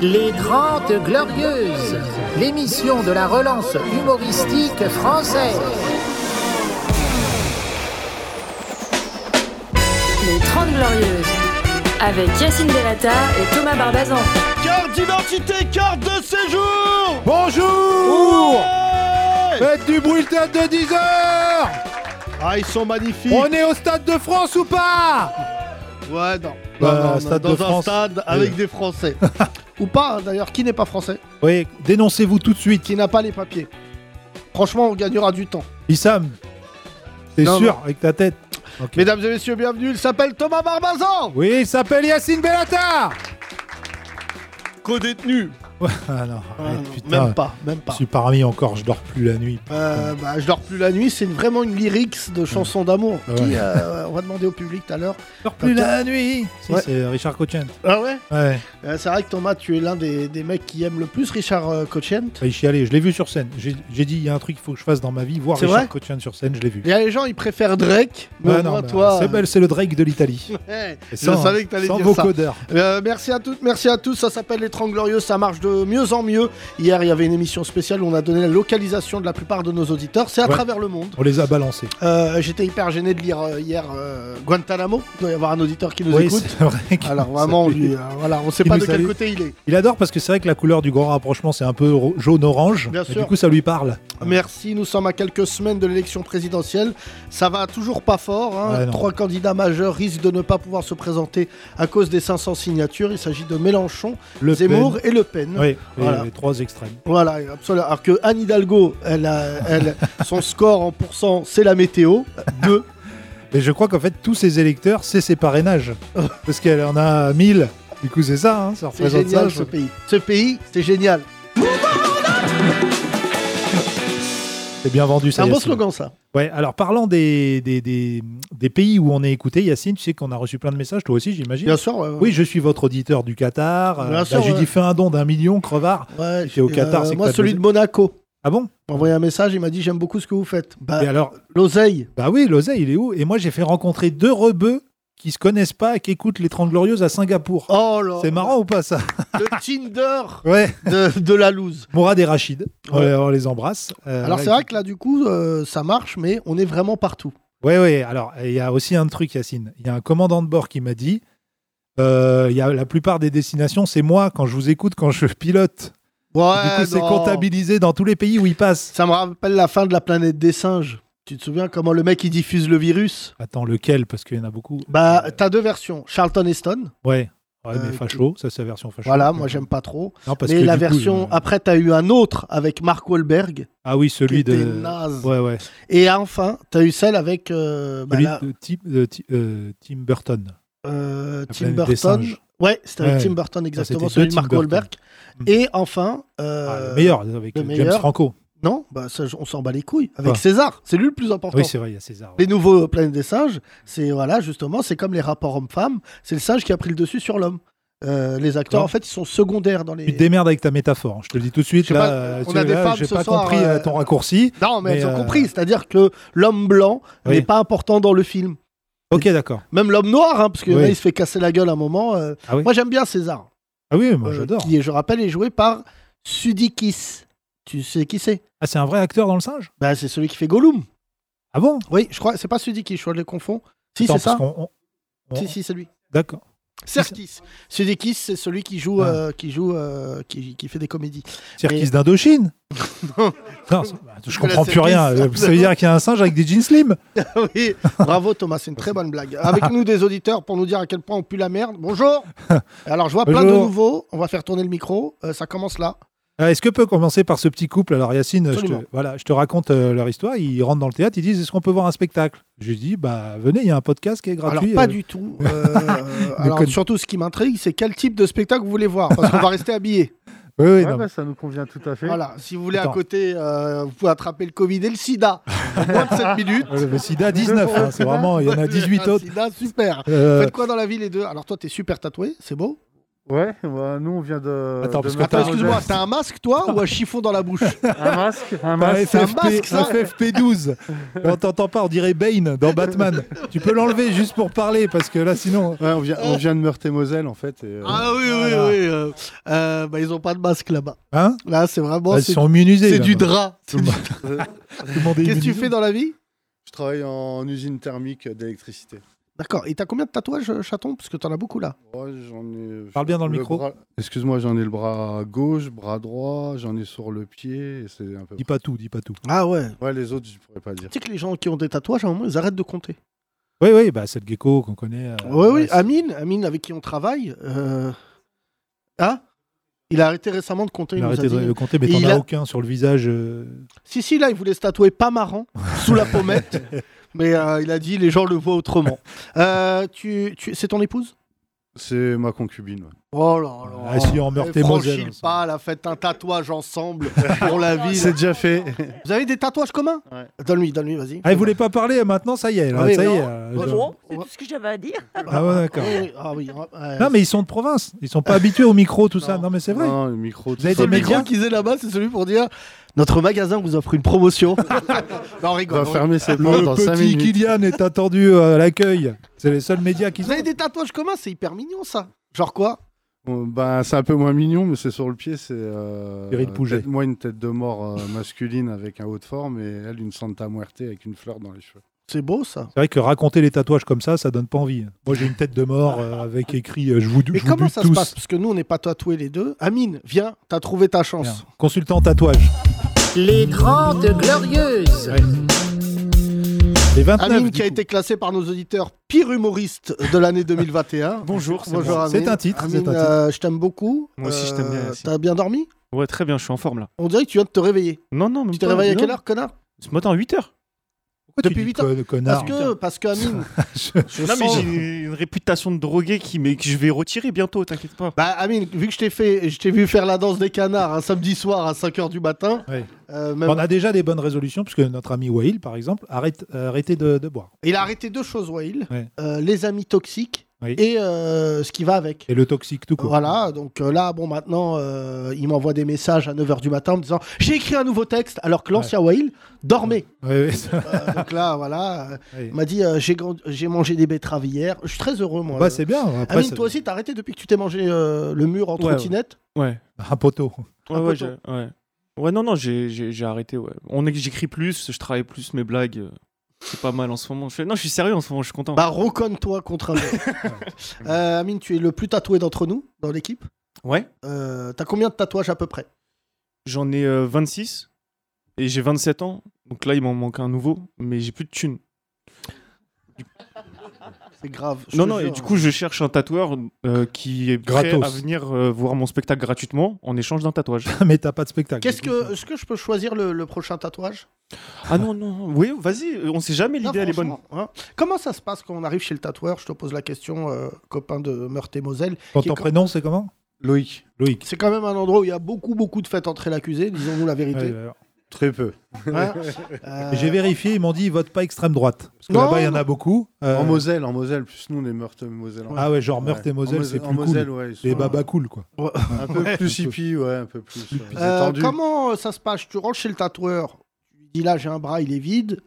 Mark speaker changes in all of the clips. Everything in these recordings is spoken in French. Speaker 1: Les Grandes Glorieuses, l'émission de la relance humoristique française.
Speaker 2: Les 30 Glorieuses, avec Yacine Delata et Thomas Barbazan.
Speaker 3: Carte d'identité, carte de séjour
Speaker 4: Bonjour
Speaker 3: Ouais
Speaker 4: Faites du bruit le théâtre de 10 heures
Speaker 3: Ah, ils sont magnifiques
Speaker 4: On est au Stade de France ou pas
Speaker 3: Ouais, non.
Speaker 4: Bah,
Speaker 3: Non, non, non,
Speaker 4: Stade
Speaker 3: dans
Speaker 4: de
Speaker 3: un
Speaker 4: France.
Speaker 3: stade avec des Français. Ou pas, hein, d'ailleurs, qui n'est pas français
Speaker 4: Oui, dénoncez-vous tout de suite.
Speaker 3: Qui n'a pas les papiers Franchement, on gagnera du temps.
Speaker 4: Issam, t'es
Speaker 3: Non,
Speaker 4: sûr avec ta tête Ok.
Speaker 3: Mesdames et messieurs, bienvenue, il s'appelle Thomas Barbazan
Speaker 4: Oui, il s'appelle Yacine Bellatar
Speaker 3: Co-détenu Euh,
Speaker 4: Ah non, arrête, putain.
Speaker 3: Même pas, même
Speaker 4: Je
Speaker 3: pas.
Speaker 4: suis parmi encore, je dors plus la nuit.
Speaker 3: Euh, bah, je dors plus la nuit, c'est vraiment une lyrics de chansons d'amour.
Speaker 4: Ouais.
Speaker 3: Qui, euh, on va demander au public tout à l'heure.
Speaker 4: Je dors
Speaker 3: plus
Speaker 4: la nuit Si,
Speaker 3: Ouais.
Speaker 4: c'est Richard Cochent.
Speaker 3: Ah ouais
Speaker 4: Ouais, bah,
Speaker 3: Euh, C'est vrai que Thomas, tu es l'un des, des mecs qui aime le plus Richard euh, Cochent.
Speaker 4: il chialait, je l'ai vu sur scène. J'ai j'ai dit, il y a un truc qu'il faut que je fasse dans ma vie, voir
Speaker 3: C'est
Speaker 4: Richard
Speaker 3: vrai
Speaker 4: Cochent sur scène, je l'ai vu.
Speaker 3: Il y a les gens, ils préfèrent Drake. Mais
Speaker 4: Ouais,
Speaker 3: au
Speaker 4: non,
Speaker 3: moins,
Speaker 4: mais
Speaker 3: toi.
Speaker 4: c'est
Speaker 3: euh,
Speaker 4: belle, c'est le Drake de l'Italie.
Speaker 3: ouais,
Speaker 4: Et
Speaker 3: je
Speaker 4: sans-
Speaker 3: savais que t'allais
Speaker 4: Sans
Speaker 3: dire ça.
Speaker 4: vocodeur.
Speaker 3: Euh, merci à toutes, merci à tous. Ça s'appelle Les Trente Glorieuses, ça marche de mieux en mieux. Hier, il y avait une émission spéciale où on a donné la localisation de la plupart de nos auditeurs. C'est à
Speaker 4: Ouais.
Speaker 3: travers le monde.
Speaker 4: On les a balancés.
Speaker 3: Euh, J'étais hyper gêné de lire euh, hier euh, Guantanamo. Il doit y avoir un auditeur qui nous
Speaker 4: Oui,
Speaker 3: écoute.
Speaker 4: c'est vrai que-
Speaker 3: Alors vraiment, on lui, euh, voilà, on sait
Speaker 4: Il
Speaker 3: pas
Speaker 4: nous
Speaker 3: de quel
Speaker 4: salue.
Speaker 3: côté il est.
Speaker 4: Il adore parce que c'est vrai que la couleur du grand rapprochement, c'est un peu ro- jaune-orange.
Speaker 3: Bien
Speaker 4: Et
Speaker 3: sûr.
Speaker 4: Du coup, ça lui parle.
Speaker 3: Merci, nous sommes à quelques semaines de l'élection présidentielle. Ça va toujours pas fort. hein.
Speaker 4: Ouais, non.
Speaker 3: Trois candidats majeurs risquent de ne pas pouvoir se présenter à cause des 500 signatures. Il s'agit de Mélenchon,
Speaker 4: Le
Speaker 3: Zemmour et Le Pen.
Speaker 4: Pen. Oui, les-
Speaker 3: Voilà.
Speaker 4: les trois extrêmes.
Speaker 3: Voilà, absolument. Alors que Anne Hidalgo, elle a- elle, son score en pourcent, c'est la météo. 2.
Speaker 4: Et je crois qu'en fait, tous ces électeurs, c'est ses parrainages. parce qu'elle en a 1000. Du coup, c'est ça, hein, ça
Speaker 3: C'est
Speaker 4: représente
Speaker 3: génial ce
Speaker 4: ça. je-
Speaker 3: pays. Ce pays, c'est génial.
Speaker 4: C'est bien vendu,
Speaker 3: C'est
Speaker 4: ça.
Speaker 3: un bon
Speaker 4: Yacine.
Speaker 3: slogan, ça.
Speaker 4: Ouais, alors parlant des, des, des- des pays où on est écouté, Yacine, tu sais qu'on a reçu plein de messages, toi aussi, j'imagine.
Speaker 3: Bien sûr. ouais, ouais.
Speaker 4: Euh, Oui, je suis votre auditeur du Qatar.
Speaker 3: Bien
Speaker 4: bah,
Speaker 3: sûr,
Speaker 4: J'ai
Speaker 3: ouais.
Speaker 4: dit, fais un don d'un million, crevard.
Speaker 3: Ouais,
Speaker 4: J'étais au
Speaker 3: euh,
Speaker 4: Qatar, c'est que
Speaker 3: moi,
Speaker 4: t'as de
Speaker 3: celui de Monaco.
Speaker 4: Ah bon
Speaker 3: m'a envoyé un message, il m'a dit J'aime beaucoup ce que vous faites. Bah,
Speaker 4: Et alors,
Speaker 3: l'oseille.
Speaker 4: Bah oui, l'oseille, il est où Et moi, j'ai fait rencontrer deux rebeux qui se connaissent pas et qui écoutent les 30 Glorieuses à Singapour.
Speaker 3: Oh là
Speaker 4: C'est marrant ou pas ça
Speaker 3: Le Tinder
Speaker 4: Ouais.
Speaker 3: de, de la loose.
Speaker 4: Mourad et Rachid, on,
Speaker 3: Ouais.
Speaker 4: les- on les embrasse. Euh,
Speaker 3: Alors
Speaker 4: ouais,
Speaker 3: c'est vrai que là du coup euh, ça marche mais on est vraiment partout.
Speaker 4: Ouais, ouais. Alors, il y a aussi un truc, Yacine. Il y a un commandant de bord qui m'a dit euh, il y a la plupart des destinations, c'est moi quand je vous écoute, quand je pilote. du coup, c'est
Speaker 3: non.
Speaker 4: comptabilisé dans tous les pays où ils passent.
Speaker 3: Ça me rappelle la fin de la planète des singes. Tu te souviens comment le mec il diffuse le virus
Speaker 4: Attends, lequel Parce qu'il y en a beaucoup.
Speaker 3: Bah
Speaker 4: Euh,
Speaker 3: t'as deux versions, Charlton Heston.
Speaker 4: ouais. Ouais,
Speaker 3: euh,
Speaker 4: mais facho, ça c'est la version facho.
Speaker 3: Voilà, moi j'aime pas trop.
Speaker 4: Non, parce
Speaker 3: mais
Speaker 4: que
Speaker 3: la
Speaker 4: du coup,
Speaker 3: version
Speaker 4: je-
Speaker 3: après t'as eu un autre avec Mark Wahlberg
Speaker 4: Ah oui, celui
Speaker 3: qui était
Speaker 4: de.
Speaker 3: naze.
Speaker 4: Ouais, ouais.
Speaker 3: Et enfin t'as eu celle avec euh, bah,
Speaker 4: Celui
Speaker 3: la-
Speaker 4: de Tim, de Ti- euh, Tim Burton.
Speaker 3: euh,
Speaker 4: La
Speaker 3: Tim
Speaker 4: planète des
Speaker 3: Burton.
Speaker 4: singes.
Speaker 3: Ouais, c'était avec
Speaker 4: Ouais.
Speaker 3: Tim Burton exactement,
Speaker 4: c'était deux
Speaker 3: celui de
Speaker 4: Tim
Speaker 3: Mark
Speaker 4: Burton.
Speaker 3: Wahlberg.
Speaker 4: Mm.
Speaker 3: Et enfin
Speaker 4: Ah,
Speaker 3: euh,
Speaker 4: le meilleur, avec
Speaker 3: le
Speaker 4: James
Speaker 3: meilleur.
Speaker 4: Franco.
Speaker 3: Non, bah ça, on s'en bat les couilles. Avec
Speaker 4: Ah.
Speaker 3: César, c'est lui le plus important.
Speaker 4: Oui, c'est vrai, il y a César. ouais.
Speaker 3: les nouveaux euh, Planète des singes, c'est voilà justement, c'est comme les rapports homme-femme, c'est le singe qui a pris le dessus sur l'homme. Euh, les acteurs,
Speaker 4: Non.
Speaker 3: en fait, ils sont secondaires dans
Speaker 4: Tu
Speaker 3: les.
Speaker 4: te démerdes avec ta métaphore. hein. Je te le dis tout de suite.
Speaker 3: Je sais
Speaker 4: là,
Speaker 3: pas,
Speaker 4: euh,
Speaker 3: on
Speaker 4: tu-
Speaker 3: a des
Speaker 4: là,
Speaker 3: femmes
Speaker 4: J'ai
Speaker 3: ce
Speaker 4: pas
Speaker 3: soir,
Speaker 4: compris
Speaker 3: euh,
Speaker 4: euh, ton raccourci.
Speaker 3: Non, mais,
Speaker 4: Mais,
Speaker 3: elles ont
Speaker 4: euh,
Speaker 3: compris. C'est-à-dire que l'homme blanc
Speaker 4: Oui.
Speaker 3: n'est pas important dans le film.
Speaker 4: Ok, d'accord.
Speaker 3: Même l'homme noir, hein, parce que
Speaker 4: Oui.
Speaker 3: là, il se fait casser la gueule à un moment. euh.
Speaker 4: Ah oui.
Speaker 3: Moi, j'aime bien César.
Speaker 4: Ah oui, moi
Speaker 3: euh,
Speaker 4: j'adore.
Speaker 3: Qui, je rappelle, est joué par Sudikis. Tu sais qui c'est
Speaker 4: Ah, c'est un vrai acteur dans le singe
Speaker 3: bah, C'est celui qui fait Gollum.
Speaker 4: Ah bon
Speaker 3: Oui, je crois. C'est pas Sudikis, je crois que je le confonds. Si,
Speaker 4: Attends, parce
Speaker 3: c'est ça.
Speaker 4: qu'on- on- on-
Speaker 3: Si, si, c'est lui.
Speaker 4: D'accord.
Speaker 3: Serkis. Sudikis, c'est celui qui joue,
Speaker 4: Ah.
Speaker 3: euh, qui, joue euh, qui, qui fait des comédies.
Speaker 4: Circus d'Indochine
Speaker 3: Non.
Speaker 4: Non, c'est- bah, Je
Speaker 3: Que
Speaker 4: comprends
Speaker 3: la
Speaker 4: plus rien.
Speaker 3: Circus.
Speaker 4: Euh, Ça veut dire qu'il y a un singe avec des jeans slim
Speaker 3: oui, bravo Thomas, c'est une très bonne blague. Avec nous des auditeurs pour nous dire à quel point on pue la merde. Bonjour. Alors je vois plein de
Speaker 4: Bonjour.
Speaker 3: nouveaux. On va faire tourner le micro. Euh, ça commence là.
Speaker 4: Euh, Est-ce que peut commencer par ce petit couple Alors Yacine, je te,
Speaker 3: Absolument.
Speaker 4: voilà, je te raconte euh, leur histoire. Ils rentrent dans le théâtre, ils disent est-ce qu'on peut voir un spectacle Je lui dis bah venez, il y a un podcast qui est gratuit.
Speaker 3: alors pas
Speaker 4: euh,
Speaker 3: du tout. Euh, alors
Speaker 4: Déconne.
Speaker 3: surtout ce qui m'intrigue, c'est quel type de spectacle vous voulez voir parce qu'on va rester habillé.
Speaker 4: Oui, oui,
Speaker 5: Ouais,
Speaker 4: non,
Speaker 5: bah, ça nous convient tout à fait.
Speaker 3: Voilà. Si vous voulez à
Speaker 4: Attends.
Speaker 3: côté, euh, vous pouvez attraper le Covid et le SIDA en moins de 7 minutes.
Speaker 4: Euh, Le sida 19, hein, c'est vraiment, il y en a 18
Speaker 3: Le
Speaker 4: autres.
Speaker 3: SIDA, super.
Speaker 4: Euh,
Speaker 3: Faites quoi dans la vie les deux Alors toi t'es super tatoué, c'est beau.
Speaker 5: Ouais, bah, nous on vient de.
Speaker 4: Attends,
Speaker 5: de
Speaker 4: parce que
Speaker 5: mettre
Speaker 4: t'as-
Speaker 5: un
Speaker 3: Attends, excuse-moi,
Speaker 5: masque.
Speaker 3: t'as un masque toi ou un chiffon dans la bouche
Speaker 5: Un masque, un
Speaker 4: Un
Speaker 5: masque.
Speaker 3: un
Speaker 4: FFP,
Speaker 3: masque, ça.
Speaker 4: FFP12. On t'entend pas, on dirait Bane dans Batman. tu peux l'enlever juste pour parler parce que là sinon.
Speaker 5: Ouais, on vient, on vient de Meurthe-et-Moselle en fait. et, euh,
Speaker 3: Ah oui,
Speaker 4: Voilà.
Speaker 3: oui, oui. euh, euh, bah, ils ont pas de masque là-bas.
Speaker 4: Hein
Speaker 3: Là, c'est vraiment.
Speaker 4: Là,
Speaker 3: Oh, c'est
Speaker 4: Ils sont immunisés.
Speaker 3: c'est
Speaker 4: là,
Speaker 3: du
Speaker 4: maintenant.
Speaker 3: drap.
Speaker 4: Tout le monde- tout le monde est
Speaker 3: Qu'est-ce que tu
Speaker 4: immunisé.
Speaker 3: fais dans la vie
Speaker 5: Je travaille en usine thermique d'électricité.
Speaker 3: D'accord. Et t'as combien de tatouages, euh, chaton Parce que t'en as beaucoup là.
Speaker 5: Ouais, Oh, j'en ai-
Speaker 4: Parle bien dans le micro.
Speaker 5: bras- Excuse-moi, j'en ai le bras gauche, bras droit, j'en ai sur le pied. et C'est un peu.
Speaker 4: Dis pas tout, dis pas tout.
Speaker 3: Ah ouais.
Speaker 5: Ouais, les autres, je pourrais pas dire.
Speaker 3: Tu sais que les gens qui ont des tatouages, à un moment, ils arrêtent de compter.
Speaker 4: Oui, oui, bah, c'est le gecko qu'on connaît. euh,
Speaker 3: oui, oui.
Speaker 4: c'est-
Speaker 3: Amine, Amine avec qui on travaille. euh, Hein Il a arrêté récemment de compter.
Speaker 4: Il
Speaker 3: il
Speaker 4: a
Speaker 3: nous a
Speaker 4: arrêté de
Speaker 3: dit.
Speaker 4: le compter, mais
Speaker 3: Et
Speaker 4: t'en
Speaker 3: il
Speaker 4: as
Speaker 3: a-
Speaker 4: aucun sur le visage. euh,
Speaker 3: Si, si, là, il voulait se tatouer pas marrant, sous la pommette. Mais euh, il a dit, les gens le voient autrement. Euh, tu, tu- c'est ton épouse
Speaker 5: C'est ma concubine. ouais.
Speaker 3: Oh là là.
Speaker 4: Ah, si, en Meurthe et
Speaker 3: Eh,
Speaker 4: Moselle,
Speaker 3: franchis le
Speaker 4: ensemble.
Speaker 3: pas, la faites un tatouage ensemble pour la vie.
Speaker 5: C'est déjà fait.
Speaker 3: Vous avez des tatouages communs
Speaker 5: Ouais.
Speaker 3: Donne-lui, donne-lui, vas-y.
Speaker 4: Ah, il voulait pas parler, maintenant, ça y est. là,
Speaker 3: Ah oui,
Speaker 4: ça y
Speaker 3: non.
Speaker 4: est. euh,
Speaker 3: Ah
Speaker 4: je-
Speaker 3: bon
Speaker 6: C'est tout ce que j'avais à dire.
Speaker 4: Ah, ouais, d'accord.
Speaker 3: Ah oui, ah oui, ah, ouais.
Speaker 4: Non, mais ils sont de province. Ils sont pas habitués au micro, tout ça.
Speaker 3: Non.
Speaker 4: Non, mais c'est vrai.
Speaker 5: Non, le micro. tout
Speaker 4: avez
Speaker 5: ça,
Speaker 4: des
Speaker 3: Le
Speaker 5: mais-
Speaker 3: micro
Speaker 4: médias
Speaker 3: qu'ils aient là-bas, c'est celui pour dire notre magasin vous offre une promotion. non, on
Speaker 5: On
Speaker 3: rigole. on rigole.
Speaker 5: va fermer ses portes dans
Speaker 4: Le
Speaker 5: 5
Speaker 4: petit
Speaker 5: minutes.
Speaker 4: Kylian est attendu euh, à l'accueil. C'est les seuls médias qui
Speaker 3: Vous avez des tatouages communs, c'est hyper mignon ça. Genre quoi
Speaker 5: Bon, ben, c'est un peu moins mignon, mais c'est sur le pied. C'est euh,
Speaker 4: Cyril Pouget.
Speaker 5: peut-être moi une tête de mort euh, masculine avec un haut de forme et elle une Santa Muerte avec une fleur dans les cheveux.
Speaker 3: C'est beau ça.
Speaker 4: C'est vrai que raconter les tatouages comme ça, ça donne pas envie. Moi, j'ai une tête de mort euh, avec écrit euh, Je vous,
Speaker 3: Mais
Speaker 4: je vous
Speaker 3: comment
Speaker 4: bute
Speaker 3: ça se
Speaker 4: tous.
Speaker 3: passe Parce que nous, on n'est pas tatoués les deux. Amine, viens, t'as trouvé ta
Speaker 4: Bien.
Speaker 3: chance.
Speaker 4: Consultant tatouage.
Speaker 1: Les 30 Glorieuses.
Speaker 4: Les 29.
Speaker 3: Amine
Speaker 4: du
Speaker 3: qui a
Speaker 4: coup.
Speaker 3: été classé par nos auditeurs pire humoriste de l'année 2021.
Speaker 7: Bonjour, c'est
Speaker 3: Bonjour
Speaker 7: moi.
Speaker 3: Amine.
Speaker 4: C'est un titre,
Speaker 3: Amine,
Speaker 4: c'est un titre.
Speaker 3: euh, je t'aime beaucoup. Euh,
Speaker 7: Moi aussi, je t'aime bien, merci.
Speaker 3: T'as bien dormi
Speaker 7: Ouais, très bien, je suis en forme là.
Speaker 3: On dirait que tu viens de te réveiller.
Speaker 7: Non, non, même
Speaker 3: Tu t'es
Speaker 7: pas,
Speaker 3: réveillé à
Speaker 7: non.
Speaker 3: quelle heure, connard
Speaker 7: Ce matin à 8h.
Speaker 4: Pourquoi tu
Speaker 3: depuis
Speaker 4: dis
Speaker 3: huit ans
Speaker 4: con-
Speaker 3: Parce
Speaker 4: Connard.
Speaker 3: que, parce que Amine, je
Speaker 7: Non, mais
Speaker 3: sens-
Speaker 7: j'ai une- une réputation de drogué qui, mais que je vais retirer bientôt, t'inquiète pas.
Speaker 3: Bah Amine, vu que je t'ai fait, je t'ai vu faire la danse des canards un samedi soir à 5h du matin.
Speaker 4: Oui.
Speaker 3: euh, même-
Speaker 4: On a déjà des bonnes résolutions, puisque notre ami Wail, par exemple, arrête, euh, arrêtez de, de boire.
Speaker 3: Il a arrêté deux choses, Wail.
Speaker 4: Ouais.
Speaker 3: Euh, les amis toxiques
Speaker 4: Oui.
Speaker 3: et euh, ce qui va avec.
Speaker 4: Et le toxique tout court.
Speaker 3: Voilà, donc euh, là, bon, maintenant, euh, il m'envoie des messages à 9h du matin en me disant J'ai écrit un nouveau texte, alors que l'ancien Wail dormait.
Speaker 4: Ouais, ouais, ça-
Speaker 3: Euh, donc là, voilà, euh,
Speaker 4: ouais.
Speaker 3: il m'a dit euh, J'ai grand- J'ai mangé des betteraves hier. Je suis très heureux, moi.
Speaker 4: Bah,
Speaker 3: Euh,
Speaker 4: c'est bien. Après,
Speaker 3: Amine,
Speaker 4: ça-
Speaker 3: toi aussi, t'as arrêté depuis que tu t'es mangé euh, le mur en
Speaker 7: Ouais, ouais.
Speaker 3: trottinette
Speaker 7: Ouais,
Speaker 4: Un poteau.
Speaker 7: ouais,
Speaker 3: Un
Speaker 7: ouais,
Speaker 3: poteau.
Speaker 7: j'ai- ouais. Ouais, non, non, j'ai- j'ai j'ai arrêté, ouais. On est- J'écris plus, je travaille plus mes blagues. euh, C'est pas mal en ce moment. Je fais- Non, je suis sérieux en ce moment, je suis content.
Speaker 3: Bah, reconne-toi contre un mur. Euh, Amine, tu es le plus tatoué d'entre nous, dans l'équipe.
Speaker 7: Ouais,
Speaker 3: Euh, T'as combien de tatouages à peu près
Speaker 7: j'en ai euh, 26 et j'ai 27 ans. Donc là, il m'en manque un nouveau, mais j'ai plus de thunes.
Speaker 3: C'est grave. je
Speaker 7: Non,
Speaker 3: te
Speaker 7: non, et
Speaker 3: jure.
Speaker 7: du coup, je cherche un tatoueur euh, qui est prêt
Speaker 4: Gratos.
Speaker 7: à venir euh, voir mon spectacle gratuitement en échange d'un tatouage.
Speaker 4: Mais t'as pas de spectacle.
Speaker 3: Qu'est-ce que, est-ce que je peux choisir le, le prochain tatouage
Speaker 7: Ah non, non, oui, vas-y, euh, on sait jamais, l'idée
Speaker 3: Ah,
Speaker 7: elle est bonne.
Speaker 3: franchement, hein. Comment ça se passe quand on arrive chez le tatoueur Je te pose la question, euh, copain de Meurthe et Moselle.
Speaker 4: Quand
Speaker 3: qui-
Speaker 4: ton prénom, c'est comment
Speaker 5: Loïc,
Speaker 4: Loïc.
Speaker 3: C'est quand même un endroit où il y a beaucoup, beaucoup de fêtes entrer l'accusé, disons-nous la vérité.
Speaker 4: Ouais, ouais.
Speaker 5: très peu.
Speaker 3: Hein Euh,
Speaker 4: J'ai vérifié, ils m'ont dit vote pas extrême droite. Parce que
Speaker 3: Non,
Speaker 4: là-bas, il y en
Speaker 3: non.
Speaker 4: a beaucoup. Euh,
Speaker 5: En Moselle, en Moselle, plus nous, les Meurthe-et-Moselle.
Speaker 4: Ah ouais, genre Meurthe et Moselle, c'est
Speaker 5: En
Speaker 4: plus
Speaker 5: Moselle,
Speaker 4: cool.
Speaker 5: ouais. ils sont
Speaker 4: Les baba cool, quoi.
Speaker 5: Un peu plus hippie, ouais, un peu plus. ouais.
Speaker 3: euh,
Speaker 5: Détendu.
Speaker 3: comment ça se passe Tu rentres chez le tatoueur, tu lui dis là j'ai un bras, il est vide,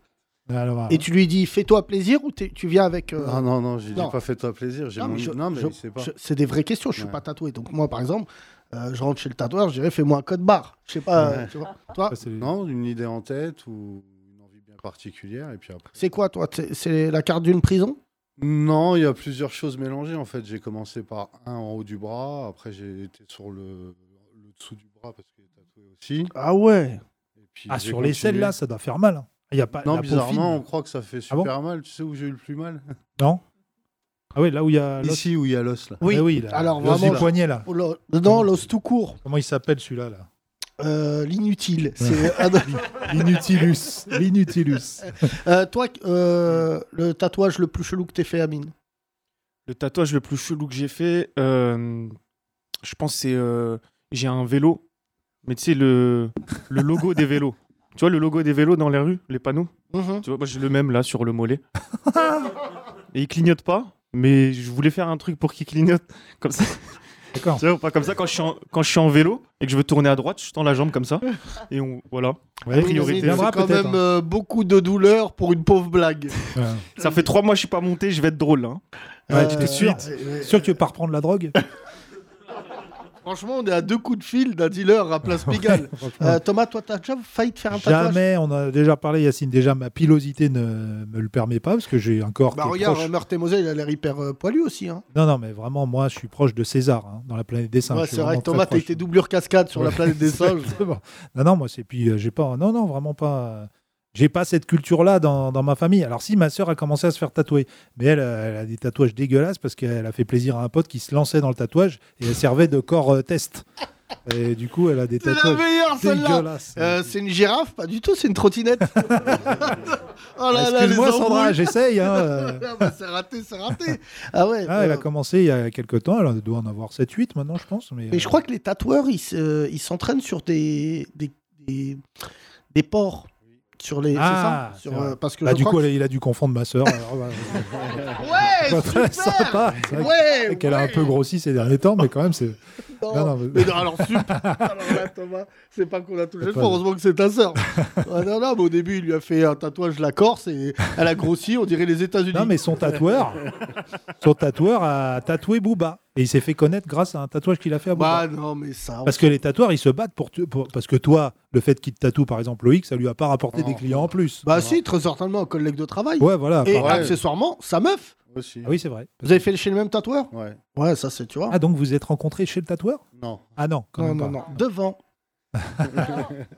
Speaker 4: Alors,
Speaker 3: et tu lui dis fais-toi plaisir ou t'es- tu viens avec... euh,
Speaker 5: Ah non, non, j'ai
Speaker 3: Non.
Speaker 5: j'ai pas fait toi plaisir. J'ai
Speaker 3: Non,
Speaker 5: mon...
Speaker 3: mais je-
Speaker 5: non, mais
Speaker 3: je-
Speaker 5: c'est pas.
Speaker 3: je- c'est des vraies questions. Je suis
Speaker 5: Ouais.
Speaker 3: pas tatoué. Donc, moi, par exemple, euh, je rentre chez le tatoueur, je dirais fais-moi un code barre. Je sais pas. euh, tu vois. Toi,
Speaker 4: ça, c'est-
Speaker 5: Non, une idée en tête ou une envie bien particulière. Et puis après.
Speaker 3: c'est quoi, toi C'est- C'est la carte d'une prison
Speaker 5: Non, il y a plusieurs choses mélangées en fait. J'ai commencé par un en haut du bras, après j'ai été sur le, le dessous du bras parce qu'il est tatoué aussi.
Speaker 3: Ah ouais
Speaker 5: Et puis,
Speaker 4: Ah,
Speaker 5: j'ai
Speaker 4: sur les selles,
Speaker 5: continué.
Speaker 4: là, ça doit faire mal. hein. Il y a pas,
Speaker 5: Non,
Speaker 4: la peau
Speaker 5: bizarrement, on
Speaker 4: fine.
Speaker 5: croit que ça fait
Speaker 4: Ah
Speaker 5: super
Speaker 4: bon
Speaker 5: mal. Tu sais où j'ai eu le plus mal
Speaker 4: Ah oui, là où il y a. l'os.
Speaker 5: Ici où il y a l'os là.
Speaker 4: Ah oui, là,
Speaker 3: Alors,
Speaker 4: l'os du
Speaker 3: vraiment,
Speaker 4: poignet, là.
Speaker 3: Oh là, Non, l'os tout court.
Speaker 4: Comment il s'appelle celui-là là
Speaker 3: Euh, L'inutile. C'est euh, un-
Speaker 4: L'Inutilus. L'Inutilus.
Speaker 3: Euh, toi, euh, le tatouage le plus chelou que t'aies fait, Amine
Speaker 7: Le tatouage le plus chelou que j'ai fait, euh, je pense c'est euh, j'ai un vélo, mais tu sais le le logo des vélos. Tu vois le logo des vélos dans les rues, les panneaux. Tu vois, moi j'ai le même là sur le mollet. Et il clignote pas, mais je voulais faire un truc pour qu'il clignote comme ça.
Speaker 4: D'accord.
Speaker 7: Tu vois, pas comme ça, quand je, suis en, quand je suis en vélo et que je veux tourner à droite, je tends la jambe comme ça. Et on, voilà.
Speaker 4: Ouais,
Speaker 7: priorité.
Speaker 4: il
Speaker 3: C'est
Speaker 4: viendra
Speaker 3: quand
Speaker 4: peut-être,
Speaker 3: même euh, beaucoup de douleur pour une pauvre blague.
Speaker 4: hein.
Speaker 7: Ça fait trois mois que je suis pas monté, je vais être drôle là. hein.
Speaker 4: Ouais,
Speaker 3: Euh,
Speaker 4: tu t'es sûr
Speaker 3: ouais,
Speaker 4: Sûr que tu veux pas reprendre la drogue
Speaker 3: Franchement, on est à deux coups de fil d'un dealer à Place Pigalle. Euh, Thomas, toi, t'as déjà failli te faire un tatouage
Speaker 4: Jamais, on a déjà parlé, Yacine. Déjà, ma pilosité ne me le permet pas parce que j'ai un corps
Speaker 3: Bah
Speaker 4: qui est
Speaker 3: regarde,
Speaker 4: proche.
Speaker 3: Meurthe et Moselle, il a l'air hyper euh, poilu aussi. Hein.
Speaker 4: Non, non, mais vraiment, moi, je suis proche de César hein, dans la planète des singes.
Speaker 3: Ouais,
Speaker 4: Je suis
Speaker 3: c'est vrai
Speaker 4: vraiment
Speaker 3: que Thomas,
Speaker 4: très
Speaker 3: t'as
Speaker 4: proche.
Speaker 3: été doublure cascade sur la planète des singes.
Speaker 4: Exactement. Non, non, moi, c'est puis euh, j'ai pas. Non, non, vraiment pas. euh, J'ai pas cette culture-là dans, dans ma famille. Alors si ma sœur a commencé à se faire tatouer, mais elle, euh, elle a des tatouages dégueulasses parce qu'elle a fait plaisir à un pote qui se lançait dans le tatouage et elle servait de corps euh, test. Et du coup, elle a des
Speaker 3: C'est la
Speaker 4: tatouages
Speaker 3: meilleure, celle-là
Speaker 4: dégueulasses.
Speaker 3: Euh, C'est une girafe Pas du tout, c'est une trottinette. oh là là, les
Speaker 4: Bah, Excuse-moi Sandra,
Speaker 3: embrouilles.
Speaker 4: j'essaye. hein, euh.
Speaker 3: Ah bah, c'est raté, c'est raté. Ah ouais.
Speaker 4: Ah, elle
Speaker 3: euh,
Speaker 4: a commencé il y a quelques temps, elle doit en avoir 7-8 maintenant, je pense. Mais,
Speaker 3: Mais je
Speaker 4: euh,
Speaker 3: crois que les tatoueurs, ils se- euh, ils s'entraînent sur des, des, des, des porcs. Sur les.
Speaker 4: Ah,
Speaker 3: c'est ça
Speaker 4: c'est
Speaker 3: Sur,
Speaker 4: vrai.
Speaker 3: euh, parce que
Speaker 4: bah,
Speaker 3: je
Speaker 4: du
Speaker 3: crois
Speaker 4: coup,
Speaker 3: que-
Speaker 4: elle- il a dû confondre ma sœur. alors, bah,
Speaker 3: Ouais,
Speaker 4: pas très
Speaker 3: super
Speaker 4: sympa. C'est vrai
Speaker 3: Ouais,
Speaker 4: que- qu'elle a un
Speaker 3: ouais. Oh.
Speaker 4: peu grossi ces derniers temps, mais quand même, c'est.
Speaker 3: Non,
Speaker 4: Non, non, mais-
Speaker 3: mais non, alors, super. alors là, Thomas, c'est pas qu'on a touché le
Speaker 4: pas-
Speaker 3: fond, heureusement que c'est ta sœur. Ah non, non, mais au début, il lui a fait un tatouage de la Corse et elle a grossi, on dirait les États-Unis.
Speaker 4: Non, mais son tatoueur, son tatoueur a tatoué Booba. Et il s'est fait connaître grâce à un tatouage qu'il a fait à Booba.
Speaker 3: Bah non, mais ça.
Speaker 4: parce que les tatoueurs, ils se battent pour, tu- pour- Parce que toi, le fait qu'il te tatoue, par exemple, Loïc, ça lui a pas rapporté
Speaker 5: Non.
Speaker 4: des clients en plus.
Speaker 3: Bah si, très certainement, un collègue de travail.
Speaker 4: Ouais, voilà.
Speaker 3: Et
Speaker 4: par-
Speaker 5: Ouais.
Speaker 3: accessoirement, sa meuf.
Speaker 5: Aussi.
Speaker 4: Ah oui, c'est vrai.
Speaker 3: Vous avez fait chez le même tatoueur
Speaker 5: Ouais.
Speaker 3: Ouais, ça c'est, tu vois.
Speaker 4: Ah, donc vous êtes rencontrés chez le tatoueur
Speaker 5: Non.
Speaker 4: Ah non, quand
Speaker 3: non,
Speaker 4: même
Speaker 3: non,
Speaker 4: pas.
Speaker 3: non, devant.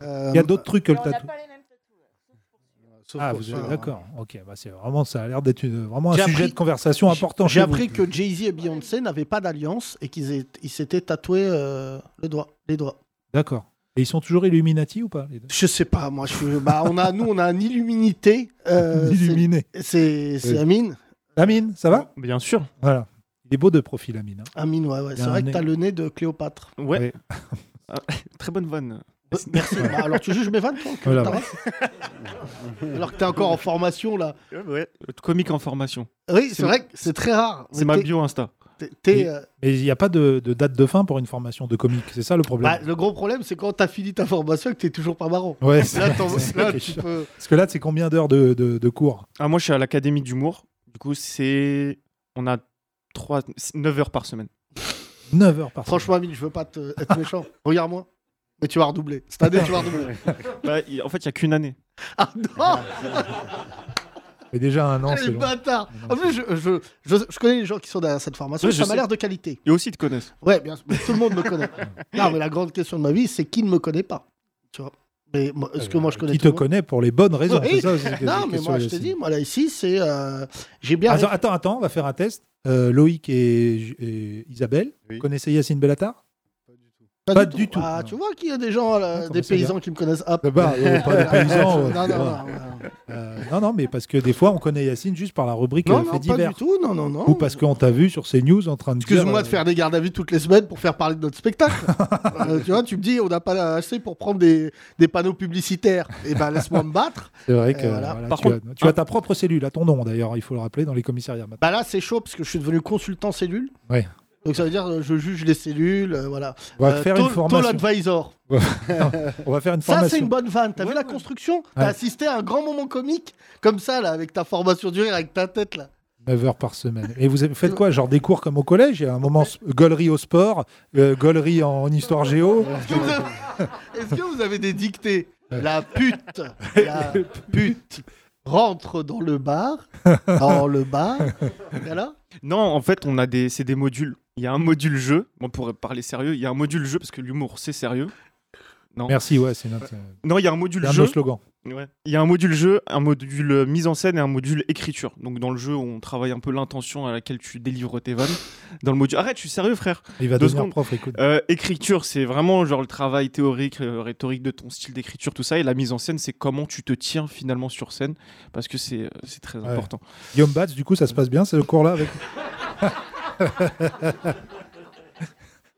Speaker 3: Euh,
Speaker 4: Il y a d'autres trucs que le
Speaker 6: Alors, on n'a
Speaker 4: tatouage.
Speaker 6: pas les mêmes tatouages.
Speaker 5: Sauf
Speaker 4: Ah,
Speaker 5: pour
Speaker 4: vous
Speaker 5: ça,
Speaker 4: êtes
Speaker 5: hein.
Speaker 4: d'accord. Ok, bah c'est vraiment, ça a l'air d'être une- vraiment un
Speaker 3: J'ai
Speaker 4: sujet
Speaker 3: appris-
Speaker 4: de conversation
Speaker 3: J'ai-
Speaker 4: important.
Speaker 3: J'ai
Speaker 4: chez vous.
Speaker 3: appris que Jay-Z et Beyoncé n'avaient pas d'alliance et qu'ils aient- ils s'étaient tatoués euh, le doigt, les doigts.
Speaker 4: D'accord. Et ils sont toujours Illuminati ou pas les deux
Speaker 3: Je sais pas, moi, je suis- bah, on a, nous, on a un illuminité. euh, c'est-
Speaker 4: Illuminés.
Speaker 3: c'est c'est
Speaker 4: Oui.
Speaker 3: Amine.
Speaker 4: Amine, ça va
Speaker 7: Bien sûr.
Speaker 4: Voilà. Il est beau de profil, Amine. hein.
Speaker 3: Amine, ouais, ouais.
Speaker 4: Il y a
Speaker 3: C'est
Speaker 4: un
Speaker 3: vrai que
Speaker 4: nez.
Speaker 3: t'as le nez de Cléopâtre.
Speaker 7: Ouais.
Speaker 4: Ouais.
Speaker 7: Ah, très bonne vanne.
Speaker 3: Euh, Merci. Bah, alors, tu juges mes vannes, toi que
Speaker 4: Voilà,
Speaker 3: t'as- Alors que t'es encore en formation, là.
Speaker 7: Ouais. Comique en formation.
Speaker 3: Oui, c'est
Speaker 7: ma-
Speaker 3: vrai que c'est très rare.
Speaker 7: C'est
Speaker 3: Mais
Speaker 7: ma
Speaker 3: t'es-
Speaker 7: bio Insta.
Speaker 3: t'es- t'es,
Speaker 4: Et-
Speaker 3: euh,
Speaker 4: Mais il n'y a pas de, de date de fin pour une formation de comique, c'est ça le
Speaker 3: bah,
Speaker 4: problème
Speaker 3: le gros problème, c'est quand t'as fini ta formation et que t'es toujours pas marrant.
Speaker 4: Ouais, c'est-
Speaker 3: Bah, Là, t'en-
Speaker 4: c'est
Speaker 3: là,
Speaker 4: ça qui est
Speaker 3: tu
Speaker 4: chiant.
Speaker 3: peux-
Speaker 4: Parce que là, c'est combien d'heures de, de- de cours
Speaker 7: Ah, moi, je suis à l'Académie d'humour. Du coup, c'est. On a 3... 9 heures par semaine.
Speaker 4: 9 heures par
Speaker 3: Franchement, Amine, je veux pas te- être méchant. Regarde-moi. Mais tu vas redoubler. Cette année, tu vas redoubler.
Speaker 7: Bah, y- en fait, il n'y a qu'une année.
Speaker 3: Ah non
Speaker 4: semaine. Mais déjà un an, c'est Ah,
Speaker 3: Les
Speaker 4: long.
Speaker 3: bâtards
Speaker 4: Non,
Speaker 3: En plus, je, je, je, je connais les gens qui sont derrière cette formation.
Speaker 7: Oui, je
Speaker 3: ça m'a
Speaker 7: sais.
Speaker 3: l'air de qualité.
Speaker 7: Et aussi, ils te connaissent.
Speaker 3: Ouais, bien sûr. mais Tout le monde me connaît. non, mais la grande question de ma vie, c'est qui ne me connaît pas Tu vois Mais moi, est-ce que moi, je connais
Speaker 4: Euh, Qui
Speaker 3: tout
Speaker 4: te
Speaker 3: le monde
Speaker 4: connaît pour les bonnes raisons
Speaker 3: Oui.
Speaker 4: c'est ça, c'est- c'est-
Speaker 3: Non, mais
Speaker 4: question,
Speaker 3: moi, je te
Speaker 4: Yacine. Ah,
Speaker 3: dis, moi, là, ici, c'est... euh, J'ai bien...
Speaker 4: Attends, attends, attends, on va faire un test. Euh, Loïc et, et Isabelle,
Speaker 5: Oui.
Speaker 4: vous connaissez Yacine Bellatar
Speaker 5: Pas du tout.
Speaker 4: pas du tout.
Speaker 3: Ah,
Speaker 4: Non.
Speaker 3: tu vois qu'il y a des gens, là,
Speaker 4: Attends,
Speaker 3: des
Speaker 4: mais c'est
Speaker 3: paysans qui me connaissent. Hop.
Speaker 4: Ah bah, euh, pas des paysans, ouais.
Speaker 3: non, non, non, non.
Speaker 4: Euh, non, non, mais parce que des fois, on connaît Yacine juste par la rubrique euh,
Speaker 3: Non, non,
Speaker 4: Fait
Speaker 3: pas
Speaker 4: divers.
Speaker 3: du tout, non, non, non.
Speaker 4: Ou parce qu'on t'a vu sur CNews en train de dire,
Speaker 3: Excuse-moi
Speaker 4: euh,
Speaker 3: de faire des gardes à vue toutes les semaines pour faire parler de notre spectacle. Euh, tu vois, tu me dis, on n'a pas assez pour prendre des, des panneaux publicitaires. Et ben, laisse-moi me battre.
Speaker 4: euh, C'est vrai que
Speaker 3: Et Euh, voilà.
Speaker 4: voilà,
Speaker 7: Par
Speaker 4: tu,
Speaker 7: contre-
Speaker 4: as, tu as ta propre cellule, à ton nom d'ailleurs, il faut le rappeler dans les commissariats maintenant.
Speaker 3: Bah là, c'est chaud parce que je suis devenu consultant cellule.
Speaker 4: Ouais.
Speaker 3: Donc ça veut dire, euh, je juge les cellules, euh, voilà.
Speaker 4: On va
Speaker 3: Euh,
Speaker 4: faire
Speaker 3: Toll-
Speaker 4: une formation.
Speaker 3: Toll Advisor.
Speaker 4: On va faire une
Speaker 3: Ça, c'est
Speaker 4: formation.
Speaker 3: une bonne vanne. T'as vu la construction T'as
Speaker 4: Ouais.
Speaker 3: assisté à un grand moment comique comme ça, là, avec ta formation du rire, avec ta tête, là.
Speaker 4: 9 heures par semaine. Et vous faites quoi Genre des cours comme au collège Il y a un moment s- gaulerie au sport, euh, gaulerie en, en histoire géo.
Speaker 3: Est-ce que vous avez, Est-ce que vous avez des dictées La pute, la pute rentre dans le bar, dans le bar. Et alors
Speaker 7: Non, en fait, on a des... c'est des modules. Il y a un module jeu. Bon, pour parler sérieux, il y a un module jeu parce que l'humour, c'est sérieux.
Speaker 4: Merci, ouais, c'est notre, euh,
Speaker 7: Non, il y a un module
Speaker 4: c'est un de
Speaker 7: jeu.
Speaker 4: nos slogans.
Speaker 7: Ouais. Il y a un module jeu, un module euh, mise en scène et un module écriture. Donc dans le jeu, on travaille un peu l'intention à laquelle tu délivres tes vannes. Dans le module, arrête, je suis sérieux, frère.
Speaker 4: Il va
Speaker 7: Deux
Speaker 4: devenir
Speaker 7: secondes.
Speaker 4: prof, écoute.
Speaker 7: Euh, écriture, c'est vraiment genre le travail théorique, euh, rhétorique de ton style d'écriture, tout ça. Et la mise en scène, c'est comment tu te tiens finalement sur scène, parce que c'est euh, c'est très
Speaker 4: Ouais.
Speaker 7: important.
Speaker 4: Guillaume Batz, du coup, ça se passe bien, c'est le cours-là avec...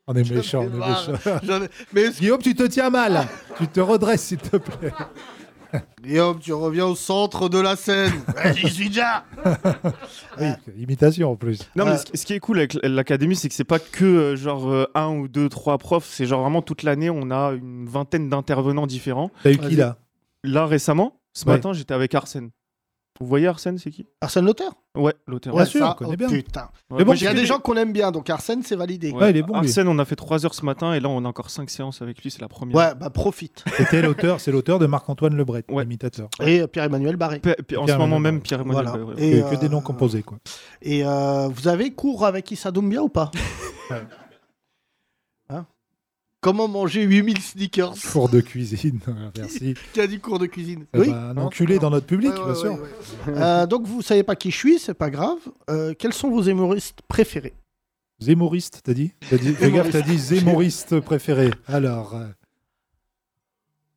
Speaker 4: on est méchant, on est
Speaker 3: J'en ai marre.
Speaker 4: méchant.
Speaker 3: J'en ai- Ah, Mais est-ce
Speaker 4: Guillaume, tu te tiens mal. tu te redresses, s'il te plaît.
Speaker 3: Guillaume, tu reviens au centre de la scène. Ouais, J'y suis déjà.
Speaker 4: Oui, Ah. imitation en plus.
Speaker 7: Non,
Speaker 3: Euh,
Speaker 7: mais ce qui- ce qui est cool avec l- l'académie, c'est que c'est pas que euh, genre euh, un ou deux, trois profs. C'est genre vraiment toute l'année, on a une vingtaine d'intervenants différents.
Speaker 4: T'as eu qui
Speaker 3: Vas-y.
Speaker 4: là
Speaker 7: Là, récemment, ce
Speaker 4: Ouais.
Speaker 7: matin, j'étais avec Arsène. Vous voyez Arsène, c'est qui
Speaker 3: Arsène Lauter.
Speaker 7: Ouais, l'auteur.
Speaker 4: Ouais, sûr,
Speaker 3: ça,
Speaker 4: on connaît
Speaker 3: oh,
Speaker 4: bien.
Speaker 3: Putain.
Speaker 7: Ouais,
Speaker 4: mais bon,
Speaker 7: moi,
Speaker 3: Il y
Speaker 7: j'ai
Speaker 3: a
Speaker 7: fait
Speaker 3: des
Speaker 7: des-
Speaker 3: gens qu'on aime bien, donc Arsène, c'est validé.
Speaker 7: Ouais,
Speaker 4: Ouais, il est bon, lui.
Speaker 7: Arsène, on a fait 3 heures ce matin et là, on a encore 5 séances avec lui. C'est la première.
Speaker 3: Ouais, bah profite.
Speaker 4: C'était l'auteur, c'est l'auteur de Marc-Antoine Lebret,
Speaker 7: Ouais.
Speaker 4: l'imitateur.
Speaker 3: Et euh, Pierre-Emmanuel Barré.
Speaker 7: P- p- en ce
Speaker 4: Pierre
Speaker 7: moment
Speaker 4: Emmanuel,
Speaker 7: même, Pierre Emmanuel.
Speaker 3: Voilà.
Speaker 7: ouais, ouais.
Speaker 4: Que,
Speaker 3: Et,
Speaker 4: que des
Speaker 3: euh,
Speaker 4: noms composés, quoi.
Speaker 3: Et euh, vous avez cours avec Issa Doumbia ou pas Hein Comment manger 8000 sneakers
Speaker 4: Cours de cuisine, merci.
Speaker 3: Qui a dit cours de cuisine
Speaker 4: Eh ben, un enculé dans notre public,
Speaker 3: Ouais,
Speaker 4: bien
Speaker 3: ouais,
Speaker 4: sûr.
Speaker 3: ouais, ouais. Euh, donc vous savez pas qui je suis, c'est pas grave. Euh, quels sont vos humoristes préférés
Speaker 4: Zémoriste, t'as dit, T'as dit Fais gaffe, t'as dit zémoriste préféré. Alors, euh,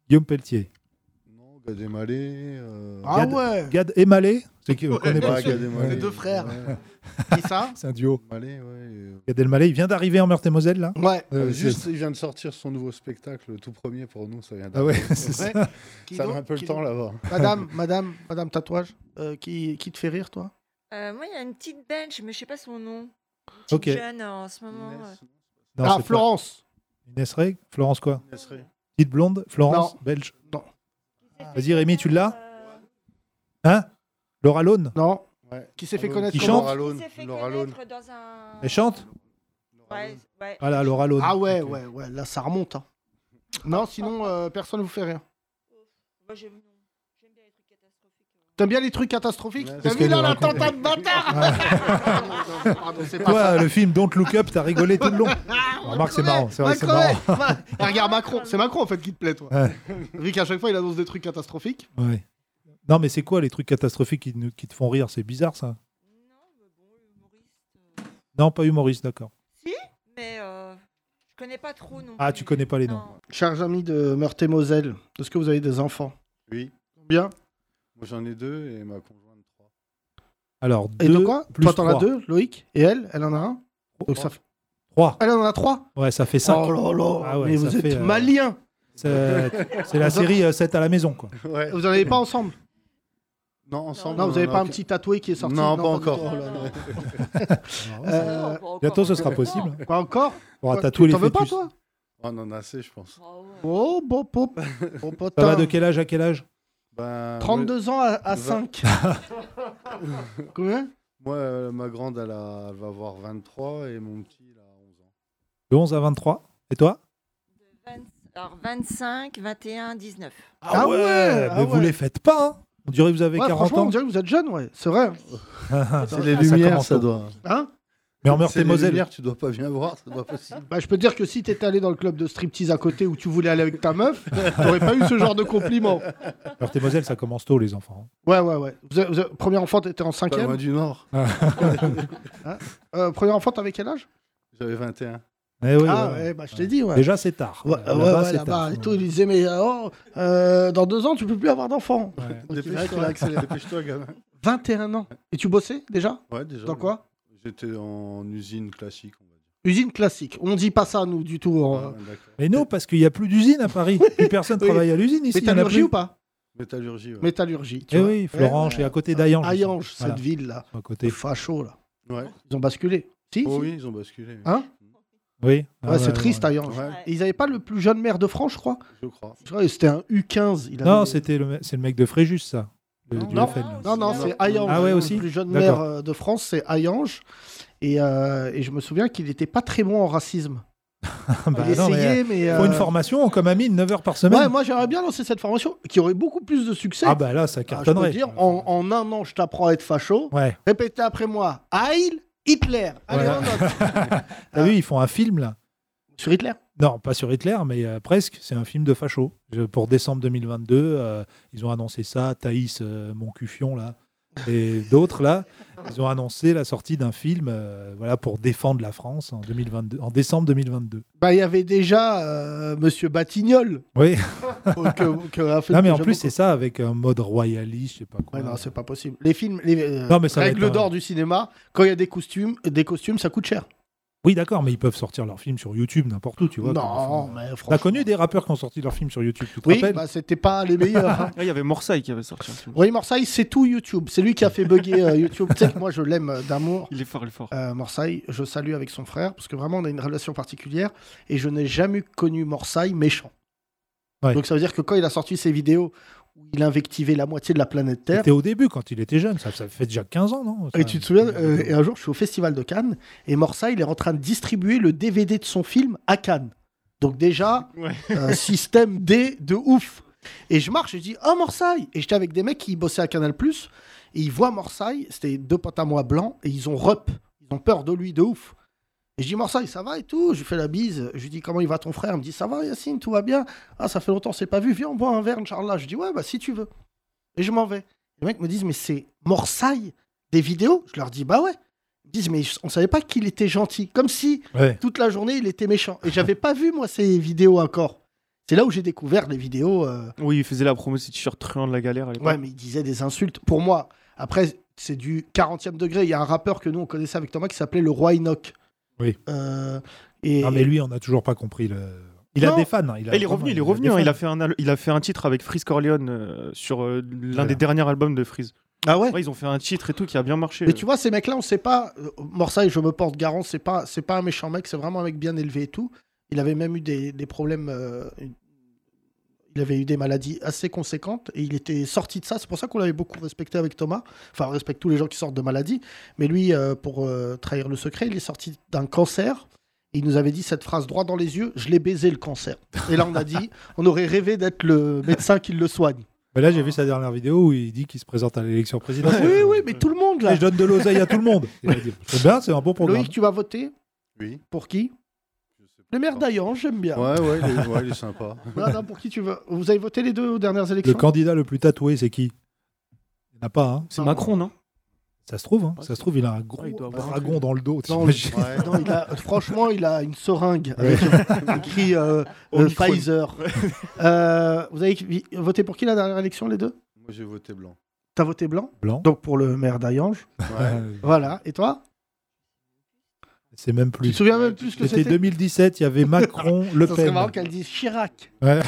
Speaker 4: Guillaume Pelletier.
Speaker 5: Non, Gad Elmaleh, euh,
Speaker 3: Ah
Speaker 4: Gad-
Speaker 3: ouais
Speaker 4: Gad Emalé C'est qui on connaît
Speaker 5: ouais,
Speaker 4: pas.
Speaker 5: Gad Elmaleh,
Speaker 4: Les
Speaker 3: deux frères.
Speaker 5: ouais.
Speaker 3: Qui ça
Speaker 4: C'est un duo.
Speaker 5: Elmaleh, ouais, et, euh,
Speaker 4: Gad Elmaleh, il vient d'arriver en Meurthe-et-Moselle, là
Speaker 3: Ouais.
Speaker 4: Euh,
Speaker 5: Juste, il vient de sortir son nouveau spectacle, le tout premier pour nous, ça vient
Speaker 4: Ah ouais,
Speaker 5: d'arriver.
Speaker 4: c'est ça.
Speaker 3: Ouais. Qui
Speaker 5: Ça met
Speaker 3: d'autre
Speaker 5: un peu
Speaker 3: Qui
Speaker 5: le temps
Speaker 3: d'autre
Speaker 5: là-bas.
Speaker 3: Madame, madame, madame tatouage, euh, qui, qui te fait rire toi
Speaker 6: Euh, moi, il y a une petite belge, mais je sais pas son nom. Une petite
Speaker 4: Ok.
Speaker 6: jeune euh, en ce moment. euh.
Speaker 4: Non,
Speaker 3: Ah
Speaker 4: c'est
Speaker 3: Florence.
Speaker 4: pas- Inès Ray Florence quoi Petite blonde Florence Belge
Speaker 3: Non.
Speaker 4: Vas-y, Rémi, tu l'as
Speaker 6: Euh,
Speaker 4: Hein Laura Lone
Speaker 3: Non.
Speaker 5: Ouais. Ah,
Speaker 3: Qui s'est fait connaître
Speaker 4: Qui chante
Speaker 3: comment
Speaker 5: Laura
Speaker 6: qui
Speaker 5: Lone.
Speaker 6: s'est fait
Speaker 5: Laura Lone.
Speaker 6: connaître dans un.
Speaker 4: Elle chante
Speaker 6: Ouais, ouais.
Speaker 4: Voilà, Laura Lone.
Speaker 3: Ah ouais,
Speaker 4: Ok.
Speaker 3: ouais, ouais, là ça remonte. hein. Non, sinon euh, personne vous fait rire.
Speaker 6: Moi, j'aime j'aime bien les trucs catastrophiques.
Speaker 3: T'aimes bien les trucs catastrophiques
Speaker 5: Ouais,
Speaker 3: T'as
Speaker 4: c'est
Speaker 3: vu
Speaker 4: ce
Speaker 3: là
Speaker 4: qu'elle nous
Speaker 3: la
Speaker 4: racontait.
Speaker 3: tentade bâtard Pardon, hein c'est pas ça.
Speaker 4: Toi, le film Don't Look Up, t'as rigolé tout le long. Remarque, Ah, c'est marrant. C'est vrai que c'est
Speaker 3: Macron,
Speaker 4: marrant.
Speaker 3: ouais. Et regarde Macron, c'est Macron en fait qui te plaît, toi.
Speaker 4: Ouais.
Speaker 3: Vu qu'à chaque fois il annonce des trucs catastrophiques.
Speaker 4: Ouais. Non, mais c'est quoi les trucs catastrophiques qui, nous- qui te font rire C'est bizarre, ça.
Speaker 6: hein. Non, mais bon, humoriste. euh,
Speaker 4: Non, pas humoriste, d'accord.
Speaker 6: Mais euh, je connais pas trop non
Speaker 4: Ah,
Speaker 6: plus.
Speaker 4: tu connais pas les noms.
Speaker 6: Non.
Speaker 3: Chers amis de Meurthe-et-Moselle, est-ce que vous avez des enfants
Speaker 5: Oui.
Speaker 3: Bien.
Speaker 5: Moi j'en ai deux et ma conjointe trois.
Speaker 4: Alors,
Speaker 3: Et
Speaker 4: deux
Speaker 3: de quoi
Speaker 4: plus
Speaker 3: Toi t'en as
Speaker 4: trois.
Speaker 3: deux, Loïc Et elle, elle en a un Donc ça fait-
Speaker 4: Trois.
Speaker 3: Elle en a trois
Speaker 4: Ouais, ça fait cinq.
Speaker 3: Oh là là
Speaker 4: Ah ouais,
Speaker 3: Mais
Speaker 4: ça
Speaker 3: vous êtes
Speaker 4: fait, euh,
Speaker 3: malien
Speaker 4: C'est c'est la série 7 à la maison, quoi.
Speaker 5: Ouais.
Speaker 3: Vous n'en avez pas ensemble
Speaker 5: Non, ensemble.
Speaker 3: Non,
Speaker 5: on
Speaker 3: vous n'avez
Speaker 5: en a
Speaker 3: pas un
Speaker 5: aucun.
Speaker 3: petit tatoué qui est sorti
Speaker 5: Non, pas
Speaker 3: du tout.
Speaker 5: encore.
Speaker 3: Oh là là.
Speaker 6: Ah,
Speaker 3: Euh,
Speaker 6: non, pas encore,
Speaker 4: Euh, Bientôt, ce
Speaker 6: pas
Speaker 4: sera
Speaker 6: encore.
Speaker 4: possible.
Speaker 3: Pas encore
Speaker 4: On aura
Speaker 3: Toi,
Speaker 4: tatoué les
Speaker 3: T'en veux
Speaker 4: fœtus.
Speaker 3: pas toi
Speaker 5: On en a assez, je pense.
Speaker 6: Ah ouais.
Speaker 3: Oh, bon, bon, bon, bon,
Speaker 4: Ça va de
Speaker 3: putain.
Speaker 4: quel âge à quel âge Ah,
Speaker 5: Ben,
Speaker 3: 32 ans à, à hein
Speaker 5: Va-
Speaker 3: 5. Combien
Speaker 5: Moi, euh, ma grande, elle, a- elle va avoir 23 et mon petit, il a 11 ans.
Speaker 4: De 11 à 23. Et toi
Speaker 6: Vingt- Alors, 25, 21, 19.
Speaker 3: Ah ouais,
Speaker 4: Mais
Speaker 3: ah
Speaker 4: vous
Speaker 3: ouais.
Speaker 4: les faites pas, hein On dirait que vous avez
Speaker 3: Ouais,
Speaker 4: 40
Speaker 3: franchement, on
Speaker 4: ans.
Speaker 3: dirait que vous êtes jeune, ouais, c'est vrai.
Speaker 5: C'est
Speaker 4: les
Speaker 5: les
Speaker 4: Ah, Ça lumières,
Speaker 5: lumières,
Speaker 4: commence ça
Speaker 5: ça,
Speaker 4: tôt.
Speaker 5: doit.
Speaker 3: Hein
Speaker 4: Mais en Meurthe-et-Moselle.
Speaker 5: tu dois pas bien voir, c'est pas possible.
Speaker 3: bah, je peux te dire que si t'étais allé dans le club de striptease à côté où tu voulais aller avec ta meuf, t'aurais pas eu ce genre de compliment.
Speaker 4: Meurthe-et-Moselle, ça commence tôt, les enfants. hein.
Speaker 3: Ouais, ouais, ouais. Vous avez- vous avez- premier enfant, t'étais en
Speaker 5: Pas loin
Speaker 3: cinquième.
Speaker 5: du Nord.
Speaker 3: Euh, premier enfant, t'avais quel âge
Speaker 5: J'avais 21.
Speaker 4: Eh ouais,
Speaker 3: Ah,
Speaker 4: ouais, ouais.
Speaker 3: ouais, bah, je t'ai dit, ouais.
Speaker 4: Déjà, c'est tard.
Speaker 3: Ouais,
Speaker 4: Là-bas,
Speaker 3: ouais, ouais,
Speaker 4: c'est
Speaker 3: là-bas
Speaker 4: tard.
Speaker 3: et tout. Il disait, mais euh, oh, euh, dans deux ans, tu peux plus avoir d'enfant.
Speaker 4: Ouais.
Speaker 5: Dépêche-toi, qu'il a accéléré. Dépêche-toi, gamin.
Speaker 3: 21 ans. Et tu bossais déjà
Speaker 5: Ouais, déjà.
Speaker 3: Dans
Speaker 5: oui.
Speaker 3: quoi
Speaker 5: J'étais en usine classique, on va dire.
Speaker 3: Usine classique. On dit pas ça, nous, du tout. hein. en-
Speaker 5: Ah, d'accord.
Speaker 4: Mais non, parce qu'il n'y a plus d'usine à Paris. Plus personne
Speaker 3: Oui.
Speaker 4: travaille à l'usine ici. il y en a
Speaker 3: Métallurgie
Speaker 4: plus.
Speaker 3: ou pas
Speaker 5: Métallurgie, ouais.
Speaker 3: Métallurgie. tu
Speaker 4: Eh
Speaker 3: vois.
Speaker 4: oui, Florence,
Speaker 3: Ouais,
Speaker 4: et à côté d'Ayange.
Speaker 3: ouais. Hayange, Ah, cette
Speaker 4: Voilà.
Speaker 3: ville-là.
Speaker 4: À
Speaker 3: Des
Speaker 4: côté.
Speaker 3: fachos, là.
Speaker 5: Ouais.
Speaker 3: Ils ont basculé. Si,
Speaker 5: Oh
Speaker 3: si.
Speaker 5: oui, ils ont basculé. oui.
Speaker 3: Hein
Speaker 4: Oui.
Speaker 3: Ouais, c'est triste, Hayange.
Speaker 5: Ouais,
Speaker 6: Ouais.
Speaker 3: Et Ils n'avaient pas le plus jeune maire de France, je crois.
Speaker 5: je crois.
Speaker 3: Je crois que C'était un U15. Il avait-
Speaker 4: Non, c'était le, me- c'est le mec de Fréjus, ça. le- du
Speaker 3: hein, Non.
Speaker 4: FN, là.
Speaker 3: Non, non, c'est Hayange.
Speaker 4: Ah ouais, aussi
Speaker 3: Le plus jeune
Speaker 4: D'accord.
Speaker 3: maire euh, de France, c'est Hayange. Et, euh, et je me souviens qu'il n'était pas très bon en racisme.
Speaker 4: Ah, bah,
Speaker 3: il
Speaker 4: non, mais,
Speaker 3: essayait, mais.
Speaker 4: euh, faut une
Speaker 3: euh,
Speaker 4: formation comme Amine, 9 heures par semaine.
Speaker 3: Ouais, moi j'aimerais bien lancer cette formation qui aurait beaucoup plus de succès.
Speaker 4: ah bah là, ça
Speaker 3: Ah, je peux
Speaker 4: cartonnerait.
Speaker 3: dire, en, en un an, je t'apprends à être facho.
Speaker 4: Ouais.
Speaker 3: Répétez après moi Heil Hitler. Allez,
Speaker 4: Voilà.
Speaker 3: on note. Ah.
Speaker 4: T'as vu, ils font un film là.
Speaker 3: Sur Hitler
Speaker 4: Non, pas sur Hitler, mais euh, presque. C'est un film de facho. Je- pour décembre 2022, euh, ils ont annoncé ça. Thaïs euh, Moncufion, là, et d'autres, là, ils ont annoncé la sortie d'un film euh, voilà, pour défendre la France en, 2022, en décembre 2022.
Speaker 3: Bah, il y avait déjà euh, Monsieur Batignol.
Speaker 4: Oui,
Speaker 3: euh, que- que a fait
Speaker 4: non, mais en
Speaker 3: déjà
Speaker 4: plus,
Speaker 3: beaucoup.
Speaker 4: c'est ça avec un mode royaliste, je sais pas quoi.
Speaker 3: Ouais, non, c'est pas possible. Les films, les euh,
Speaker 4: Non, mais ça va
Speaker 3: règles
Speaker 4: être un-
Speaker 3: d'or du cinéma, quand il y a des costumes, des costumes, ça coûte cher.
Speaker 4: Oui, d'accord, mais ils peuvent sortir leurs films sur YouTube n'importe où, tu vois.
Speaker 3: non,
Speaker 4: comme ils font.
Speaker 3: mais franchement.
Speaker 4: T'as connu des rappeurs qui ont sorti leurs films sur YouTube, tu te
Speaker 3: Oui,
Speaker 4: rappelles
Speaker 3: bah, c'était pas les meilleurs. hein.
Speaker 7: Ah, Il y avait Morsaï qui avait sorti un film.
Speaker 3: Oui, Morsay, c'est tout YouTube. C'est lui qui a fait bugger euh, YouTube. Tu sais que moi, je l'aime euh, d'amour.
Speaker 7: Il est fort, il est fort.
Speaker 3: Euh, Morsay, je salue avec son frère, parce que vraiment, on a une relation particulière. Et je n'ai jamais connu Morsay méchant.
Speaker 4: Ouais.
Speaker 3: Donc, ça veut dire que quand il a sorti ses vidéos où il invectivait la moitié de la planète Terre,
Speaker 4: C'était au début, quand il était jeune, ça, ça fait déjà 15 ans, non
Speaker 3: Et tu te souviens, euh, et un jour, je suis au Festival de Cannes, et Morsa, il est en train de distribuer le DVD de son film à Cannes. Donc déjà,
Speaker 7: Ouais.
Speaker 3: un système D de ouf. Et je marche, et je dis, oh Morsaï Et j'étais avec des mecs qui bossaient à Canal+, et ils voient Morsaï, c'était deux potes à moi blancs, et ils ont rep. Ils ont peur de lui de ouf. Et je dis, Morsaï, ça va et tout Je lui fais la bise. Je lui dis, comment il va ton frère Il me dit, ça va Yacine, tout va bien Ah, ça fait longtemps, on s'est pas vu, viens, on boit un verre, Inch'Allah. Je dis, ouais, bah si tu veux. Et je m'en vais. Les mecs me disent, mais c'est Morsaï des vidéos Je leur dis, bah ouais. Ils me disent, mais on savait pas qu'il était gentil. Comme si
Speaker 4: Ouais.
Speaker 3: toute la journée, il était méchant. Et j'avais pas vu, moi, ces vidéos encore. C'est là où j'ai découvert les vidéos. euh,
Speaker 7: Oui, il faisait la promo de ses t-shirts truands de la galère à l'époque.
Speaker 3: Ouais, mais il disait des insultes. Pour moi, après, c'est du 40e degré. Il y a un rappeur que nous, on connaissait avec Thomas qui s'appelait le Roi Enoch.
Speaker 4: Oui.
Speaker 3: Euh, et...
Speaker 4: Non, mais lui, on n'a toujours pas compris le. Il a
Speaker 3: Non.
Speaker 4: des fans. hein, il, a
Speaker 7: Ah, il est
Speaker 4: vraiment,
Speaker 7: revenu, il est revenu.
Speaker 4: des
Speaker 7: hein, Il a,
Speaker 4: fans.
Speaker 7: fait un, al- il a fait un titre avec Freeze Corleone euh, sur euh, l'un
Speaker 4: Voilà.
Speaker 7: des derniers albums de Freeze.
Speaker 3: Ah ouais
Speaker 7: Ouais, ils ont fait un titre et tout qui a bien marché. euh.
Speaker 3: Mais tu vois, ces mecs-là, on sait pas. euh, Morsay, je me porte garant, c'est pas, c'est pas un méchant mec, c'est vraiment un mec bien élevé et tout. Il avait même eu des, des problèmes. euh, il avait eu des maladies assez conséquentes et il était sorti de ça. C'est pour ça qu'on l'avait beaucoup respecté avec Thomas. Enfin, on respecte tous les gens qui sortent de maladies. Mais lui, euh, pour euh, trahir le secret, il est sorti d'un cancer. Et il nous avait dit cette phrase droit dans les yeux Je l'ai baisé le cancer. Et là, on a dit On aurait rêvé d'être le médecin qui le soigne.
Speaker 4: Mais Bah là, j'ai vu sa dernière vidéo où il dit qu'il se présente à l'élection présidentielle.
Speaker 3: Oui, oui, mais tout le monde
Speaker 4: Et
Speaker 3: là.
Speaker 4: je donne de l'oseille à tout le monde. C'est bien, ben, c'est un bon programme.
Speaker 3: Loïc, tu vas voter
Speaker 5: Oui.
Speaker 3: Pour qui
Speaker 5: je sais pas.
Speaker 3: Le maire d'Ayan, j'aime bien.
Speaker 5: Ouais, ouais, il est, ouais, il est sympa.
Speaker 3: Voilà, non, pour qui tu veux Vous avez voté les deux aux dernières
Speaker 4: Le
Speaker 3: élections
Speaker 4: candidat le plus tatoué, c'est qui Il n'y en a pas, hein
Speaker 7: C'est Macron, non
Speaker 4: Ça se trouve, hein Ça se trouve, il a un gros
Speaker 7: Ouais, il doit avoir un
Speaker 4: dragon dans le dos.
Speaker 3: Non,
Speaker 4: t'imagines
Speaker 5: Ouais.
Speaker 3: Non, il a- euh, franchement, il a une seringue avec euh, écrit euh,
Speaker 7: Au
Speaker 3: euh,
Speaker 7: micro.
Speaker 3: Pfizer. Euh, vous avez vi- voté pour qui la dernière élection, les deux
Speaker 5: Moi, j'ai voté blanc.
Speaker 3: T'as voté blanc,
Speaker 4: Blanc.
Speaker 3: donc pour le maire d'Ayange.
Speaker 5: Ouais.
Speaker 4: Euh,
Speaker 3: Voilà, et toi
Speaker 4: C'est même
Speaker 3: Tu te
Speaker 4: plus.
Speaker 3: souviens même plus ce que
Speaker 4: C'était
Speaker 3: c'était
Speaker 4: 2017, il y avait Macron, Le
Speaker 3: Ça serait
Speaker 4: Pen.
Speaker 3: marrant qu'elle dise Chirac.
Speaker 4: Ouais.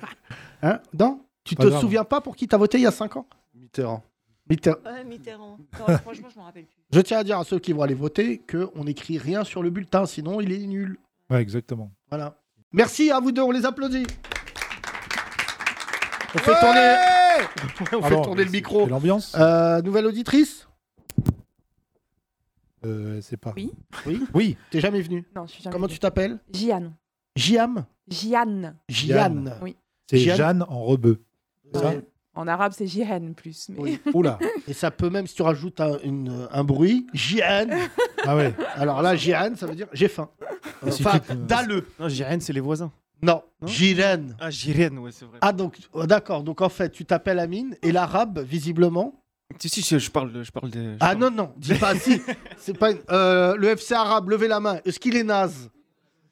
Speaker 3: Hein non Tu
Speaker 4: Pas
Speaker 3: te
Speaker 4: grave.
Speaker 3: souviens pas pour qui t'as voté il y a 5 ans
Speaker 5: Mitterrand.
Speaker 3: Mitterrand.
Speaker 6: Ouais, Mitterrand. Non, franchement, je m'en rappelle plus.
Speaker 3: Je tiens à dire à ceux qui vont aller voter qu'on n'écrit rien sur le bulletin, sinon il est nul.
Speaker 4: Ouais, exactement.
Speaker 3: Voilà. Merci à vous deux, on les applaudit. On fait tourner, on fait
Speaker 4: Pardon,
Speaker 3: tourner le
Speaker 4: c'est-
Speaker 3: micro.
Speaker 4: c'est L'ambiance
Speaker 3: Euh, nouvelle auditrice
Speaker 4: Euh, C'est pas.
Speaker 8: Oui.
Speaker 3: Oui.
Speaker 4: Oui.
Speaker 3: T'es jamais venue.
Speaker 8: Non, je suis jamais
Speaker 3: Comment
Speaker 8: venue.
Speaker 3: tu t'appelles
Speaker 8: Jeanne.
Speaker 3: Jiam
Speaker 8: Jeanne.
Speaker 3: Jian.
Speaker 8: Oui.
Speaker 4: C'est
Speaker 3: Jeanne-
Speaker 4: Jeanne en rebeu. C'est ça
Speaker 8: Ouais. En arabe, c'est Jiren plus. Mais...
Speaker 4: Oula.
Speaker 3: Et ça peut même, si tu rajoutes un, une- un bruit, Jian.
Speaker 4: Ah ouais.
Speaker 3: Alors là, Jian, ça veut dire j'ai faim.
Speaker 4: Et si
Speaker 3: Enfin,
Speaker 4: tu-
Speaker 3: dalleux.
Speaker 7: Non, Jiren, c'est les voisins.
Speaker 3: Non,
Speaker 7: Non
Speaker 3: Jiren.
Speaker 7: Ah, Jiren, ouais, c'est vrai.
Speaker 3: Ah donc, oh, d'accord. Donc en fait, tu t'appelles Amine et l'arabe, visiblement.
Speaker 7: Si, si, si, je parle, je parle des. je
Speaker 3: Ah
Speaker 7: parle-
Speaker 3: non, non, dis pas si. C'est pas une- euh, le FC arabe, levez la main. Est-ce qu'il est naze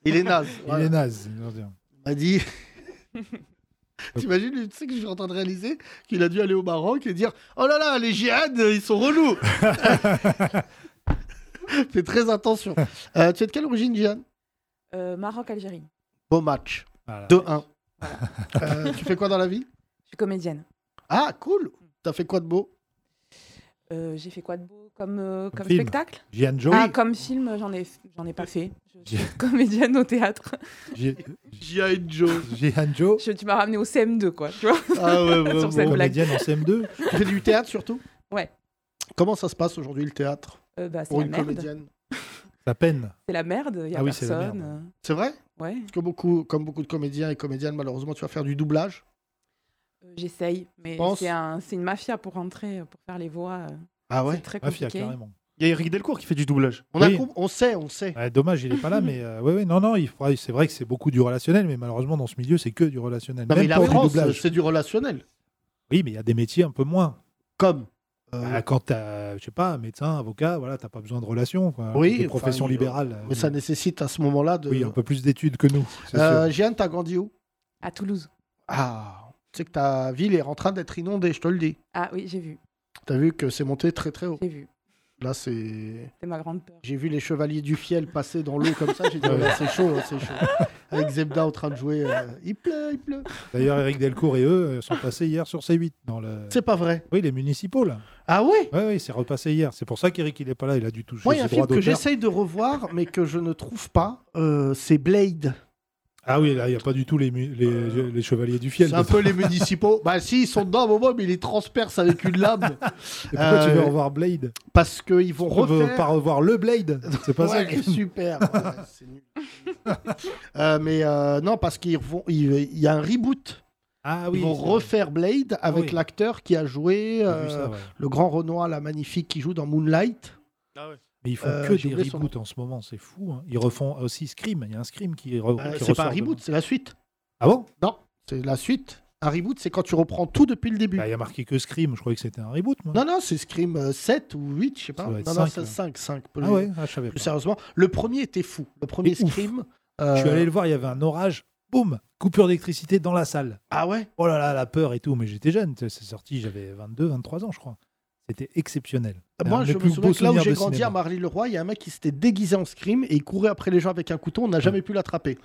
Speaker 3: Il est naze.
Speaker 4: Il
Speaker 3: voilà.
Speaker 4: est naze. je veux dire.
Speaker 3: m'a dit. T'imagines, tu sais que je suis en train de réaliser qu'il a dû aller au Maroc et dire Oh là là, les djihad, ils sont relous Fais très attention. Euh, tu es de quelle origine, Jihan
Speaker 8: Euh, Maroc, Algérie.
Speaker 3: Beau match,
Speaker 4: Voilà.
Speaker 3: 2-1. Euh, tu fais quoi dans la vie
Speaker 8: Je suis comédienne.
Speaker 3: Ah, cool T'as fait quoi de beau
Speaker 8: Euh, j'ai fait quoi de beau comme, euh, comme
Speaker 4: Film.
Speaker 8: spectacle
Speaker 4: Jeanne Jolie.
Speaker 8: Ah, comme film, j'en ai, j'en ai pas fait. Je suis comédienne au théâtre.
Speaker 4: J-
Speaker 3: J.I. Joe.
Speaker 4: Jeanne Jo.
Speaker 8: Je- tu m'as ramené au CM2, quoi. Tu vois
Speaker 3: Ah ouais, vraiment.
Speaker 8: Sur cette blague.
Speaker 4: Comédienne en CM2.
Speaker 3: Tu fais du théâtre surtout
Speaker 8: Ouais.
Speaker 3: Comment ça se passe aujourd'hui le théâtre
Speaker 8: Euh, bah, c'est
Speaker 3: pour
Speaker 8: la
Speaker 3: une
Speaker 8: merde.
Speaker 3: comédienne
Speaker 4: Ça peine.
Speaker 8: C'est la merde. Il y a
Speaker 4: Ah oui, c'est la
Speaker 8: personne.
Speaker 4: merde.
Speaker 3: C'est vrai
Speaker 8: euh, ouais.
Speaker 3: Parce que beaucoup, comme beaucoup de comédiens et comédiennes, malheureusement, tu vas faire du doublage.
Speaker 8: Euh, J'essaye, mais
Speaker 3: Pense.
Speaker 8: c'est un, c'est une mafia pour rentrer, euh, pour faire les voix. euh,
Speaker 3: Ah
Speaker 8: C'est très
Speaker 4: Mafia,
Speaker 8: compliqué.
Speaker 4: carrément.
Speaker 7: Il y a Eric Delcourt qui fait du doublage.
Speaker 3: On, a
Speaker 4: Oui.
Speaker 3: com- on sait, on sait.
Speaker 4: Ouais, dommage, il est pas là, mais euh, ouais, ouais, non, non, il faudra- c'est vrai que c'est beaucoup du relationnel, mais malheureusement, dans ce milieu, c'est que du relationnel.
Speaker 3: Non, mais
Speaker 4: Même
Speaker 3: la
Speaker 4: pour du
Speaker 3: France, euh,
Speaker 4: doublage.
Speaker 3: c'est du relationnel.
Speaker 4: Oui, mais il y a des métiers un peu moins.
Speaker 3: Comme. euh,
Speaker 4: Bah, quand t'as, je sais pas, médecin, avocat, voilà, t'as pas besoin de relations. Quoi.
Speaker 3: Oui,
Speaker 4: Des professions
Speaker 3: enfin, il-
Speaker 4: libérales. euh,
Speaker 3: mais ça nécessite à ce moment-là de.
Speaker 4: oui, un peu plus d'études que nous. c'est
Speaker 3: Euh,
Speaker 4: sûr.
Speaker 3: Jeanne, t'as grandi où
Speaker 8: À Toulouse.
Speaker 3: Ah, tu sais que ta ville est en train d'être inondée, je te le dis.
Speaker 8: Ah oui, j'ai vu,
Speaker 3: T'as vu que c'est monté très très haut.
Speaker 8: j'ai vu.
Speaker 3: Là, c'est.
Speaker 8: C'était ma grande peur.
Speaker 3: J'ai vu les chevaliers du fiel passer dans l'eau comme ça. J'ai dit, oh là, c'est chaud, hein, c'est chaud. Avec Zebda en train de jouer. euh, il pleut, il pleut.
Speaker 4: D'ailleurs, Eric Delcourt et eux euh, sont passés hier sur C8. Dans le...
Speaker 3: C'est pas vrai.
Speaker 4: Oui, les municipaux, là.
Speaker 3: Ah ouais
Speaker 4: Oui, oui, c'est repassé hier. C'est pour ça qu'Eric, il est pas là. Il a dû toucher
Speaker 3: Moi, il y a un
Speaker 4: ses
Speaker 3: film
Speaker 4: droits
Speaker 3: que
Speaker 4: d'auteur.
Speaker 3: j'essaye de revoir, mais que je ne trouve pas. euh, c'est Blade.
Speaker 4: Ah oui, là, il n'y a pas du tout les, mu- les, les chevaliers du fiel.
Speaker 3: C'est un
Speaker 4: dedans.
Speaker 3: peu les municipaux. Bah, si, ils sont dedans à un moment, mais ils les transpercent avec une lame.
Speaker 4: Et pourquoi tu veux
Speaker 3: Euh,
Speaker 4: revoir Blade
Speaker 3: Parce qu'ils vont
Speaker 4: On veut
Speaker 3: refaire.
Speaker 4: pas revoir le Blade. C'est pas ça.
Speaker 3: Ouais, super. ouais, c'est nul. Euh, mais euh, non, parce qu'il y a un reboot.
Speaker 4: Ah
Speaker 3: Ils vont refaire Blade avec
Speaker 4: oui.
Speaker 3: l'acteur qui a joué
Speaker 4: J'ai
Speaker 3: euh,
Speaker 4: vu ça, ouais.
Speaker 3: le grand Renoir, la magnifique, qui joue dans Moonlight.
Speaker 4: Mais ils font
Speaker 3: euh,
Speaker 4: que
Speaker 3: j'ai
Speaker 4: des
Speaker 3: oublié son
Speaker 4: reboots en ce moment, c'est fou. hein. Ils refont aussi Scream. Il y a un Scream qui, re-
Speaker 3: Euh,
Speaker 4: qui
Speaker 3: c'est pas
Speaker 4: ressort
Speaker 3: un
Speaker 4: demain.
Speaker 3: reboot, c'est la suite.
Speaker 4: Ah bon
Speaker 3: Non, c'est la suite. Un reboot, c'est quand tu reprends tout depuis le début.
Speaker 4: Bah, Il y a marqué que Scream. Je croyais que c'était un reboot. Moi.
Speaker 3: Non, non, c'est Scream euh, 7 ou 8, je sais pas.
Speaker 4: Ça doit être
Speaker 3: Non, non,
Speaker 4: cinq,
Speaker 3: c'est
Speaker 4: là.
Speaker 3: 5, 5.
Speaker 4: ah ouais, ah, je savais pas.
Speaker 3: Plus sérieusement, le premier était fou. Le premier
Speaker 4: Et ouf.
Speaker 3: Scream.
Speaker 4: Je suis
Speaker 3: euh,
Speaker 4: allé le voir. Il y avait un orage. Boum Coupure d'électricité dans la salle.
Speaker 3: Ah ouais
Speaker 4: Oh là là, la peur et tout. Mais j'étais jeune. tu sais, C'est sorti, j'avais 22, 23 ans, je crois. C'était exceptionnel. C'est un
Speaker 3: Moi,
Speaker 4: de
Speaker 3: je
Speaker 4: mes
Speaker 3: me
Speaker 4: plus
Speaker 3: souviens
Speaker 4: beaux
Speaker 3: que là où
Speaker 4: souvenirs
Speaker 3: j'ai
Speaker 4: de
Speaker 3: grandi à
Speaker 4: cinéma.
Speaker 3: Marly-le-Roi, il y a un mec qui s'était déguisé en Scream et il courait après les gens avec un couteau. On n'a jamais pu l'attraper.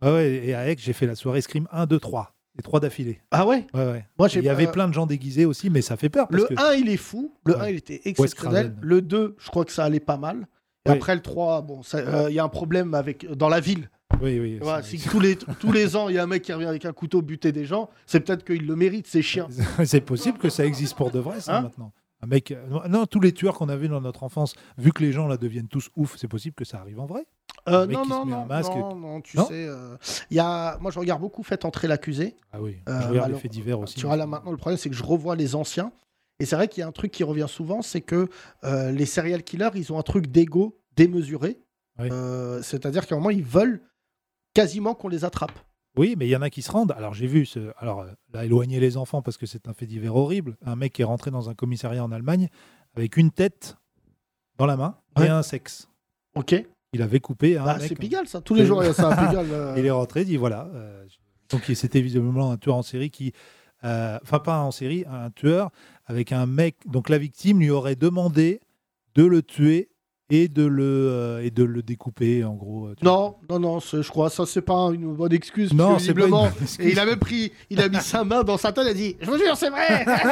Speaker 4: Ah ouais, et à Aix, j'ai fait la soirée Scream 1, 2, 3. Les trois d'affilée.
Speaker 3: Ah ouais
Speaker 4: Ouais, ouais.
Speaker 3: Moi,
Speaker 4: Et
Speaker 3: j'ai
Speaker 4: Il y avait
Speaker 3: euh,
Speaker 4: plein de gens déguisés aussi, mais ça fait peur. Parce
Speaker 3: Le
Speaker 4: que...
Speaker 3: 1, il est fou. Le
Speaker 4: Ouais.
Speaker 3: 1, il était exceptionnel.
Speaker 4: Craven.
Speaker 3: Le 2, je crois que ça allait pas mal. Et
Speaker 4: Oui.
Speaker 3: après le 3, bon, ça- euh, il y a un problème avec dans la ville.
Speaker 4: Oui, oui.
Speaker 3: Voilà,
Speaker 4: c'est-
Speaker 3: si tous les, tous les ans, il y a un mec qui revient avec un couteau buter des gens, c'est peut-être qu'il le mérite, ces chiens.
Speaker 4: C'est possible que ça existe pour de vrai, ça,
Speaker 3: Hein
Speaker 4: maintenant. Un mec. euh, non, Non, tous les tueurs qu'on a vus dans notre enfance, vu que les gens là deviennent tous ouf, c'est possible que ça arrive en vrai.
Speaker 3: Euh,
Speaker 4: Un mec
Speaker 3: non,
Speaker 4: qui se
Speaker 3: non,
Speaker 4: met un
Speaker 3: non,
Speaker 4: masque.
Speaker 3: non, non, tu
Speaker 4: Non
Speaker 3: sais. euh, il y a... Moi, je regarde beaucoup Faites entrer l'accusé.
Speaker 4: Ah oui.
Speaker 3: Euh,
Speaker 4: je regarde
Speaker 3: malheureux-
Speaker 4: les faits divers aussi.
Speaker 3: Tu vois, là maintenant, le problème, c'est que je revois les anciens. Et c'est vrai qu'il y a un truc qui revient souvent, c'est que euh, les serial killers, ils ont un truc d'ego démesuré.
Speaker 4: Oui.
Speaker 3: Euh, C'est-à-dire qu'à un moment, ils veulent quasiment qu'on les attrape.
Speaker 4: Oui, mais il y en a qui se rendent. Alors j'ai vu, ce... alors euh, là, éloigner les enfants parce que c'est un fait divers horrible. Un mec qui est rentré dans un commissariat en Allemagne avec une tête dans la main
Speaker 3: Ouais.
Speaker 4: et un sexe.
Speaker 3: Ok
Speaker 4: Il avait coupé un
Speaker 3: Bah,
Speaker 4: Ah, mec.
Speaker 3: C'est Pigalle, ça. Tous les jours, il y a ça à Pigalle. euh.
Speaker 4: Il est rentré, il dit voilà. euh, donc il- c'était visiblement un tueur en série qui, euh, enfin pas en série, un tueur avec un mec. Donc la victime lui aurait demandé de le tuer et de le euh, et de le découper en gros. euh, tu vois.
Speaker 3: Non, non, non, c'est- je crois ça c'est pas une bonne excuse. parce
Speaker 4: Non,
Speaker 3: que
Speaker 4: c'est pas une
Speaker 3: visiblement,
Speaker 4: bonne excuse.
Speaker 3: Et il a même pris, il a mis sa main dans sa tête, il a dit Je vous jure, c'est vrai
Speaker 4: Ouais,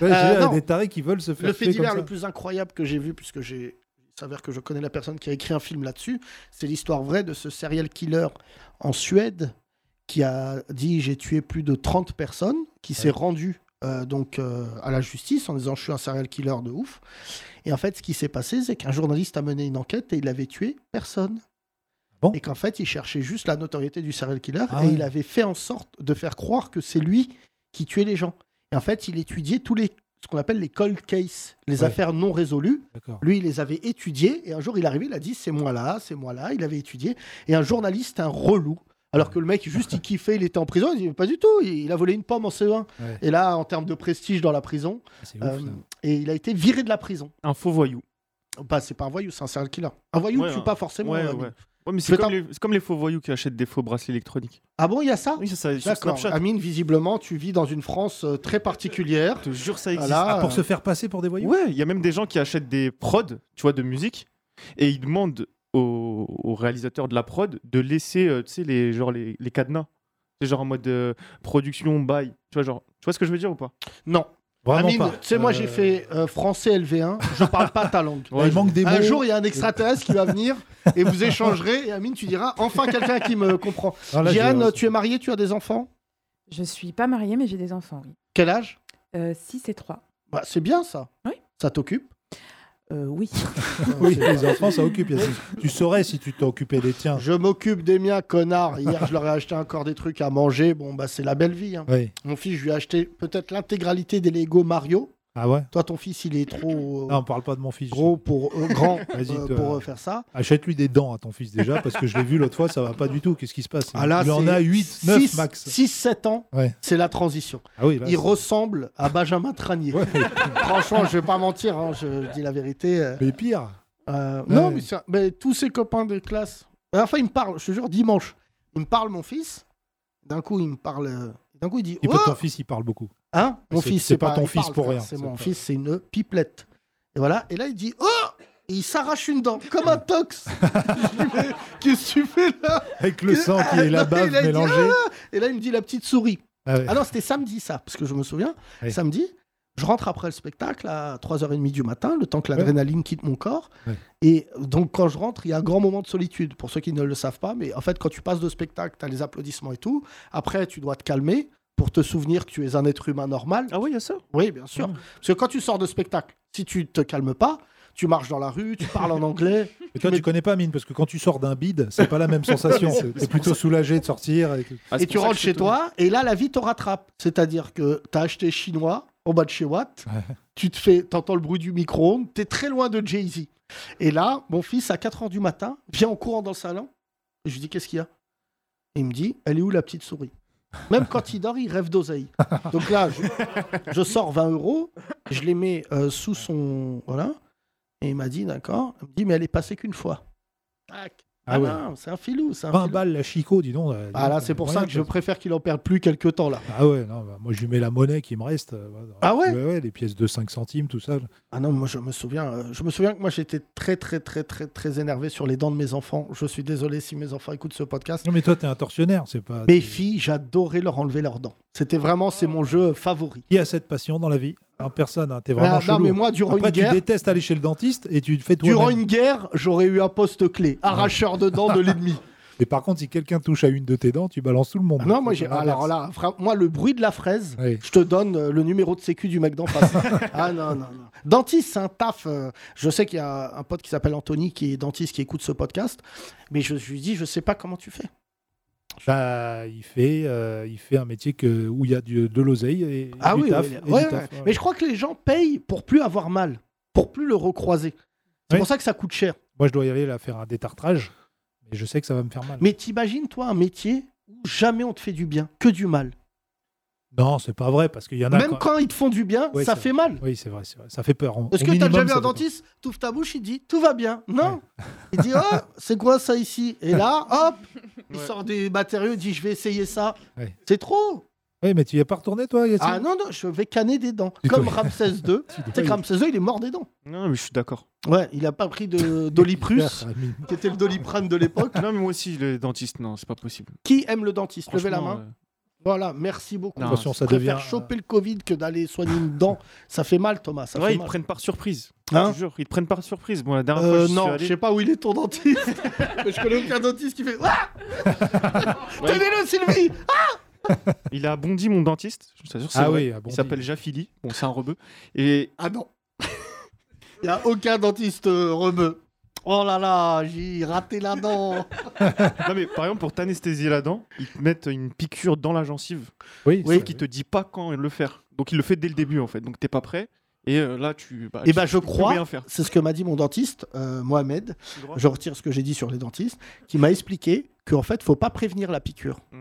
Speaker 4: j'ai
Speaker 3: euh,
Speaker 4: dit, il y a
Speaker 3: non.
Speaker 4: des tarés qui veulent se faire
Speaker 3: Le fait
Speaker 4: tuer
Speaker 3: divers
Speaker 4: comme
Speaker 3: le
Speaker 4: ça.
Speaker 3: plus incroyable que j'ai vu, puisque j'ai il s'avère que je connais la personne qui a écrit un film là-dessus, c'est l'histoire vraie de ce serial killer en Suède qui a dit j'ai tué plus de 30 personnes, qui s'est rendu euh, donc euh, à la justice en disant je suis un serial killer de ouf. Et en fait, ce qui s'est passé, c'est qu'un journaliste a mené une enquête et il avait tué personne.
Speaker 4: Bon.
Speaker 3: Et qu'en fait, il cherchait juste la notoriété du serial killer
Speaker 4: Ah
Speaker 3: et
Speaker 4: ouais.
Speaker 3: il avait fait en sorte de faire croire que c'est lui qui tuait les gens. Et en fait, il étudiait tous les ce qu'on appelle les cold cases, les
Speaker 4: Ouais.
Speaker 3: affaires non résolues.
Speaker 4: D'accord.
Speaker 3: Lui, il les avait étudiées et un jour, il arrivait, il a dit c'est moi là, c'est moi là. Il avait étudié et un journaliste, un relou. Alors que le mec, juste, il kiffait, il était en prison, il dit pas du tout, il il a volé une pomme en CE1.
Speaker 4: Ouais.
Speaker 3: Et là, en termes de prestige dans la prison,
Speaker 4: C'est
Speaker 3: euh,
Speaker 4: ouf, ça.
Speaker 3: et il a été viré de la prison.
Speaker 7: Un faux voyou.
Speaker 3: Bah, c'est pas un voyou, c'est un serial killer. Un voyou,
Speaker 7: Ouais,
Speaker 3: tu
Speaker 7: un-
Speaker 3: pas forcément.
Speaker 7: ouais,
Speaker 3: euh,
Speaker 7: ouais.
Speaker 3: mais-
Speaker 7: Ouais, mais c'est
Speaker 3: Faites
Speaker 7: comme,
Speaker 3: un-
Speaker 7: les... c'est comme les faux voyous qui achètent des faux bracelets électroniques.
Speaker 3: Ah bon, il y a ça
Speaker 7: Oui, ça, ça sur
Speaker 3: D'accord.
Speaker 7: Snapchat.
Speaker 3: Amine, visiblement, tu vis dans une France euh, très particulière.
Speaker 7: Je te jure, ça existe.
Speaker 3: Voilà.
Speaker 4: Ah, pour se faire passer pour des voyous.
Speaker 7: Ouais, il y a même des gens qui achètent des prods, tu vois, de musique, et ils demandent aux au réalisateurs de la prod de laisser, euh, tu sais, les, genre les, les cadenas. C'est genre en mode euh, production, bail. Tu vois, genre, tu vois ce que je veux dire ou pas
Speaker 3: Non.
Speaker 4: Vraiment
Speaker 3: Amine,
Speaker 4: pas.
Speaker 3: tu sais, moi, j'ai
Speaker 4: Euh,
Speaker 3: fait euh, français LV1, je parle pas ta langue.
Speaker 4: il manque des
Speaker 3: Un
Speaker 4: mots.
Speaker 3: jour, il y a un extraterrestre qui va venir et vous échangerez. Et Amine, tu diras enfin quelqu'un qui me comprend.
Speaker 4: Ah, là, j'ai-
Speaker 3: Jeanne, tu es mariée, tu as des enfants
Speaker 8: Je suis pas mariée, mais j'ai des enfants, oui.
Speaker 3: Quel âge
Speaker 8: 6 et 3.
Speaker 3: bah, C'est bien ça.
Speaker 8: Oui.
Speaker 3: Ça t'occupe
Speaker 8: Euh, oui.
Speaker 4: Oui,
Speaker 3: Euh,
Speaker 4: les enfants, ça occupe. Yacine. tu saurais si tu t'occupais des tiens.
Speaker 3: Je m'occupe des miens, connard. Hier, je leur ai acheté encore des trucs à manger. Bon, bah, c'est la belle vie. hein.
Speaker 4: Oui.
Speaker 3: Mon fils, je lui ai acheté peut-être l'intégralité des Lego Mario.
Speaker 4: Ah ouais.
Speaker 3: Toi, ton fils, il est trop euh,
Speaker 4: Non, on parle pas de mon fils.
Speaker 3: gros pour euh, grand
Speaker 4: Vas-y,
Speaker 3: euh,
Speaker 4: toi.
Speaker 3: pour euh, faire ça.
Speaker 4: Achète-lui des dents à ton fils déjà, parce que je l'ai vu l'autre fois, ça va pas du tout. Qu'est-ce qui se passe
Speaker 3: Ah, là,
Speaker 4: Il en
Speaker 3: c'est
Speaker 4: a 8, 9
Speaker 3: six-
Speaker 4: max.
Speaker 3: 6-7 ans,
Speaker 4: Ouais.
Speaker 3: c'est la transition.
Speaker 4: Ah oui, là,
Speaker 3: il
Speaker 4: c'est-
Speaker 3: ressemble à Benjamin Tranier.
Speaker 4: Ouais, mais-
Speaker 3: Franchement, je vais pas mentir, hein, je, je dis la vérité. euh,
Speaker 4: mais pire.
Speaker 3: euh, Non,
Speaker 4: Ouais.
Speaker 3: mais, ça- mais tous ses copains de classe. Enfin, il me parle, je te jure, dimanche. Il me parle, mon fils. D'un coup, il me parle. euh, D'un coup, il dit
Speaker 4: Et
Speaker 3: Oh
Speaker 4: ton fils, il parle beaucoup.
Speaker 3: Hein Mon
Speaker 4: C'est-
Speaker 3: fils,
Speaker 4: c'est pas ton
Speaker 3: il
Speaker 4: fils
Speaker 3: parle,
Speaker 4: pour
Speaker 3: frère,
Speaker 4: rien,
Speaker 3: C'est
Speaker 4: c'est
Speaker 3: mon
Speaker 4: pas-
Speaker 3: fils, c'est une pipelette. Et voilà. Et là, il dit Oh Et il s'arrache une dent, comme un tox. Je lui fais, Qu'est-ce que tu fais là
Speaker 4: Avec le sang qui est la
Speaker 3: Ah, Non,
Speaker 4: bave
Speaker 3: il a dit,
Speaker 4: mélangée.
Speaker 3: Et là, il me dit La petite souris.
Speaker 4: Ah ouais.
Speaker 3: Ah non, c'était samedi, ça, parce que je me souviens.
Speaker 4: Oui.
Speaker 3: Samedi, je rentre après le spectacle à 3h30 du matin, le temps que l'adrénaline quitte mon corps.
Speaker 4: Ouais.
Speaker 3: Et donc, quand je rentre, il y a un grand moment de solitude, pour ceux qui ne le savent pas. Mais en fait, quand tu passes de spectacle, tu as les applaudissements et tout. Après, tu dois te calmer pour te souvenir que tu es un être humain normal.
Speaker 7: Ah ouais, il y a ça
Speaker 3: Oui, bien sûr.
Speaker 7: Ah.
Speaker 3: Parce que quand tu sors de spectacle, si tu te calmes pas, tu marches dans la rue, tu parles en anglais.
Speaker 4: Mais toi, tu connais pas Mine, parce que quand tu sors d'un bide, c'est pas la même sensation. C'est plutôt soulagé de sortir. et que-
Speaker 7: Ah, c'est
Speaker 3: et
Speaker 7: pour
Speaker 3: tu
Speaker 7: ça que
Speaker 3: rentres
Speaker 7: je
Speaker 3: chez
Speaker 7: fais tout.
Speaker 3: toi, et là, la vie te rattrape. C'est-à-dire que tu as acheté chinois en bas de chez Watt, tu te fais, t'entends le bruit du micro-ondes, tu es très loin de Jay-Z. Et là, mon fils, à 4 h du matin, vient en courant dans le salon, et je lui dis Qu'est-ce qu'il y a Et Il me dit Elle est où la petite souris Même quand il dort, il rêve d'oseille. Donc là, je, je sors 20 euros, je les mets euh, sous son. Voilà. Et il m'a dit D'accord. Il me dit Mais elle est passée qu'une fois. Tac.
Speaker 4: Ah ouais.
Speaker 3: non, C'est un filou, c'est un
Speaker 4: 20
Speaker 3: filou.
Speaker 4: balles la Chico, dis donc. euh, dis
Speaker 3: Ah là,
Speaker 4: donc,
Speaker 3: c'est pour
Speaker 4: moyen,
Speaker 3: ça que je
Speaker 4: parce-
Speaker 3: préfère qu'il en perde plus quelques temps là.
Speaker 4: Ah ouais, non, bah, moi je lui mets la monnaie qui me reste. euh, voilà.
Speaker 3: Ah ouais
Speaker 4: Les pièces de 5 centimes, tout ça.
Speaker 3: Ah non, moi je me souviens, euh, je me souviens que moi j'étais très très très très très énervé sur les dents de mes enfants. Je suis désolé si mes enfants écoutent ce podcast.
Speaker 4: Non, mais toi, t'es un tortionnaire, c'est pas.
Speaker 3: Mes filles, j'adorais leur enlever leurs dents. C'était vraiment, c'est mon jeu favori.
Speaker 4: Qui a cette passion dans la vie hein, Personne, hein, t'es vraiment
Speaker 3: Ah, non
Speaker 4: chelou.
Speaker 3: mais moi durant
Speaker 4: Après,
Speaker 3: une
Speaker 4: tu
Speaker 3: guerre,
Speaker 4: détestes aller chez le dentiste et tu te fais tout.
Speaker 3: durant une guerre, j'aurais eu un poste clé, arracheur de dents de l'ennemi.
Speaker 4: Mais par contre, si quelqu'un touche à une de tes dents, tu balances tout le monde.
Speaker 3: Ah non, moi j'ai
Speaker 4: L'inverse.
Speaker 3: alors là, fra- moi le bruit de la fraise,
Speaker 4: Oui.
Speaker 3: Je te donne euh, le numéro de sécu du mec d'en face. ah non, non, non. Dentiste, c'est un taf. euh, je sais qu'il y a un pote qui s'appelle Anthony, qui est dentiste, qui écoute ce podcast. Mais je, je lui dis, je sais pas comment tu fais.
Speaker 4: Bah, il fait, euh, il fait un métier que, où il y a du- de l'oseille et, et
Speaker 3: Ah
Speaker 4: du
Speaker 3: oui,
Speaker 4: taf,
Speaker 3: oui,
Speaker 4: et
Speaker 3: ouais,
Speaker 4: du
Speaker 3: ouais.
Speaker 4: taf, ouais.
Speaker 3: Mais je crois que les gens payent pour plus avoir mal, pour plus le recroiser. C'est
Speaker 4: Oui.
Speaker 3: pour ça que ça coûte cher.
Speaker 4: Moi, je dois y aller là faire un détartrage, mais je sais que ça va me faire mal.
Speaker 3: Mais t'imagines, toi, un métier où jamais on te fait du bien, que du mal.
Speaker 4: Non, c'est pas vrai parce qu'il y en a.
Speaker 3: Même quand ils te font du bien,
Speaker 4: Ouais,
Speaker 3: ça
Speaker 4: c'est
Speaker 3: fait mal.
Speaker 4: Ah, Oui, c'est vrai, c'est vrai. Ça fait peur. On-
Speaker 3: Est-ce
Speaker 4: au
Speaker 3: que t'as
Speaker 4: minimum,
Speaker 3: déjà vu
Speaker 4: ça
Speaker 3: un
Speaker 4: fait peur.
Speaker 3: dentiste T'ouvres ta bouche, il dit tout va bien. Non Il dit oh, c'est quoi ça ici Et là, hop, il
Speaker 7: Ouais.
Speaker 3: sort des matériaux, il dit je vais essayer ça.
Speaker 4: Ouais.
Speaker 3: C'est trop
Speaker 4: Oui, mais tu y es pas retourné, toi, Yacine
Speaker 3: Ah non, non, je vais canner des dents.
Speaker 4: Et
Speaker 3: Comme
Speaker 4: toi
Speaker 3: Ramsès II. Tu sais que Ramsès II, il est mort des dents.
Speaker 7: Non, mais je suis d'accord.
Speaker 3: Ouais, il a pas pris de Doliprus,
Speaker 4: Ah,
Speaker 3: qui était le Doliprane de l'époque.
Speaker 7: non, mais moi aussi, les dentistes, non, c'est pas possible.
Speaker 3: Qui aime le dentiste Levez la
Speaker 7: Franchement, euh,
Speaker 3: main. Voilà, merci beaucoup.
Speaker 7: Non,
Speaker 4: Attention,
Speaker 3: je
Speaker 4: ça
Speaker 3: préfère
Speaker 4: devient, euh,
Speaker 3: choper le Covid que d'aller soigner une dent. Ça fait mal, Thomas. Ça
Speaker 7: euh, Ouais,
Speaker 3: fait
Speaker 7: ils te
Speaker 3: mal.
Speaker 7: prennent par surprise.
Speaker 3: Hein
Speaker 7: je te jure, ils te prennent par surprise. Moi, la dernière
Speaker 3: Euh,
Speaker 7: fois, Hein, je suis
Speaker 3: non,
Speaker 7: allé-
Speaker 3: je sais pas où il est ton dentiste. Mais je connais aucun dentiste qui fait Ah
Speaker 7: Ouais.
Speaker 3: Tenez-le, Sylvie
Speaker 7: Il a bondi mon dentiste. Je t'assure, c'est
Speaker 4: Ah
Speaker 7: vrai.
Speaker 4: oui, ah, bon,
Speaker 7: Il s'appelle Jafili. Bon, c'est un rebeu. Et
Speaker 3: Ah non Il n'y a aucun dentiste euh, rebeu. Oh là là, j'ai raté la dent.
Speaker 7: non, mais par exemple, pour t'anesthésier la dent, ils te mettent une piqûre dans la gencive.
Speaker 4: Oui,
Speaker 7: Oui.
Speaker 4: c'est-
Speaker 7: Qui te dit pas quand le faire. Donc il le fait dès le début en fait. Donc t'es pas prêt. Et euh, là tu. Bah,
Speaker 3: Eh
Speaker 7: tu-
Speaker 3: ben, je
Speaker 7: tu peux
Speaker 3: crois-
Speaker 7: Rien faire.
Speaker 3: C'est ce que m'a dit mon dentiste, euh, Mohamed.
Speaker 7: Tu droit.
Speaker 3: Je retire ce que j'ai dit sur les dentistes, qui m'a expliqué qu'en fait, faut pas prévenir la piqûre.
Speaker 7: Mm.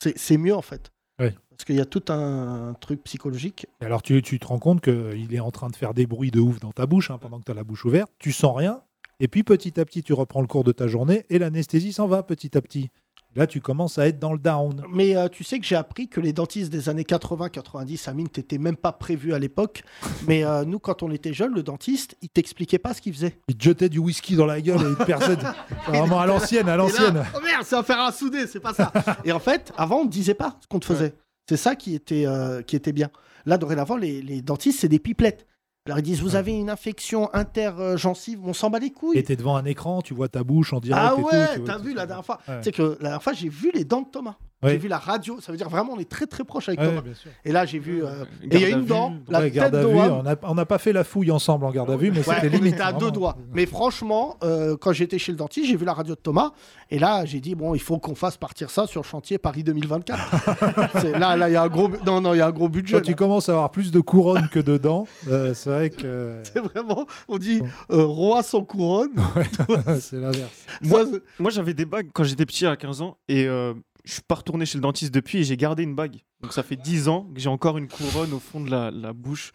Speaker 3: C'est c'est mieux en fait.
Speaker 4: Ouais.
Speaker 3: Parce qu'il y a tout un truc psychologique.
Speaker 4: Et Alors tu, tu te rends compte qu'il est en train de faire des bruits de ouf dans ta bouche hein, pendant que tu as la bouche ouverte, tu sens rien, et puis petit à petit tu reprends le cours de ta journée et l'anesthésie s'en va petit à petit. Là tu commences à être dans le down.
Speaker 3: Mais euh, tu sais que j'ai appris que les dentistes des années 80-90, Amine, t'étais même pas prévu à l'époque. Mais euh, nous, quand on était jeunes, le dentiste, il t'expliquait pas ce qu'il faisait.
Speaker 4: Il te jetait du whisky dans la gueule et il te perçait. Vraiment à l'ancienne, à
Speaker 3: Et là,
Speaker 4: l'ancienne.
Speaker 3: oh merde, c'est un fer à souder, c'est pas ça. et en fait, avant, on ne disait pas ce qu'on te faisait. C'est ça qui était, euh, qui était bien. Là, dorénavant, les, les dentistes, c'est des pipelettes. Alors, ils disent, vous
Speaker 4: Ouais.
Speaker 3: avez une infection intergencive, on s'en bat les
Speaker 4: Et
Speaker 3: couilles.
Speaker 4: t'es devant un écran, tu vois ta bouche en direct.
Speaker 3: Ah
Speaker 4: et tout, tu
Speaker 3: ouais,
Speaker 4: vois,
Speaker 3: t'as
Speaker 4: tu-
Speaker 3: vu la dernière fois.
Speaker 4: Ouais.
Speaker 3: Tu sais que la dernière fois, j'ai vu les dents de Thomas.
Speaker 4: Ouais.
Speaker 3: J'ai vu la radio. Ça veut dire vraiment, on est très très proche avec
Speaker 4: Ouais,
Speaker 3: Thomas.
Speaker 4: bien sûr.
Speaker 3: Et là, j'ai vu. euh,
Speaker 7: Garde
Speaker 3: Et il y a
Speaker 7: à
Speaker 3: une
Speaker 7: vue, hein.
Speaker 3: dent,
Speaker 7: dans-
Speaker 3: la
Speaker 4: Ouais,
Speaker 3: tête
Speaker 4: garde à vue,
Speaker 3: d'Oham.
Speaker 4: on n'a on n'a pas fait la fouille ensemble en garde à vue, mais
Speaker 3: Ouais,
Speaker 4: c'était
Speaker 3: on
Speaker 4: limite.
Speaker 3: était
Speaker 7: hein,
Speaker 3: à deux
Speaker 4: vraiment.
Speaker 3: doigts. Mais franchement, euh, quand j'étais chez le dentiste, j'ai vu la radio de Thomas. Et là, j'ai dit, bon, il faut qu'on fasse partir ça sur le chantier Paris 2024. C'est- là, là, il y a un gros, bu- non, non, il y a un gros budget.
Speaker 4: Quand tu
Speaker 3: là.
Speaker 4: commences à avoir plus de couronne que de dents, euh, c'est vrai que
Speaker 3: C'est vraiment, on dit euh, roi sans couronne.
Speaker 4: c'est l'inverse.
Speaker 3: Moi, c'est-
Speaker 7: Moi j'avais des bagues quand j'étais petit à 15 ans et euh, je suis pas retourné chez le dentiste depuis et j'ai gardé une bague. Donc ça fait 10 ans que j'ai encore une couronne au fond de la, la bouche.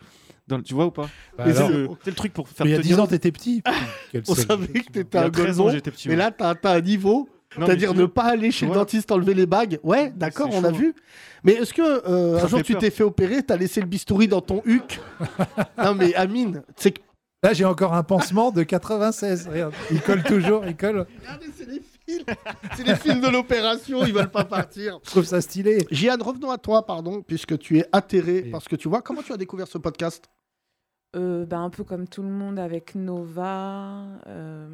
Speaker 7: Dans le- tu vois ou pas
Speaker 4: Bah
Speaker 3: Mais
Speaker 7: C'est
Speaker 4: alors,
Speaker 3: c'est-
Speaker 7: le, c'est le truc pour faire
Speaker 4: mais il y a
Speaker 7: tenir.
Speaker 4: 10 ans, t'étais petit. Quel
Speaker 3: on
Speaker 4: seul.
Speaker 3: savait que t'étais
Speaker 7: Il y
Speaker 3: un
Speaker 7: a 13 ans
Speaker 3: golon.
Speaker 7: j'étais petit.
Speaker 3: Mais
Speaker 7: ouais.
Speaker 3: là, t'as t'as un niveau,
Speaker 7: Non, mais
Speaker 3: c'est-à-dire
Speaker 7: tu-
Speaker 3: ne pas aller chez le
Speaker 7: Voilà.
Speaker 3: dentiste enlever les bagues. Ouais, d'accord,
Speaker 7: C'est
Speaker 3: on a
Speaker 7: chaud. hein.
Speaker 3: vu. Mais est-ce que euh,
Speaker 7: Ça
Speaker 3: un jour
Speaker 7: fait
Speaker 3: tu
Speaker 7: peur.
Speaker 3: t'es fait opérer, t'as laissé le bistouri dans ton huc Non, mais Amine, c'est que
Speaker 4: Là, j'ai encore un pansement de 96. Regarde, il colle toujours, il colle.
Speaker 3: Regardez, c'est les fils. C'est les fils de l'opération, ils veulent pas partir.
Speaker 4: Je trouve ça stylé.
Speaker 3: Jeanne, revenons à toi, pardon, puisque tu es atterré
Speaker 4: Oui.
Speaker 3: parce que tu vois comment tu as découvert ce podcast.
Speaker 8: Euh, bah, un peu comme tout le monde avec Nova. euh,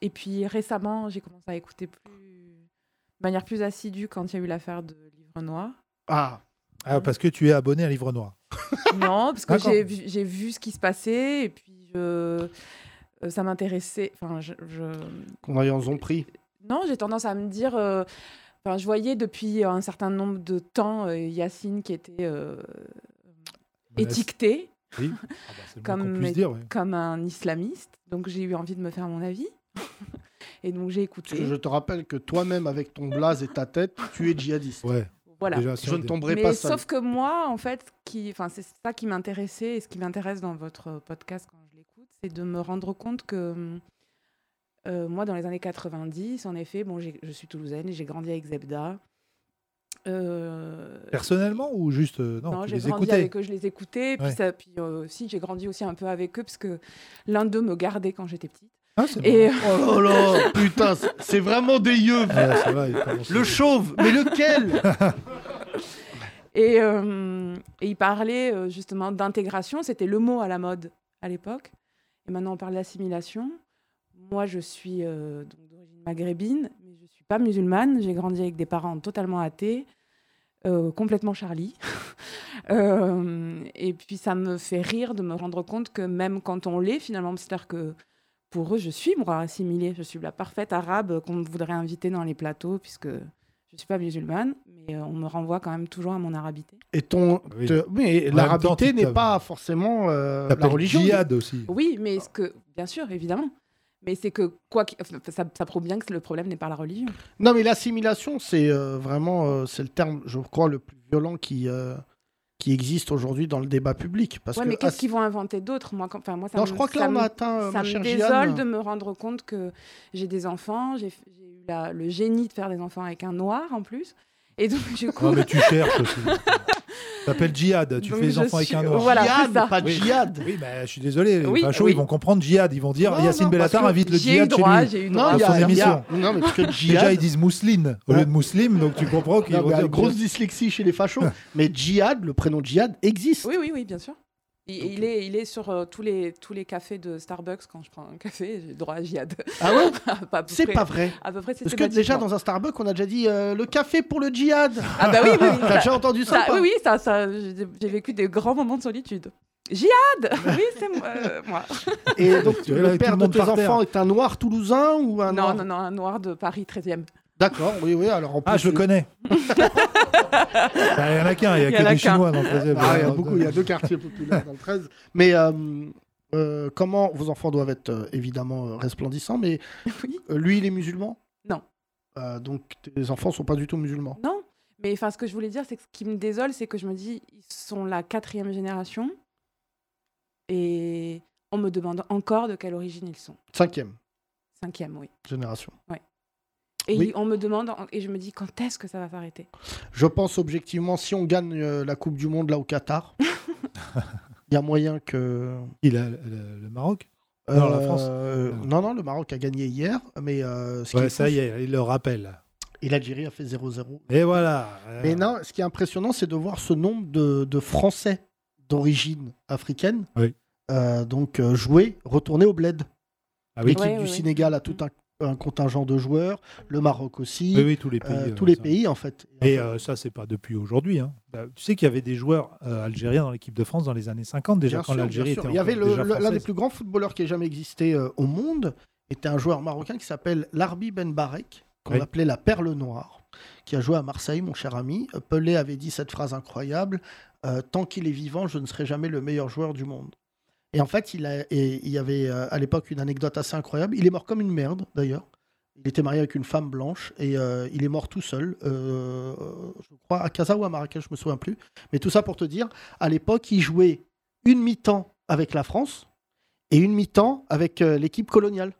Speaker 8: Et puis récemment, j'ai commencé à écouter plus... de manière plus assidue quand il y a eu l'affaire de Livre Noir.
Speaker 3: Ah,
Speaker 4: Ah, parce que tu es abonné à Livre Noir.
Speaker 8: Non, parce que
Speaker 4: D'accord.
Speaker 8: j'ai vu, j'ai vu ce qui se passait et puis je- euh, ça m'intéressait. Enfin, je, je-
Speaker 3: qu'on aille en zombie.
Speaker 8: Non, j'ai tendance à me dire. euh, Enfin, je voyais depuis un certain nombre de temps euh, Yacine qui était euh, étiqueté
Speaker 4: Oui. Ah bah, c'est le moins
Speaker 8: Comme
Speaker 4: qu'on
Speaker 8: mes-
Speaker 4: puisse dire. ouais.
Speaker 8: comme un islamiste, donc j'ai eu envie de me faire mon avis. et donc j'ai
Speaker 3: Parce que
Speaker 8: écouté.
Speaker 3: je te rappelle que toi-même, avec ton blaze et ta tête, tu es djihadiste.
Speaker 4: Ouais,
Speaker 8: Voilà.
Speaker 4: déjà, si
Speaker 3: Je
Speaker 4: on
Speaker 3: ne
Speaker 4: dé-
Speaker 3: tomberai
Speaker 8: Mais
Speaker 3: pas seul.
Speaker 8: sauf que moi, en fait, qui, enfin, c'est ça qui m'intéressait et ce qui m'intéresse dans votre podcast quand je l'écoute, c'est de me rendre compte que euh, moi, dans les années 90, en effet, bon, j'ai- je suis toulousaine et j'ai grandi avec Zebda. Euh,
Speaker 4: Personnellement ou juste. euh, non,
Speaker 8: non,
Speaker 4: tu
Speaker 8: j'ai
Speaker 4: les
Speaker 8: grandi
Speaker 4: écoutais.
Speaker 8: avec eux, je les écoutais. Puis,
Speaker 4: Ouais.
Speaker 8: ça, puis euh, aussi, j'ai grandi aussi un peu avec eux parce que l'un d'eux me gardait quand j'étais petite.
Speaker 4: Ah, c'est
Speaker 8: Et
Speaker 3: Oh là là, putain, c'est- c'est vraiment des yeux.
Speaker 4: bon. Ouais, ça va, Ah, il commence-
Speaker 3: Le chauve, mais lequel
Speaker 8: Et, euh, et il parlait euh, justement d'intégration, c'était le mot à la mode à l'époque. Et maintenant, on parle d'assimilation. Moi, je suis euh, donc d'origine maghrébine, mais je ne suis pas musulmane. J'ai grandi avec des parents totalement athées, euh, complètement Charlie. Euh, et puis, ça me fait rire de me rendre compte que même quand on l'est, finalement, c'est-à-dire que pour eux, je suis, moi, assimilée. Je suis la parfaite arabe qu'on voudrait inviter dans les plateaux, puisque je ne suis pas musulmane, mais euh, on me renvoie quand même toujours à mon arabité.
Speaker 3: Et ton.
Speaker 4: Oui.
Speaker 3: te- Mais
Speaker 4: En même temps,
Speaker 3: l'arabité
Speaker 4: tu
Speaker 3: n'est
Speaker 4: t'as-
Speaker 3: pas forcément euh, la
Speaker 4: T'appelles
Speaker 3: religion.
Speaker 4: Djihad aussi.
Speaker 8: Oui, mais ce que, bien sûr, évidemment. Mais c'est que quoi, qu'il- enfin, ça, ça prouve bien que le problème n'est pas la religion.
Speaker 3: Non, mais l'assimilation, c'est euh, vraiment, euh, c'est le terme, je crois, le plus violent qui, euh, qui existe aujourd'hui dans le débat public. Parce
Speaker 8: Ouais,
Speaker 3: que
Speaker 8: mais qu'est-ce
Speaker 3: assi-
Speaker 8: qu'ils vont inventer d'autre Moi, quand- enfin, moi, ça
Speaker 3: Non,
Speaker 8: me-
Speaker 3: je crois que
Speaker 8: ça
Speaker 3: là, on
Speaker 8: me-
Speaker 3: a atteint, euh,
Speaker 8: ça
Speaker 3: ma
Speaker 8: me
Speaker 3: chère
Speaker 8: désole
Speaker 3: Jeanne.
Speaker 8: de me rendre compte que j'ai des enfants, j'ai j'ai eu la- le génie de faire des enfants avec un noir en plus, et donc du coup,
Speaker 4: Non, Ah, mais tu cherches aussi. T'appelles Djihad, tu
Speaker 8: Donc,
Speaker 4: fais les
Speaker 8: je
Speaker 4: enfants avec
Speaker 8: suis-
Speaker 4: un noir.
Speaker 8: Voilà, c'est
Speaker 3: Djihad,
Speaker 8: ça.
Speaker 3: pas
Speaker 4: Oui.
Speaker 3: djihad.
Speaker 4: Oui, bah, je suis désolé.
Speaker 8: Oui,
Speaker 4: les fachos,
Speaker 8: oui.
Speaker 4: ils vont comprendre djihad. Ils vont dire
Speaker 3: Non,
Speaker 4: Yacine
Speaker 3: non, parce
Speaker 4: Bellatar
Speaker 3: que
Speaker 4: invite le
Speaker 8: j'ai eu
Speaker 4: djihad chez
Speaker 8: droit,
Speaker 4: lui.
Speaker 8: j'ai eu
Speaker 3: Non,
Speaker 8: droit.
Speaker 4: Dans
Speaker 3: il y
Speaker 4: son
Speaker 3: a- il y a-
Speaker 4: émission.
Speaker 3: non, mais parce que
Speaker 4: Déjà, ils
Speaker 3: djihad.
Speaker 4: disent mousseline au lieu
Speaker 3: Ouais.
Speaker 4: de muslim, donc tu comprends qu'ils
Speaker 3: Non,
Speaker 4: vont
Speaker 3: mais
Speaker 4: dire
Speaker 3: grosse dyslexie chez les fachos. mais djihad, le prénom djihad existe.
Speaker 8: Oui, oui, oui, bien sûr. Il,
Speaker 3: Donc,
Speaker 8: il est, il est sur euh, tous, les, tous les cafés de Starbucks quand je prends un café, j'ai droit à jihad.
Speaker 3: Ah ouais
Speaker 8: À peu
Speaker 3: C'est
Speaker 8: près-
Speaker 3: pas vrai.
Speaker 8: À peu près, c'est
Speaker 3: Parce que déjà,
Speaker 8: systématiquement.
Speaker 3: dans un Starbucks, on a déjà dit euh, le café pour le djihad.
Speaker 8: Ah bah oui, oui, oui,
Speaker 3: T'as
Speaker 8: ça-
Speaker 3: déjà entendu ça,
Speaker 8: Ça-
Speaker 3: ou pas
Speaker 8: oui, oui, ça, ça, j'ai j'ai vécu des grands moments de solitude. Jihad Oui, c'est moi. euh, moi.
Speaker 3: Et donc,
Speaker 4: Tu vois, là,
Speaker 3: le
Speaker 4: tout le
Speaker 3: père de
Speaker 4: monde
Speaker 3: tes
Speaker 4: par terre.
Speaker 3: enfants est un noir toulousain ou un
Speaker 8: non,
Speaker 3: noir
Speaker 8: non, non, un noir de Paris 13e.
Speaker 3: D'accord, oui, oui. Alors, en plus,
Speaker 4: Ah, je le connais. Il y en a qu'un, il
Speaker 8: Il
Speaker 4: n'y
Speaker 8: y
Speaker 4: a,
Speaker 8: en
Speaker 4: que
Speaker 8: a
Speaker 4: des
Speaker 8: qu'un.
Speaker 4: Chinois dans le 13e.
Speaker 3: Ah, il y a beaucoup, il y a deux quartiers populaires dans le 13. Mais euh, euh, comment vos enfants doivent être euh, évidemment euh, resplendissants, mais
Speaker 8: Oui.
Speaker 3: euh, lui, il est musulman
Speaker 8: Non.
Speaker 3: Euh, donc tes enfants sont pas du tout musulmans.
Speaker 8: Non, mais enfin, ce que je voulais dire, c'est que ce qui me désole, c'est que je me dis, ils sont la quatrième génération et on me demande encore de quelle origine ils sont.
Speaker 3: Cinquième
Speaker 8: Cinquième, oui.
Speaker 3: génération.
Speaker 8: Et
Speaker 3: Oui.
Speaker 8: on me demande, en- et je me dis, quand est-ce que ça va s'arrêter
Speaker 3: Je pense objectivement, si on gagne euh, la Coupe du Monde là au Qatar, il y a moyen que.
Speaker 4: Il a le, le Maroc Non, la France.
Speaker 3: euh, non, non, le Maroc a gagné hier, mais euh, ce qui
Speaker 4: Ouais,
Speaker 3: est
Speaker 4: ça
Speaker 3: fou,
Speaker 4: y est, il le rappelle.
Speaker 3: et l'Algérie a fait 0-0.
Speaker 4: Et voilà.
Speaker 3: Mais non, ce qui est impressionnant, c'est de voir ce nombre de, de Français d'origine africaine
Speaker 4: Oui.
Speaker 3: euh, donc euh, jouer, retourner au bled.
Speaker 4: Ah oui.
Speaker 3: L'équipe
Speaker 8: Ouais,
Speaker 3: du
Speaker 8: ouais, Mm. ouais.
Speaker 3: Sénégal a tout un, un contingent de joueurs, le Maroc aussi,
Speaker 4: Oui, oui, tous les pays.
Speaker 3: euh,
Speaker 4: euh,
Speaker 3: tous les
Speaker 4: ça.
Speaker 3: pays en fait.
Speaker 4: Et euh, ça, c'est pas depuis aujourd'hui. hein. Bah, tu sais qu'il y avait des joueurs euh, algériens dans l'équipe de France dans les années 50, déjà
Speaker 3: Bien
Speaker 4: quand
Speaker 3: sûr,
Speaker 4: l'Algérie
Speaker 3: bien
Speaker 4: était
Speaker 3: sûr. Il y avait
Speaker 4: encore
Speaker 3: le-
Speaker 4: déjà
Speaker 3: le- l'un des
Speaker 4: française.
Speaker 3: plus grands footballeurs qui ait jamais existé euh, au monde, était un joueur marocain qui s'appelle Larbi Ben Barek, qu'on
Speaker 4: Oui.
Speaker 3: appelait la perle noire, qui a joué à Marseille, mon cher ami. Euh, Pelé avait dit cette phrase incroyable euh, Tant qu'il est vivant, je ne serai jamais le meilleur joueur du monde. Et en fait, il, a- et il y avait euh, à l'époque une anecdote assez incroyable. Il est mort comme une merde, d'ailleurs. Il était marié avec une femme blanche et euh, il est mort tout seul, euh, je crois, à Casa ou à Marrakech, je me souviens plus. Mais tout ça pour te dire, à l'époque, il jouait une mi-temps avec la France et une mi-temps avec euh, l'équipe coloniale.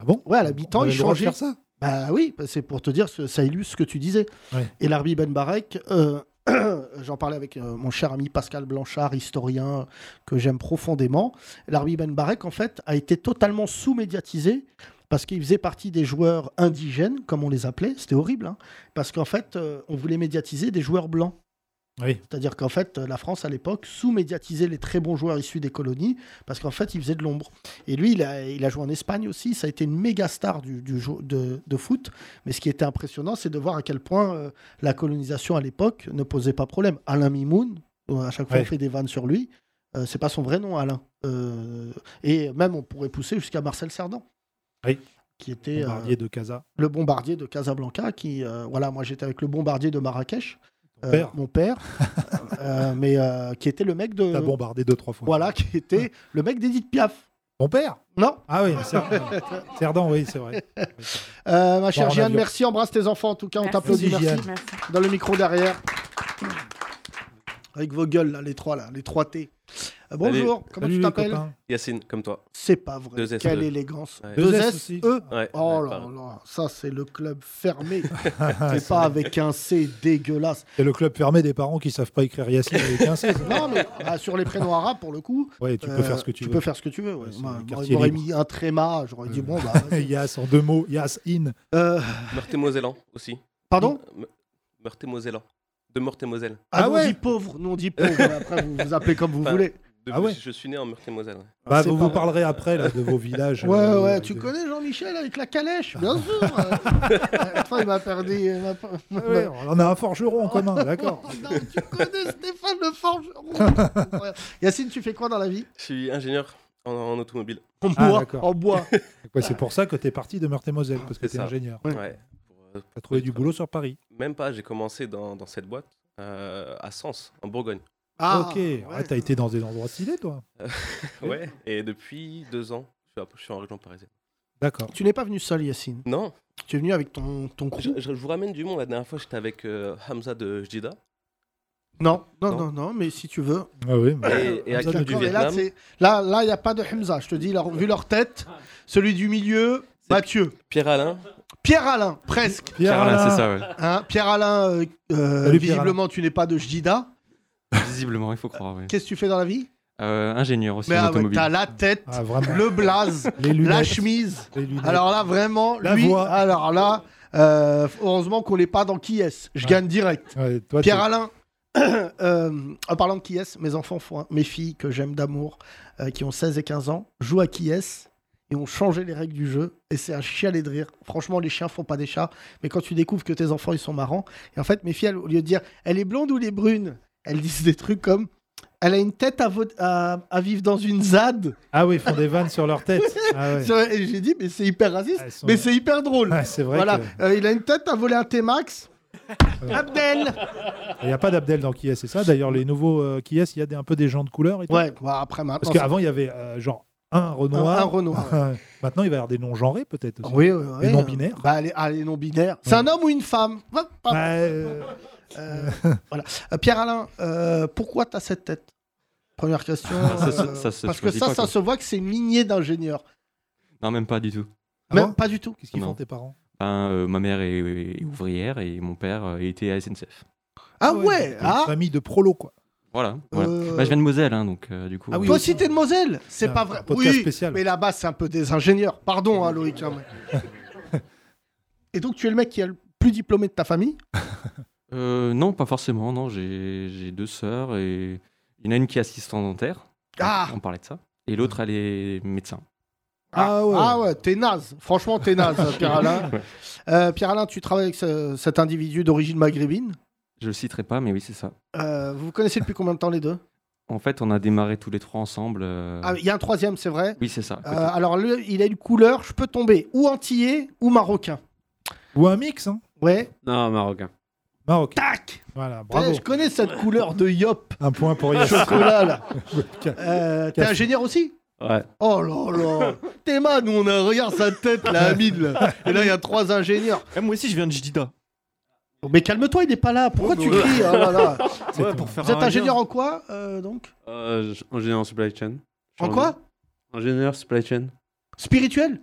Speaker 4: Ah bon
Speaker 3: Ouais, à la mi-temps,
Speaker 4: On avait
Speaker 3: il
Speaker 4: le droit de
Speaker 3: changeait.
Speaker 4: faire ça
Speaker 3: Bah oui, bah c'est pour te dire, ce- ça illustre ce que tu disais.
Speaker 4: Ouais.
Speaker 3: Et Larbi Ben Barek euh, J'en parlais avec euh, mon cher ami Pascal Blanchard, historien que j'aime profondément. Larbi Ben Barek, en fait, a été totalement sous-médiatisé parce qu'il faisait partie des joueurs indigènes, comme on les appelait. C'était horrible, hein, parce qu'en fait, euh, on voulait médiatiser des joueurs blancs.
Speaker 4: Oui.
Speaker 3: C'est-à-dire qu'en fait, euh, la France à l'époque sous-médiatisait les très bons joueurs issus des colonies parce qu'en fait, ils faisaient de l'ombre. Et lui, il a, il a joué en Espagne aussi. Ça a été une méga star du, du jou- de, de foot. Mais ce qui était impressionnant, c'est de voir à quel point euh, la colonisation à l'époque ne posait pas problème. Alain Mimoun, euh, à chaque fois,
Speaker 4: Ouais.
Speaker 3: on fait des vannes sur lui. Euh, c'est pas son vrai nom, Alain. Euh, et même, on pourrait pousser jusqu'à Marcel Cerdan.
Speaker 4: Oui.
Speaker 3: Qui était euh,
Speaker 4: Bombardier de Casa.
Speaker 3: le bombardier de Casablanca, qui, euh, voilà, moi j'étais avec le bombardier de Marrakech, euh,
Speaker 4: père.
Speaker 3: mon père, euh, mais euh, qui était le mec de,
Speaker 4: T'as bombardé deux, trois fois.
Speaker 3: voilà, qui était le mec d'Edith Piaf.
Speaker 4: Mon père
Speaker 3: Non,
Speaker 4: Ah oui, Cerdan, Cerdan, oui, c'est vrai.
Speaker 3: Euh, ma chère
Speaker 4: Bon, en
Speaker 3: Jeanne,
Speaker 4: avion.
Speaker 3: merci, embrasse tes enfants en tout cas, on
Speaker 8: Merci.
Speaker 3: t'applaudit,
Speaker 4: Merci,
Speaker 3: merci.
Speaker 4: Jeanne.
Speaker 8: Merci.
Speaker 3: Dans le micro derrière, avec vos gueules là, les trois là, les trois T. Euh, bonjour, comment
Speaker 4: Salut,
Speaker 3: tu
Speaker 4: les
Speaker 3: t'appelles
Speaker 4: copains.
Speaker 9: Yacine, comme toi.
Speaker 3: C'est pas vrai,
Speaker 9: Deux S,
Speaker 3: quelle
Speaker 9: deux.
Speaker 3: élégance.
Speaker 9: Ouais.
Speaker 3: Deux
Speaker 4: Deux
Speaker 3: S,
Speaker 4: S aussi.
Speaker 3: E.
Speaker 9: Ouais,
Speaker 3: Oh
Speaker 9: ouais,
Speaker 3: là
Speaker 9: pardon.
Speaker 3: là, ça c'est le club fermé. c'est pas avec un C dégueulasse.
Speaker 4: C'est le club fermé des parents qui savent pas écrire Yacine avec un C.
Speaker 3: Non, mais bah, sur les prénoms arabes, pour le coup.
Speaker 4: Ouais, tu peux
Speaker 3: euh,
Speaker 4: faire ce que tu,
Speaker 3: tu
Speaker 4: veux.
Speaker 3: peux faire ce que tu veux. ouais.
Speaker 4: Ouais, c'est
Speaker 3: Moi,
Speaker 4: un
Speaker 3: moi,
Speaker 4: quartier
Speaker 3: j'aurais
Speaker 4: libre. Euh,
Speaker 3: mis un tréma, j'aurais dit bon, bah. vas-y.
Speaker 4: Yas en deux mots, Yas in.
Speaker 3: Euh,
Speaker 9: Meurthe et Mosellan hein, aussi.
Speaker 3: pardon
Speaker 9: Me- Meurthe et Mosellan. De Meurthe et Moselle.
Speaker 4: Ah
Speaker 3: ah, nous, on
Speaker 4: ouais
Speaker 3: dit pauvre, nous on dit pauvre. Après, vous vous appelez comme vous
Speaker 9: Enfin,
Speaker 3: voulez.
Speaker 9: De-
Speaker 4: Ah ouais.
Speaker 9: Je suis né en Meurthe et Moselle.
Speaker 4: Bah,
Speaker 3: c'est
Speaker 4: vous
Speaker 3: pas-
Speaker 4: vous parlerez après là, de vos villages.
Speaker 3: Ouais,
Speaker 4: euh,
Speaker 3: ouais, tu
Speaker 4: de-
Speaker 3: connais Jean-Michel avec la calèche, bien sûr. Euh, Enfin, il m'a perdu. il m'a pas- Oh,
Speaker 4: Ouais, on en a un forgeron en commun, d'accord.
Speaker 3: Non, tu connais Stéphane Le Forgeron. Ouais. Yacine, tu fais quoi dans la vie
Speaker 9: Je suis ingénieur en, en automobile.
Speaker 3: En
Speaker 4: Ah, bois, d'accord.
Speaker 3: en bois.
Speaker 4: Ouais, c'est pour ça que t'es parti de Meurthe-et-Moselle, parce que
Speaker 9: C'est
Speaker 4: t'es
Speaker 9: ça.
Speaker 4: ingénieur.
Speaker 3: Ouais.
Speaker 9: Ouais. Pour, euh,
Speaker 4: T'as trouvé du boulot sur Paris.
Speaker 9: Même pas, j'ai commencé dans, dans cette boîte euh, à Sens, en Bourgogne.
Speaker 4: ok, Ah, t'as été dans des endroits stylés, toi.
Speaker 9: Ouais. Et depuis deux ans, je suis, à- je suis en région parisienne.
Speaker 4: D'accord.
Speaker 3: Tu n'es pas venu seul, Yacine.
Speaker 9: Non,
Speaker 3: Tu es venu avec ton, ton
Speaker 9: je, je-
Speaker 3: crew.
Speaker 9: je vous ramène du monde. La dernière fois, j'étais avec euh, Hamza de Jdida.
Speaker 3: Non, non, non,
Speaker 9: Non.
Speaker 3: non, mais si tu veux.
Speaker 4: Ah oui, mais-
Speaker 9: Et, et
Speaker 4: Hamza
Speaker 9: acteur
Speaker 4: de
Speaker 9: du
Speaker 3: D'accord, mais là,
Speaker 9: Vietnam.
Speaker 3: c'est- là, là, il n'y a pas de Hamza. Je te dis, leur- vu leur tête, celui du milieu,
Speaker 9: C'est-
Speaker 3: Mathieu.
Speaker 9: Pierre Alain.
Speaker 3: Pierre Alain, presque.
Speaker 4: Pierre Alain.
Speaker 10: ça,
Speaker 3: Hein, Pierre Alain, euh, euh,
Speaker 4: Salut, Pierre
Speaker 3: visiblement, tu n'es pas de Jdida.
Speaker 10: ouais. Visiblement, il faut croire, ouais.
Speaker 3: Qu'est-ce que tu fais dans la vie
Speaker 10: Euh, ingénieur aussi
Speaker 3: Mais
Speaker 10: en
Speaker 3: ah ouais,
Speaker 10: automobile.
Speaker 3: t'as la tête,
Speaker 4: Ah, vraiment.
Speaker 3: le blaze,
Speaker 4: Les lunettes.
Speaker 3: la chemise.
Speaker 4: les lunettes.
Speaker 3: Alors là, vraiment,
Speaker 4: La
Speaker 3: lui,
Speaker 4: voix.
Speaker 3: alors là, euh, heureusement qu'on n'est pas dans qui est Je
Speaker 4: Ouais.
Speaker 3: gagne direct.
Speaker 4: Ouais, toi,
Speaker 3: Pierre
Speaker 4: t'es-
Speaker 3: Alain, euh, en parlant de qui est mes enfants font un- mes filles que j'aime d'amour, euh, qui ont 16 et 15 ans, jouent à qui est et ont changé les règles du jeu. Et c'est un chialer de rire. Franchement, les chiens font pas des chats. Mais quand tu découvres que tes enfants, ils sont marrants. Et en fait, mes filles, elles, au lieu de dire elle est blonde ou elle est brune, elles disent des trucs comme elle a une tête à, vo- à- à vivre dans une ZAD.
Speaker 4: Ah oui, ils font des vannes sur leur tête. Ah ouais.
Speaker 3: Et j'ai dit, mais c'est hyper raciste,
Speaker 4: Ah, elles sont-
Speaker 3: mais c'est hyper drôle.
Speaker 4: Ah, c'est vrai
Speaker 3: voilà,
Speaker 4: que-
Speaker 3: Euh, il a une tête à voler un T-Max. Abdel
Speaker 4: Il n'y a pas d'Abdel dans Kies, c'est ça D'ailleurs, les nouveaux euh, Kies, il y a des- un peu des gens de couleur et tout.
Speaker 3: Ouais, bah, après maintenant.
Speaker 4: Parce qu'avant, il y avait euh, genre un
Speaker 3: c'est un, un
Speaker 4: Renoir.
Speaker 3: Renoir.
Speaker 4: Maintenant, il va y avoir des noms genrés peut-être aussi.
Speaker 3: Oui, oui, oui.
Speaker 4: Les non-binaires.
Speaker 3: Bah, les, ah, les non-binaires. C'est un homme ou une femme Hop, hop.
Speaker 4: Bah, euh,
Speaker 3: Euh, voilà. Euh, Pierre-Alain, euh, pourquoi t'as cette tête Première question.
Speaker 10: Ça se-
Speaker 3: euh,
Speaker 10: ça se
Speaker 3: parce que
Speaker 10: choisit
Speaker 3: ça,
Speaker 10: pas,
Speaker 3: ça
Speaker 10: quoi.
Speaker 3: se voit que c'est une lignée d'ingénieurs.
Speaker 10: Non, même pas du tout.
Speaker 4: Ah
Speaker 3: Même
Speaker 4: bon
Speaker 3: pas du tout.
Speaker 4: Qu'est-ce qu'ils
Speaker 10: Non.
Speaker 4: font tes parents
Speaker 10: Ben, euh, ma mère est, est ouvrière et mon père euh, était à SNCF.
Speaker 3: Ah ouais
Speaker 4: une
Speaker 3: ah,
Speaker 4: Famille de prolo quoi.
Speaker 10: Voilà. voilà.
Speaker 3: Euh.
Speaker 10: Bah, je viens de Moselle, hein, donc euh, du coup.
Speaker 4: Ah oui,
Speaker 10: euh,
Speaker 3: Toi aussi, t'es de Moselle C'est
Speaker 4: un-
Speaker 3: pas
Speaker 4: un
Speaker 3: vrai.
Speaker 4: podcast
Speaker 3: oui,
Speaker 4: spécial.
Speaker 3: mais là-bas, c'est un peu des ingénieurs. Pardon, hein, Loïc. hein, mais- Et donc, tu es le mec qui est le plus diplômé de ta famille
Speaker 10: euh, non, pas forcément. Non, j'ai j'ai deux sœurs et il y en a une qui est assistante dentaire.
Speaker 3: Ah
Speaker 10: On parlait de ça. Et l'autre, elle est médecin.
Speaker 4: Ah ouais.
Speaker 3: Ah ouais, t'es naze. Franchement, t'es naze, Pierre-Alain. Euh, Pierre-Alain, tu travailles avec ce- cet individu d'origine maghrébine.
Speaker 10: Je le citerai pas, mais oui, c'est ça.
Speaker 3: Euh, vous vous connaissez depuis combien de temps les deux
Speaker 10: En fait, on a démarré tous les trois ensemble. euh,
Speaker 3: Ah, Il y a un troisième, c'est vrai.
Speaker 10: Oui, c'est ça.
Speaker 3: Euh, alors, lui, il a une couleur, je peux tomber ou antillais ou marocain.
Speaker 4: Ou un mix hein
Speaker 3: Ouais,
Speaker 11: Non, marocain.
Speaker 4: Maroc.
Speaker 3: tac
Speaker 4: Voilà, bravo.
Speaker 3: Eh, Je connais cette couleur de yop,
Speaker 4: Un point pour Yass.
Speaker 3: chocolat, là.
Speaker 4: Ca-
Speaker 3: Euh, T'es ingénieur aussi
Speaker 11: Ouais.
Speaker 3: Oh là là T'es mal, nous on a, regarde sa tête là, Hamid là. Et là il y a trois ingénieurs. Oh,
Speaker 7: Eh, moi aussi, je viens de Jdida.
Speaker 3: Mais calme-toi, il n'est pas là. Pourquoi tu cries Ah, voilà.
Speaker 4: C'est tout.
Speaker 7: pour faire
Speaker 3: Vous êtes
Speaker 7: un
Speaker 3: ingénieur
Speaker 7: lien.
Speaker 3: en quoi euh, donc
Speaker 11: Euh, je- ingénieur en supply chain. Je suis
Speaker 3: En quoi
Speaker 11: Ingénieur supply chain.
Speaker 3: Spirituel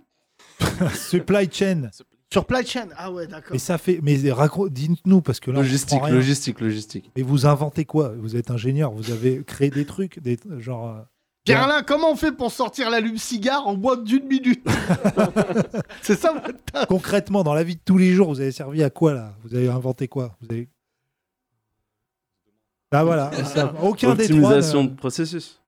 Speaker 4: Supply chain.
Speaker 3: Supply chain. Ah ouais, d'accord.
Speaker 4: Mais ça fait. Mais raccro- dites-nous parce que là. on
Speaker 11: Logistique,
Speaker 4: comprend rien.
Speaker 11: logistique, logistique.
Speaker 4: Mais vous inventez quoi Vous êtes ingénieur, vous avez créé des trucs, des genre. euh,
Speaker 3: Pierre Alain, comment on fait pour sortir l'allume cigare en moins d'une minute C'est ça
Speaker 4: Concrètement, dans la vie de tous les jours, vous avez servi à quoi là Vous avez inventé quoi Vous avez. Ah voilà, ça- aucun des trois.
Speaker 11: Optimisation
Speaker 4: ne-
Speaker 11: de processus.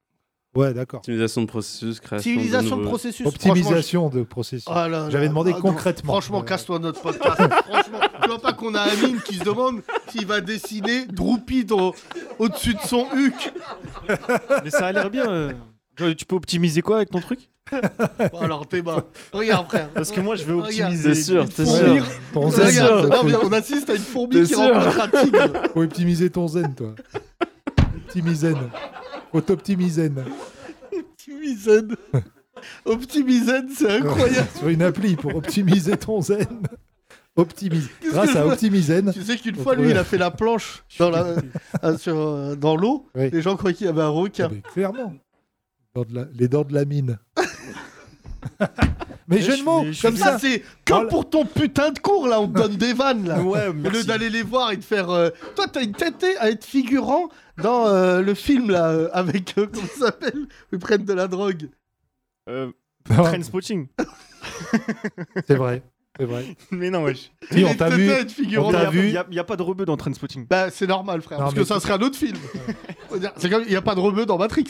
Speaker 4: Ouais, d'accord.
Speaker 11: Optimisation de processus, création
Speaker 3: Civilisation
Speaker 11: de,
Speaker 3: de
Speaker 11: nouveaux-
Speaker 3: processus.
Speaker 4: Optimisation de processus.
Speaker 3: Oh là là.
Speaker 4: J'avais demandé
Speaker 3: Ah non,
Speaker 4: concrètement. Euh,
Speaker 3: Franchement, casse-toi de notre podcast. franchement, tu vois pas qu'on a Amine qui se demande s'il va dessiner Droupie dans- au-dessus de son huc.
Speaker 7: Mais ça a l'air bien. euh. Genre, tu peux optimiser quoi avec ton truc
Speaker 3: Bon, alors, t'es bas. Regarde, frère.
Speaker 7: Parce que moi, je vais
Speaker 3: Regarde.
Speaker 7: optimiser.
Speaker 11: T'es sûr,
Speaker 7: une
Speaker 11: t'es
Speaker 7: fourmi.
Speaker 11: sûr.
Speaker 4: Ton
Speaker 3: Regarde,
Speaker 4: zen.
Speaker 3: non, mais on assiste à une fourmi
Speaker 4: T'es
Speaker 3: qui
Speaker 4: sûr
Speaker 3: rencontre un tigre.
Speaker 4: Faut optimiser ton zen, toi. Optimizen. Faut t'optimizen.
Speaker 3: Optimizen. Optimizen, c'est incroyable.
Speaker 4: Sur une appli pour optimiser ton zen. Optimise.
Speaker 3: Qu'est-ce
Speaker 4: Grâce
Speaker 3: que
Speaker 4: à
Speaker 3: je-
Speaker 4: Optimizen.
Speaker 3: Tu sais qu'une fois, lui, il a fait la planche dans la- euh, sur, euh, dans l'eau. Les gens croyaient qu'il y avait un
Speaker 4: Ah,
Speaker 3: requin.
Speaker 4: ben, Clairement. Dents de la- Les dents de la mine. Mais
Speaker 3: Eh,
Speaker 4: jeu
Speaker 3: je
Speaker 4: de mots,
Speaker 3: suis- je
Speaker 4: comme
Speaker 3: suis-
Speaker 4: ça.
Speaker 3: c'est que pour ton putain de cours là, on te donne des vannes là.
Speaker 4: Ouais,
Speaker 3: Au lieu d'aller les voir et de faire. euh, Toi, t'as une tête à être figurant dans euh, le film là, euh, avec. euh, comment ça s'appelle Où Ils prennent de la drogue.
Speaker 7: Euh,
Speaker 4: Non.
Speaker 7: Trainspotting.
Speaker 4: C'est vrai. C'est vrai.
Speaker 7: Mais non, wesh.
Speaker 4: Si, on t'a vu, on t'a vu.
Speaker 7: Il n'y a pas de rebeu dans Trainspotting.
Speaker 3: Bah, c'est normal, frère.
Speaker 4: Non,
Speaker 3: parce
Speaker 4: mais
Speaker 3: que ça
Speaker 4: c'est-
Speaker 3: serait un autre film. Faut dire, c'est comme. Il n'y a pas de rebeu dans Matrix.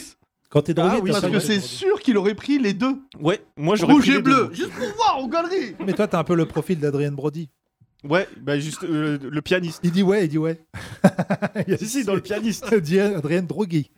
Speaker 4: Quand t'es drogué, t'as
Speaker 3: parce
Speaker 4: Ah ça,
Speaker 3: que
Speaker 4: ouais.
Speaker 3: c'est sûr qu'il aurait pris les deux.
Speaker 7: Ouais, moi j'aurais
Speaker 3: Rouge
Speaker 7: pris
Speaker 3: et
Speaker 7: les
Speaker 3: bleu.
Speaker 7: deux.
Speaker 3: Juste pour voir, on galerie.
Speaker 4: Mais toi, t'as un peu le profil d'Adrien Brody.
Speaker 7: Ouais, bah juste euh, le pianiste.
Speaker 4: Il dit ouais, il dit ouais. Il y a-
Speaker 7: Si, si, dans le pianiste.
Speaker 4: Adrien, Adrien Droghi.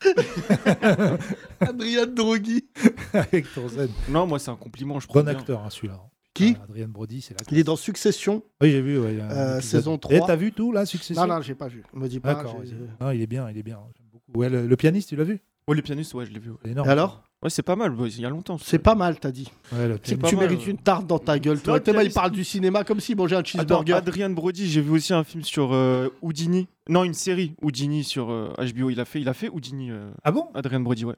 Speaker 3: Adrien Droghi.
Speaker 4: Avec ton zen.
Speaker 7: Non, moi c'est un compliment, je prends
Speaker 4: Bon
Speaker 7: bien.
Speaker 4: acteur, hein, celui-là.
Speaker 3: Qui
Speaker 4: Ah, Adrien Brody, c'est là.
Speaker 3: Il est dans Succession,
Speaker 4: Oui, j'ai vu. ouais, il y a un
Speaker 3: euh,
Speaker 4: épisode.
Speaker 3: saison
Speaker 4: Et
Speaker 3: 3.
Speaker 4: t'as vu tout, là, Succession
Speaker 3: Non, non, j'ai pas vu. Me dis pas.
Speaker 4: D'accord.
Speaker 3: j'ai-
Speaker 4: ouais, c'est- Non, il est bien, il est bien. J'aime beaucoup. Ouais, le, le pianiste, tu l'as vu
Speaker 7: Ouais, le pianiste, ouais, je l'ai vu. ouais.
Speaker 4: C'est énorme.
Speaker 3: Et alors
Speaker 7: Ouais, c'est pas mal, ouais, il y a longtemps.
Speaker 3: C'est pas mal, t'as dit.
Speaker 4: Ouais, le
Speaker 3: C'est
Speaker 4: pianiste.
Speaker 3: que
Speaker 7: pas
Speaker 3: tu
Speaker 7: mal,
Speaker 3: mérites
Speaker 7: ouais.
Speaker 3: une tarte dans ta gueule, toi.
Speaker 7: Non,
Speaker 3: Thomas, il
Speaker 7: pianiste.
Speaker 3: parle du cinéma comme s'il mangeait un
Speaker 7: Attends,
Speaker 3: cheeseburger.
Speaker 7: Adrien Brody, j'ai vu aussi un film sur euh, Houdini. Non, une série Houdini sur euh, HBO. Il a fait, il a fait Houdini. euh,
Speaker 4: Ah bon
Speaker 7: Adrien Brody, ouais.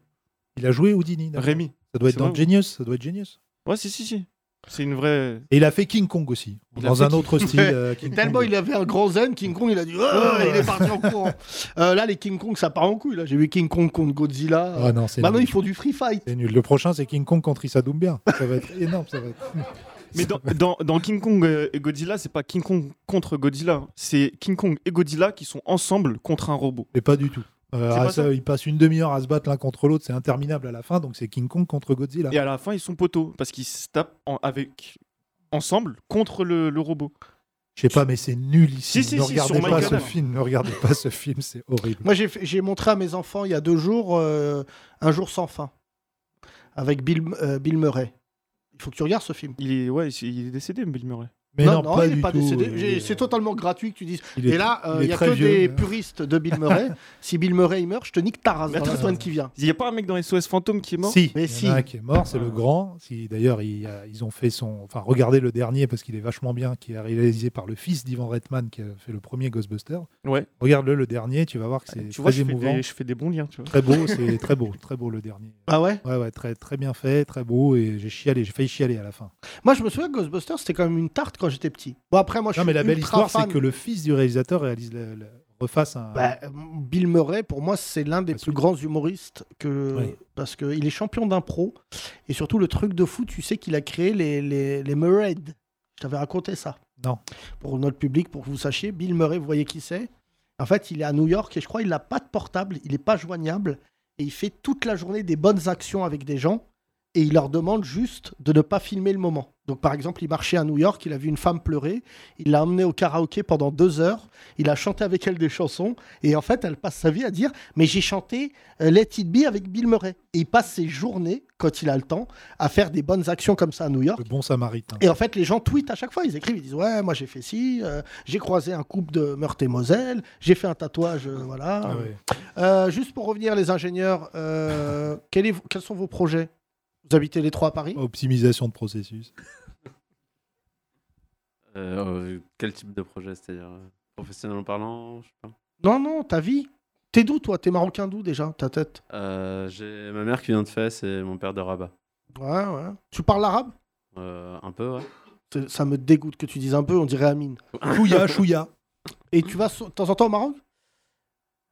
Speaker 4: Il a joué Houdini. d'accord.
Speaker 7: Rémi.
Speaker 4: Ça doit être
Speaker 7: C'est
Speaker 4: dans
Speaker 7: vrai
Speaker 4: Genius. Ça doit être Genius.
Speaker 7: Ouais, si, si, si. C'est une vraie.
Speaker 4: Et il a fait King Kong aussi.
Speaker 7: Il a
Speaker 4: dans
Speaker 7: fait
Speaker 4: un
Speaker 7: King
Speaker 4: autre style. euh, King
Speaker 3: Tellement
Speaker 4: Kong.
Speaker 3: il avait un grand zen, King Kong, il a dit Ah, il est parti en courant. Euh, là, les King Kong, ça part en couille. Là, j'ai vu King Kong contre Godzilla.
Speaker 4: Ah non, c'est
Speaker 3: Maintenant,
Speaker 4: nul.
Speaker 3: ils font du free fight.
Speaker 4: C'est nul. Le prochain, c'est King Kong contre Issa Doumbia. Ça va être énorme. Ça va être...
Speaker 7: Mais dans, dans, dans King Kong euh, et Godzilla, c'est pas King Kong contre Godzilla. C'est King Kong et Godzilla qui sont ensemble contre un robot.
Speaker 4: Mais pas du tout. Euh,
Speaker 7: C'est pas
Speaker 4: à ça,
Speaker 7: ça
Speaker 4: ils passent une demi-heure à se battre l'un contre l'autre. C'est interminable à la fin. Donc c'est King Kong contre Godzilla.
Speaker 7: Et à la fin, ils sont poteaux parce qu'ils se tapent en- avec ensemble contre le, le robot.
Speaker 4: Je sais pas, mais c'est nul ici.
Speaker 7: Si, si,
Speaker 4: ne
Speaker 7: si,
Speaker 4: regardez
Speaker 7: sur
Speaker 4: pas
Speaker 7: Mike
Speaker 4: ce
Speaker 7: Adam.
Speaker 4: film. Ne regardez pas ce film. C'est horrible.
Speaker 3: Moi, j'ai fait- j'ai montré à mes enfants il y a deux jours euh, Un jour sans fin avec Bill, euh, Bill Murray. Il faut que tu regardes ce film.
Speaker 7: Il est, ouais, il est- il est décédé, Bill Murray.
Speaker 4: Mais non, pas
Speaker 3: il est
Speaker 4: du
Speaker 3: pas
Speaker 4: tout.
Speaker 3: décédé.
Speaker 4: Il
Speaker 3: J'ai-
Speaker 4: est-
Speaker 3: C'est totalement gratuit que tu dises.
Speaker 4: Il est-
Speaker 3: Et là, euh,
Speaker 4: il est
Speaker 3: il n'y a que
Speaker 4: très vieux,
Speaker 3: des
Speaker 4: mais-
Speaker 3: puristes de Bill Murray. si Bill Murray il meurt, je te nique ta race dans la
Speaker 7: attends,
Speaker 3: semaine qui vient.
Speaker 7: Il y a pas un mec dans SOS Fantôme qui est mort Ah.
Speaker 4: Si,
Speaker 3: Mais
Speaker 4: il y en
Speaker 3: si.
Speaker 4: a un qui est mort, c'est le grand. Si d'ailleurs il a- ils ont fait son, enfin regardez le dernier parce qu'il est vachement bien, qui est réalisé par le fils d'Ivan Reitman qui a fait le premier Ghostbuster.
Speaker 7: Ouais. Ah,
Speaker 4: Regarde-le le dernier, tu vas voir que c'est
Speaker 7: Tu vois,
Speaker 4: très
Speaker 7: je fais,
Speaker 4: émouvant,
Speaker 7: des, je fais des bons liens, tu vois.
Speaker 4: très beau, c'est très beau, très beau le dernier.
Speaker 3: Ah ouais
Speaker 4: Ouais ouais, très très bien fait, très beau et j'ai chialé, j'ai failli chialer à la fin.
Speaker 3: Moi, je me souviens que Ghostbusters, c'était quand même une tarte quand j'étais petit. Bon, après, moi, je
Speaker 4: non
Speaker 3: suis
Speaker 4: mais la belle
Speaker 3: ultra
Speaker 4: histoire c'est
Speaker 3: fan.
Speaker 4: que le fils du réalisateur réalise le, le- refasse un.
Speaker 3: Bah, euh, Bill Murray, pour moi, c'est l'un des
Speaker 4: Parce
Speaker 3: plus
Speaker 4: que-
Speaker 3: grands humoristes que
Speaker 4: Oui.
Speaker 3: parce qu'il est champion d'impro et surtout le truc de fou, tu sais qu'il a créé les les, les Murrayed. Je t'avais raconté ça
Speaker 4: Non.
Speaker 3: pour notre public, pour que vous sachiez. Bill Murray, vous voyez qui c'est En fait, il est à New York et je crois il n'a pas de portable, il n'est pas joignable et il fait toute la journée des bonnes actions avec des gens et il leur demande juste de ne pas filmer le moment. Donc par exemple, il marchait à New York, il a vu une femme pleurer, il l'a emmenée au karaoké pendant deux heures, il a chanté avec elle des chansons, et en fait, elle passe sa vie à dire « Mais j'ai chanté euh, Let It Be avec Bill Murray ». Et il passe ses journées, quand il a le temps, à faire des bonnes actions comme ça à New York.
Speaker 4: Le bon Samaritain.
Speaker 3: Et en fait, les gens tweetent à chaque fois. Ils écrivent, ils disent Ouais, moi j'ai fait ci, euh, j'ai croisé un couple de Meurthe et Moselle, j'ai fait un tatouage, euh, voilà.
Speaker 4: Ah ouais.
Speaker 3: Euh, juste pour revenir, les ingénieurs, euh, quel est- quels sont vos projets Vous habitez les trois à Paris
Speaker 4: Optimisation de processus.
Speaker 11: Euh, euh, quel type de projet C'est-à-dire, euh, professionnellement parlant, je sais pas.
Speaker 3: Non, non, ta vie. T'es d'où, toi T'es marocain d'où déjà Ta tête
Speaker 11: Euh, j'ai ma mère qui vient de Fès et mon père de Rabat.
Speaker 3: Ouais, ouais. Tu parles arabe
Speaker 11: Euh, un peu, ouais.
Speaker 3: C'est- Ça me dégoûte que tu dises un peu, on dirait Amine.
Speaker 4: Chouïa, chouïa.
Speaker 3: Et tu vas so- de temps en temps au Maroc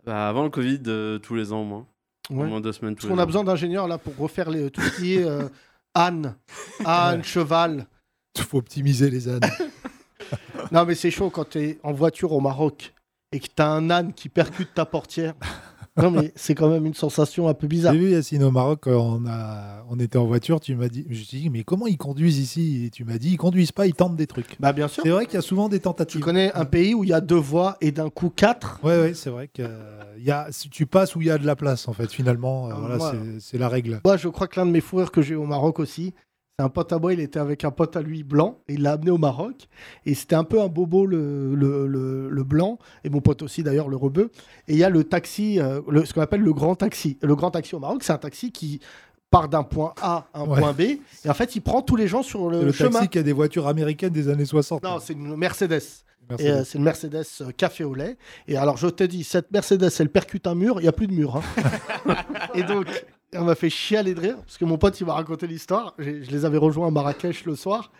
Speaker 11: Bah, avant le Covid, euh, tous les ans au moins.
Speaker 3: Ouais.
Speaker 11: Au moins deux semaines tous
Speaker 3: Parce
Speaker 11: les
Speaker 3: qu'on a
Speaker 11: ans.
Speaker 3: besoin d'ingénieurs là pour refaire les, tout ce qui est euh, âne, âne, cheval.
Speaker 4: Il faut optimiser les ânes.
Speaker 3: non, mais c'est chaud quand tu es en voiture au Maroc et que tu as un âne qui percute ta portière. non, mais c'est quand même une sensation un peu bizarre.
Speaker 4: J'ai vu Yacine au Maroc, quand on, a, on était en voiture, tu m'as dit, je t'ai dit, mais comment ils conduisent ici Et tu m'as dit, ils conduisent pas, ils tentent des trucs.
Speaker 3: Bah bien sûr.
Speaker 4: C'est vrai qu'il y a souvent des tentatives.
Speaker 3: Tu connais un pays où il y a deux voies et d'un coup quatre
Speaker 4: Ouais, ouais, c'est vrai que euh, il y a, si tu passes où il y a de la place, en fait, finalement, euh, voilà,
Speaker 3: Ah, voilà. Euh,
Speaker 4: c'est- c'est la règle.
Speaker 3: Moi, je crois que l'un de mes fous rires que j'ai eu au Maroc aussi, c'est un pote à moi, il était avec un pote à lui blanc, et il l'a amené au Maroc, et c'était un peu un bobo le, le, le- le blanc, et mon pote aussi d'ailleurs, le rebeu, et il y a le taxi, euh, le- ce qu'on appelle le grand taxi. Le grand taxi au Maroc, c'est un taxi qui part d'un point A à un
Speaker 4: Ouais.
Speaker 3: point B, et en fait, il prend tous les gens sur le,
Speaker 4: C'est le
Speaker 3: chemin.
Speaker 4: taxi qui a des voitures américaines des années 60.
Speaker 3: Non, c'est une Mercedes.
Speaker 4: Mercedes.
Speaker 3: Et, euh, c'est une Mercedes euh, café au lait. Et alors, je te dis, cette Mercedes, elle percute un mur, il n'y a plus de mur. hein. et donc, on m'a fait chialer de rire, parce que mon pote, il m'a raconté l'histoire. J'ai- Je les avais rejoints à Marrakech le soir.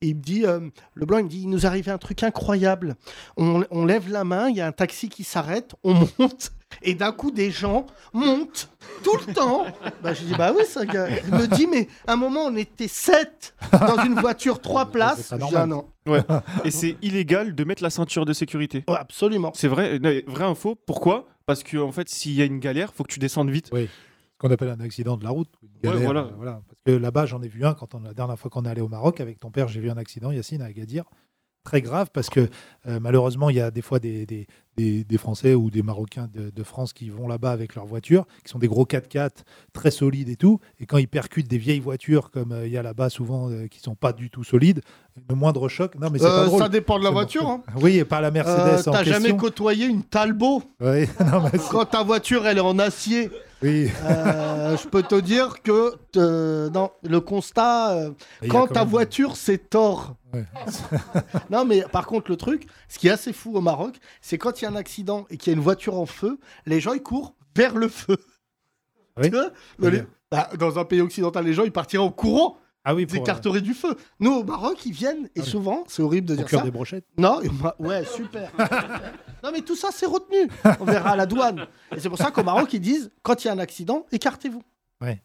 Speaker 3: Et il me dit, euh, le blanc, il me dit, il nous arrivait un truc incroyable. On, on lève la main, il y a un taxi qui s'arrête, on monte, et d'un coup, des gens montent tout le temps. Bah, je dis, bah oui, ça, gars. Il me dit, mais à un moment, on était sept dans une voiture, trois places. Je dis, ah non.
Speaker 7: Ouais. Et c'est illégal de mettre la ceinture de sécurité.
Speaker 3: absolument.
Speaker 7: C'est vrai, euh, vraie info. Pourquoi Parce que en fait, s'il y a une galère, faut que tu descendes vite.
Speaker 4: Oui. Ce qu'on appelle un accident de la route. une
Speaker 7: Ouais,
Speaker 4: galère,
Speaker 7: voilà.
Speaker 4: euh, Parce que là-bas, j'en ai vu un quand on, la dernière fois qu'on est allé au Maroc avec ton père, j'ai vu un accident, Yacine, à Agadir. Très grave parce que euh, malheureusement, il y a des fois des, des, des- des Français ou des Marocains de, de France qui vont là-bas avec leurs voitures, qui sont des gros 4x4 très solides et tout. Et quand ils percutent des vieilles voitures comme euh, il y a là-bas souvent euh, qui sont pas du tout solides, le moindre choc. Non, mais c'est pas
Speaker 3: Euh,
Speaker 4: drôle.
Speaker 3: ça dépend de la
Speaker 4: C'est
Speaker 3: voiture,
Speaker 4: mortel.
Speaker 3: hein.
Speaker 4: Oui, et pas la Mercedes.
Speaker 3: Euh,
Speaker 4: en
Speaker 3: T'as jamais
Speaker 4: question.
Speaker 3: côtoyé une Talbot
Speaker 4: Oui, non, mais c'est-
Speaker 3: Quand ta voiture elle est en acier,
Speaker 4: oui.
Speaker 3: Euh, je peux te dire que euh, non, le constat, euh,
Speaker 4: Il y a
Speaker 3: quand
Speaker 4: quand
Speaker 3: ta
Speaker 4: même-
Speaker 3: voiture c'est tort.
Speaker 4: Ouais.
Speaker 3: non mais par contre le truc, ce qui est assez fou au Maroc, c'est quand il y a un accident et qu'il y a une voiture en feu, les gens ils courent vers le feu.
Speaker 4: Ah Oui.
Speaker 3: Tu vois dans, les- bah, dans un pays occidental, les gens ils partiraient en courant.
Speaker 4: Ah oui,
Speaker 3: ils écarteraient du feu. Nous au Maroc, ils viennent et souvent, c'est horrible de
Speaker 4: Ah Au
Speaker 3: dire
Speaker 4: cœur
Speaker 3: ça.
Speaker 4: des brochettes.
Speaker 3: Non, et moi- ouais, super. non, mais tout ça, c'est retenu. On verra à la douane. Et c'est pour ça qu'au Maroc, ils disent quand il y a un accident, écartez-vous.
Speaker 4: Ouais.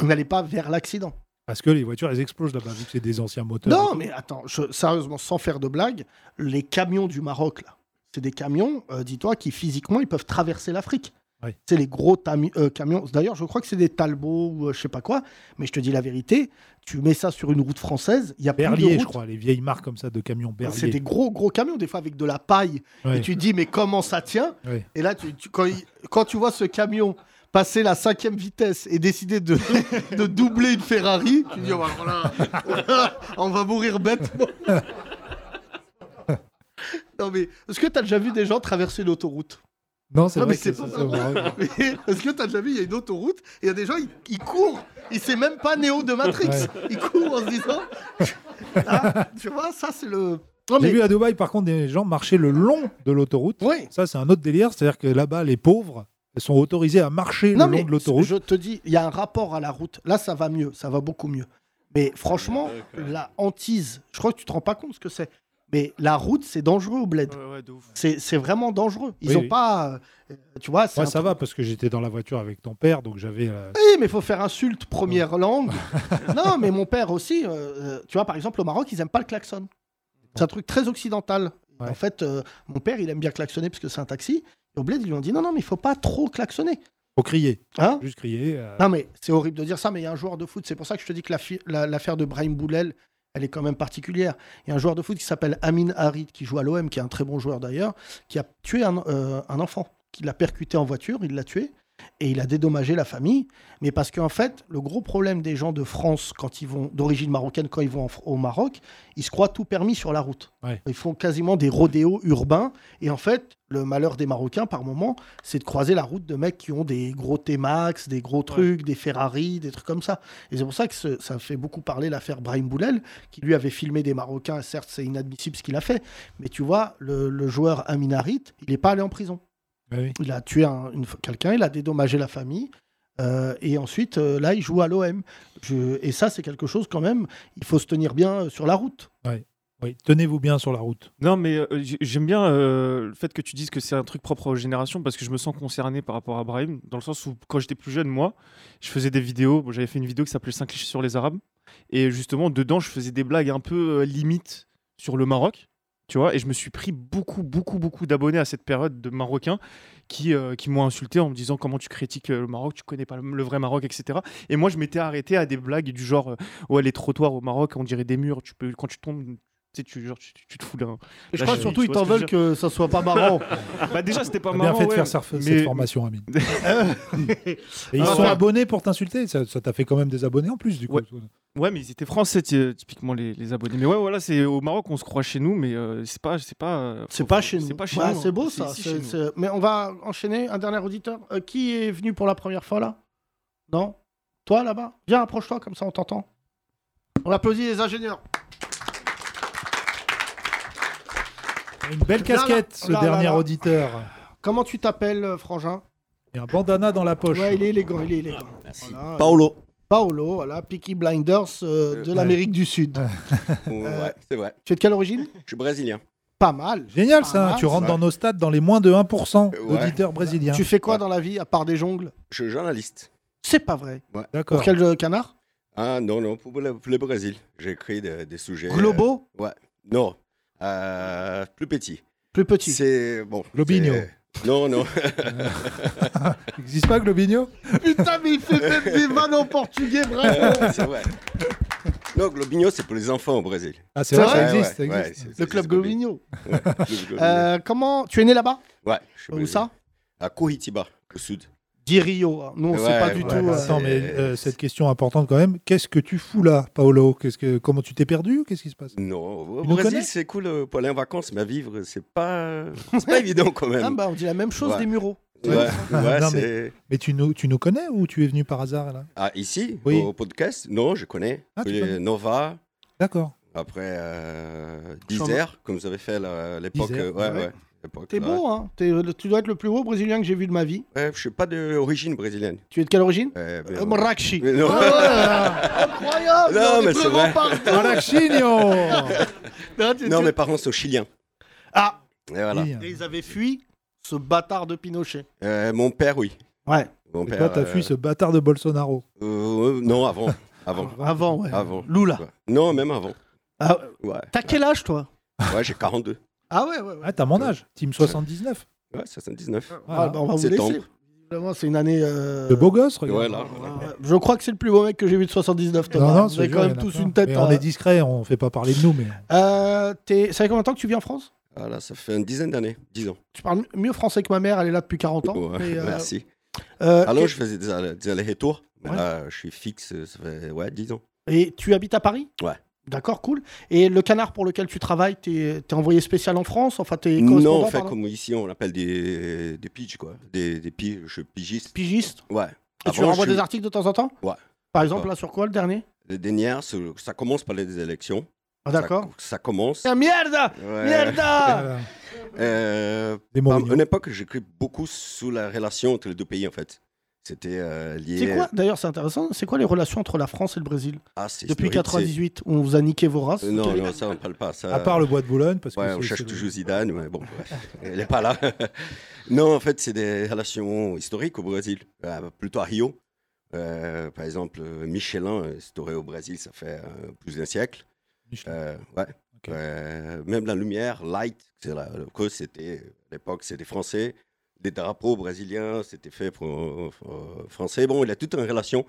Speaker 3: Vous n'allez pas vers l'accident.
Speaker 4: Parce que les voitures, elles explosent là-bas, vu que c'est des anciens moteurs.
Speaker 3: Non, mais attends, je- sérieusement, sans faire de blague, les camions du Maroc, là, c'est des camions, euh, dis-toi, qui physiquement, ils peuvent traverser l'Afrique.
Speaker 4: Oui.
Speaker 3: C'est les gros tami- euh, camions. D'ailleurs, je crois que c'est des Talbot ou euh, je sais pas quoi, mais je te dis la vérité, tu mets ça sur une route française, il y a plus de
Speaker 4: Berlier,
Speaker 3: route.
Speaker 4: je crois, les vieilles marques comme ça de camions Berlier.
Speaker 3: C'est des gros gros camions, des fois avec de la paille.
Speaker 4: Ouais.
Speaker 3: Et tu te dis, mais comment ça tient
Speaker 4: Ouais.
Speaker 3: Et là, tu, tu- quand, il- quand tu vois ce camion passer la cinquième vitesse et décider de, de doubler une Ferrari, tu te dis, oh, bah, voilà, on va mourir bêtement. non, mais est-ce que tu as déjà vu des gens traverser une autoroute
Speaker 4: Non, c'est
Speaker 3: non,
Speaker 4: vrai
Speaker 3: mais c'est
Speaker 4: que
Speaker 3: pas
Speaker 4: ça, c'est vrai.
Speaker 3: Mais Est-ce que t'as déjà vu, il y a une autoroute, et il y a des gens, ils, ils courent. Ils c'est même pas Néo de Matrix.
Speaker 4: Ouais.
Speaker 3: Ils courent en se disant. Ah, tu vois, ça, c'est le.
Speaker 4: J'ai
Speaker 3: Non, mais
Speaker 4: vu à Dubaï, par contre, des gens marcher le long de l'autoroute. Ça, c'est un autre délire. C'est-à-dire que là-bas, les pauvres sont autorisés à marcher
Speaker 3: Non,
Speaker 4: le
Speaker 3: mais
Speaker 4: long de l'autoroute.
Speaker 3: Je te dis, il y a un rapport à la route. Là, ça va mieux, ça va beaucoup mieux. Mais franchement, la hantise, je crois que tu te rends pas compte ce que c'est. Mais la route, c'est dangereux au bled. C'est c'est vraiment dangereux. Ils
Speaker 4: Oui,
Speaker 3: ont
Speaker 4: oui.
Speaker 3: pas. euh, Tu vois, c'est
Speaker 4: Moi,
Speaker 3: un
Speaker 4: ça va parce que j'étais dans la voiture avec ton père, donc j'avais. euh,
Speaker 3: Oui, mais il faut faire insulte, première langue. non, mais mon père aussi, euh, euh, tu vois, par exemple, au Maroc, ils aiment pas le klaxon. C'est un truc très occidental. En fait, euh, mon père, il aime bien klaxonner parce que c'est un taxi. Et au bled, ils lui ont dit non, non, mais il faut pas trop klaxonner.
Speaker 4: Faut crier.
Speaker 3: Hein
Speaker 4: Juste crier. euh,
Speaker 3: Non, mais c'est horrible de dire ça, mais il y a un joueur de foot. C'est pour ça que je te dis que la fi- la- l'affaire de Brahim Boulel, elle est quand même particulière. Il y a un joueur de foot qui s'appelle Amin Harit, qui joue à l'OM, qui est un très bon joueur d'ailleurs, qui a tué un, euh, un enfant, qui l'a percuté en voiture, il l'a tué, et il a dédommagé la famille. Mais parce qu'en fait, le gros problème des gens de France, quand ils vont d'origine marocaine, quand ils vont en Fr- au Maroc, ils se croient tout permis sur la route.
Speaker 4: Ouais.
Speaker 3: Ils font quasiment des rodéos urbains. Et en fait, le malheur des Marocains, par moment, c'est de croiser la route de mecs qui ont des gros T-Max, des gros trucs, des Ferrari, des trucs comme ça. Et c'est pour ça que ce- ça fait beaucoup parler l'affaire Brahim Boulel, qui lui avait filmé des Marocains. Certes, c'est inadmissible ce qu'il a fait. Mais tu vois, le, le joueur Amin Harit, il n'est pas allé en prison.
Speaker 4: bah oui.
Speaker 3: Il a tué un- une- quelqu'un, il a dédommagé la famille. Euh, et ensuite, euh, là, il joue à l'OM. Je- Et ça, c'est quelque chose quand même. Il faut se tenir bien euh, sur la route.
Speaker 4: Oui, tenez-vous bien sur la route.
Speaker 7: Non, mais euh, j'ai- j'aime bien euh, le fait que tu dises que c'est un truc propre aux générations parce que je me sens concerné par rapport à Brahim, dans le sens où quand j'étais plus jeune, moi, je faisais des vidéos. bon, J'avais fait une vidéo qui s'appelait 5 clichés sur les Arabes. Et justement, dedans, je faisais des blagues un peu euh, limites sur le Maroc. Tu vois, et je me suis pris beaucoup, beaucoup, beaucoup d'abonnés à cette période de Marocains qui, euh, qui m'ont insulté en me disant comment tu critiques euh, le Maroc, tu connais pas le, le vrai Maroc, etc. Et moi, je m'étais arrêté à des blagues du genre euh, Ouais, les trottoirs au Maroc, on dirait des murs, tu peux, quand tu tombes, tu sais, tu, genre, tu, tu- tu te fous d'un.
Speaker 3: Et je
Speaker 7: Là,
Speaker 3: crois surtout
Speaker 7: tu
Speaker 3: ils
Speaker 7: vois
Speaker 3: t'en
Speaker 7: ce que je
Speaker 3: veulent
Speaker 7: veux
Speaker 3: que
Speaker 7: dire
Speaker 3: ça soit pas marrant.
Speaker 7: bah déjà, c'était pas
Speaker 4: T'as
Speaker 7: marrant.
Speaker 4: Ah, bien fait de
Speaker 7: ouais,
Speaker 4: faire ça-
Speaker 7: mais-
Speaker 4: cette formation, Amine.
Speaker 7: Et
Speaker 4: Et ils sont abonnés pour t'insulter. Ça ça t'a fait quand même des abonnés en plus, du coup.
Speaker 7: Ouais, mais ils étaient français, ty- typiquement les, les abonnés. Mais ouais, voilà, c'est au Maroc on se croit chez nous, mais euh, c'est pas, c'est pas, euh,
Speaker 3: C'est pas chez nous.
Speaker 7: c'est pas chez
Speaker 3: Bah,
Speaker 7: nous,
Speaker 3: c'est
Speaker 7: hein.
Speaker 3: beau
Speaker 7: C'est
Speaker 3: ça.
Speaker 7: ici,
Speaker 3: c'est-
Speaker 7: chez nous.
Speaker 3: c'est- Mais on va enchaîner. Un dernier auditeur. Euh, qui est venu pour la première fois là Non Toi là-bas Viens, approche-toi comme ça on t'entend. On applaudit les ingénieurs.
Speaker 4: Une belle
Speaker 3: Là, là,
Speaker 4: casquette, ce
Speaker 3: là, là,
Speaker 4: dernier
Speaker 3: là.
Speaker 4: auditeur.
Speaker 3: Comment tu t'appelles, euh, Frangin
Speaker 4: Et un bandana dans la poche.
Speaker 3: Ouais, il est élégant, il est élégant. Voilà.
Speaker 12: Paolo.
Speaker 3: Paolo, voilà, Peaky Blinders euh, de l'Amérique du Sud.
Speaker 4: Euh,
Speaker 12: Ouais, c'est vrai.
Speaker 3: Tu es de quelle origine
Speaker 12: Je suis brésilien.
Speaker 3: Pas mal.
Speaker 4: Génial
Speaker 3: Pas
Speaker 4: ça,
Speaker 3: mal,
Speaker 4: tu rentres
Speaker 12: ouais.
Speaker 4: dans nos stades dans les moins de 1%
Speaker 12: Euh, ouais.
Speaker 4: d'auditeurs brésiliens.
Speaker 3: Tu fais quoi dans la vie à part des jongles
Speaker 12: Je suis journaliste.
Speaker 3: C'est pas vrai.
Speaker 12: Ouais.
Speaker 4: D'accord.
Speaker 3: Pour quel euh, canard
Speaker 12: Ah non, non, pour le, pour le Brésil. J'écris des, des sujets.
Speaker 3: Globo
Speaker 12: euh, Ouais. Non. Euh, plus petit.
Speaker 3: Plus petit.
Speaker 12: C'est. Bon.
Speaker 4: Globinho.
Speaker 12: c'est- euh, Non, non.
Speaker 4: N'existe pas Globinho
Speaker 3: Putain, mais il fait même des vannes en portugais,
Speaker 12: Euh,
Speaker 3: vraiment
Speaker 12: c'est vrai. Non, Globinho, c'est pour les enfants au Brésil.
Speaker 4: Ah, c'est vrai,
Speaker 12: Ouais,
Speaker 4: ça existe,
Speaker 12: ouais,
Speaker 4: ça
Speaker 12: ouais,
Speaker 4: existe.
Speaker 12: c'est-
Speaker 3: Le
Speaker 12: c'est-
Speaker 3: club
Speaker 12: c'est
Speaker 3: Govigno.
Speaker 12: Ouais, le club Globinho.
Speaker 3: Euh, comment Tu es né là-bas
Speaker 12: Ouais, je suis
Speaker 3: Où
Speaker 12: brésilien.
Speaker 3: ça
Speaker 12: À Curitiba, au sud.
Speaker 3: Di Rio. hein. Nous, on sait
Speaker 12: Ouais,
Speaker 3: pas du
Speaker 12: ouais,
Speaker 3: tout.
Speaker 12: bah,
Speaker 3: euh,
Speaker 4: Attends, mais euh, cette question importante quand même, qu'est-ce que tu fous là, Paolo Qu'est-ce que, Comment tu t'es perdu Qu'est-ce qui se passe
Speaker 12: Non, au
Speaker 4: Tu nous connais
Speaker 12: Brésil, c'est cool euh, pour aller en vacances, mais à vivre, c'est pas, c'est pas évident quand même.
Speaker 3: Ah, bah, on dit la même chose
Speaker 12: Ouais.
Speaker 3: des Mureaux.
Speaker 12: Ouais, ouais,
Speaker 4: Non, mais
Speaker 12: c'est.
Speaker 4: mais tu, nous, tu nous connais ou tu es venu par hasard là
Speaker 12: Ah, ici,
Speaker 4: Oui.
Speaker 12: au podcast Non, je connais.
Speaker 4: Ah, tu
Speaker 12: Les
Speaker 4: connais.
Speaker 12: Nova,
Speaker 4: D'accord.
Speaker 12: après euh,
Speaker 3: Chambord.
Speaker 12: Deezer, comme vous avez fait là, à l'époque.
Speaker 4: Deezer,
Speaker 12: euh, ouais,
Speaker 4: ouais.
Speaker 12: ouais, l'époque,
Speaker 3: T'es
Speaker 12: là,
Speaker 3: beau, hein T'es le- Tu dois être le plus beau Brésilien que j'ai vu de ma vie.
Speaker 12: ouais. Ouais, je suis pas d'origine brésilienne.
Speaker 3: Tu es de quelle origine
Speaker 12: Euh, mais-
Speaker 3: Euh, Marrakchi.
Speaker 12: Mais non.
Speaker 3: Ah ouais, là. Incroyable
Speaker 12: Non,
Speaker 3: on est
Speaker 12: mais c'est
Speaker 3: vraiment
Speaker 12: vrai.
Speaker 3: partout.
Speaker 4: Marachinho
Speaker 3: Non, tu-
Speaker 12: Non,
Speaker 3: tu-
Speaker 12: mes parents sont chiliens.
Speaker 3: Ah
Speaker 12: Et voilà.
Speaker 4: Bah Oui.
Speaker 3: Et ils avaient fui ce bâtard de Pinochet.
Speaker 12: Euh, mon père, oui.
Speaker 3: Ouais.
Speaker 12: Mon
Speaker 4: Et
Speaker 12: père.
Speaker 4: toi, t'as fui
Speaker 12: euh,
Speaker 4: ce bâtard de Bolsonaro.
Speaker 12: euh, non, avant. Avant.
Speaker 3: Avant, ouais.
Speaker 12: avant.
Speaker 3: Ah. Lula.
Speaker 12: Ouais. Non, même avant.
Speaker 3: Ah,
Speaker 12: Ouais,
Speaker 3: T'as quel âge, toi
Speaker 12: ouais j'ai 42.
Speaker 3: Ah ouais, ouais, ouais.
Speaker 4: Ah, t'as mon âge, Team 79.
Speaker 12: Ouais, 79.
Speaker 3: Ah, bah, on va vous
Speaker 12: Septembre.
Speaker 3: laisser. Évidemment, c'est une année. euh, Ah,
Speaker 4: Le beau gosse, regarde.
Speaker 12: Ouais, là. voilà.
Speaker 3: Je crois que c'est le plus beau mec que j'ai vu de 79. Thomas.
Speaker 4: Non, non,
Speaker 3: Vous
Speaker 4: ce
Speaker 3: avez
Speaker 4: jour,
Speaker 3: quand
Speaker 4: il
Speaker 3: même
Speaker 4: y en a
Speaker 3: tous
Speaker 4: plein.
Speaker 3: une tête.
Speaker 4: Mais
Speaker 3: hein.
Speaker 4: on est discret, on fait pas parler de nous, mais.
Speaker 3: Euh, t'es- Ça fait combien de temps que tu vis en France
Speaker 12: Voilà, ça fait une dizaine d'années, 10 ans.
Speaker 3: Tu parles mieux français que ma mère, elle est là depuis 40 ans.
Speaker 12: Ouais,
Speaker 3: mais, euh,
Speaker 12: Merci.
Speaker 3: euh,
Speaker 12: Alors,
Speaker 3: et-
Speaker 12: je faisais des, allers- des allers-retours. mais
Speaker 3: Ouais.
Speaker 12: Là, je suis fixe, ça fait ouais, 10 ans.
Speaker 3: Et tu habites à Paris
Speaker 12: Ouais.
Speaker 3: D'accord, cool. Et le canard pour lequel tu travailles, t'es t'es envoyé spécial en France Enfin, t'es
Speaker 12: Non,
Speaker 3: correspondant
Speaker 12: en fait,
Speaker 3: pardon
Speaker 12: comme ici, on appelle des, des piges, quoi. Des, des piges, je suis pigiste.
Speaker 3: pigiste
Speaker 12: Ouais.
Speaker 3: Et tu
Speaker 12: Avant,
Speaker 3: renvoies
Speaker 12: je-
Speaker 3: des articles de temps en temps
Speaker 12: Ouais.
Speaker 3: Par exemple,
Speaker 12: Ouais.
Speaker 3: là, sur quoi, le dernier
Speaker 12: Les dernières, c'est- ça commence par les élections.
Speaker 3: Ah, D'accord.
Speaker 12: Ça, ça commence.
Speaker 3: Ah, merde
Speaker 12: Ouais.
Speaker 3: Merde
Speaker 4: Voilà.
Speaker 12: Euh,
Speaker 4: Des
Speaker 12: à
Speaker 4: Mourinho.
Speaker 12: une époque, j'écris beaucoup sur la relation entre les deux pays, en fait. C'était euh, lié.
Speaker 3: C'est quoi D'ailleurs, c'est intéressant. C'est quoi les relations entre la France et le Brésil
Speaker 12: Ah, c'est
Speaker 3: Depuis
Speaker 12: historique, c'est-
Speaker 3: 98, on vous a niqué vos races.
Speaker 12: Euh, Non, non, ça, on ne parle pas. Ça...
Speaker 4: À part le bois de Boulogne, parce
Speaker 12: Ouais,
Speaker 4: que
Speaker 12: on
Speaker 4: c'est-
Speaker 12: cherche
Speaker 4: c'est-
Speaker 12: toujours Zidane, mais bon, bref, elle n'est pas là. non, en fait, c'est des relations historiques au Brésil, Euh, plutôt à Rio. Euh, par exemple, euh, Michelin, euh, instauré au Brésil, ça fait euh, plus d'un siècle.
Speaker 4: Michelin.
Speaker 12: Euh, ouais.
Speaker 4: Ok.
Speaker 12: Euh, même la lumière, light, c'est la, le cause, c'était, à l'époque, c'était français. Des drapeaux brésiliens, c'était fait pour, pour- français. Bon, il a toute une relation.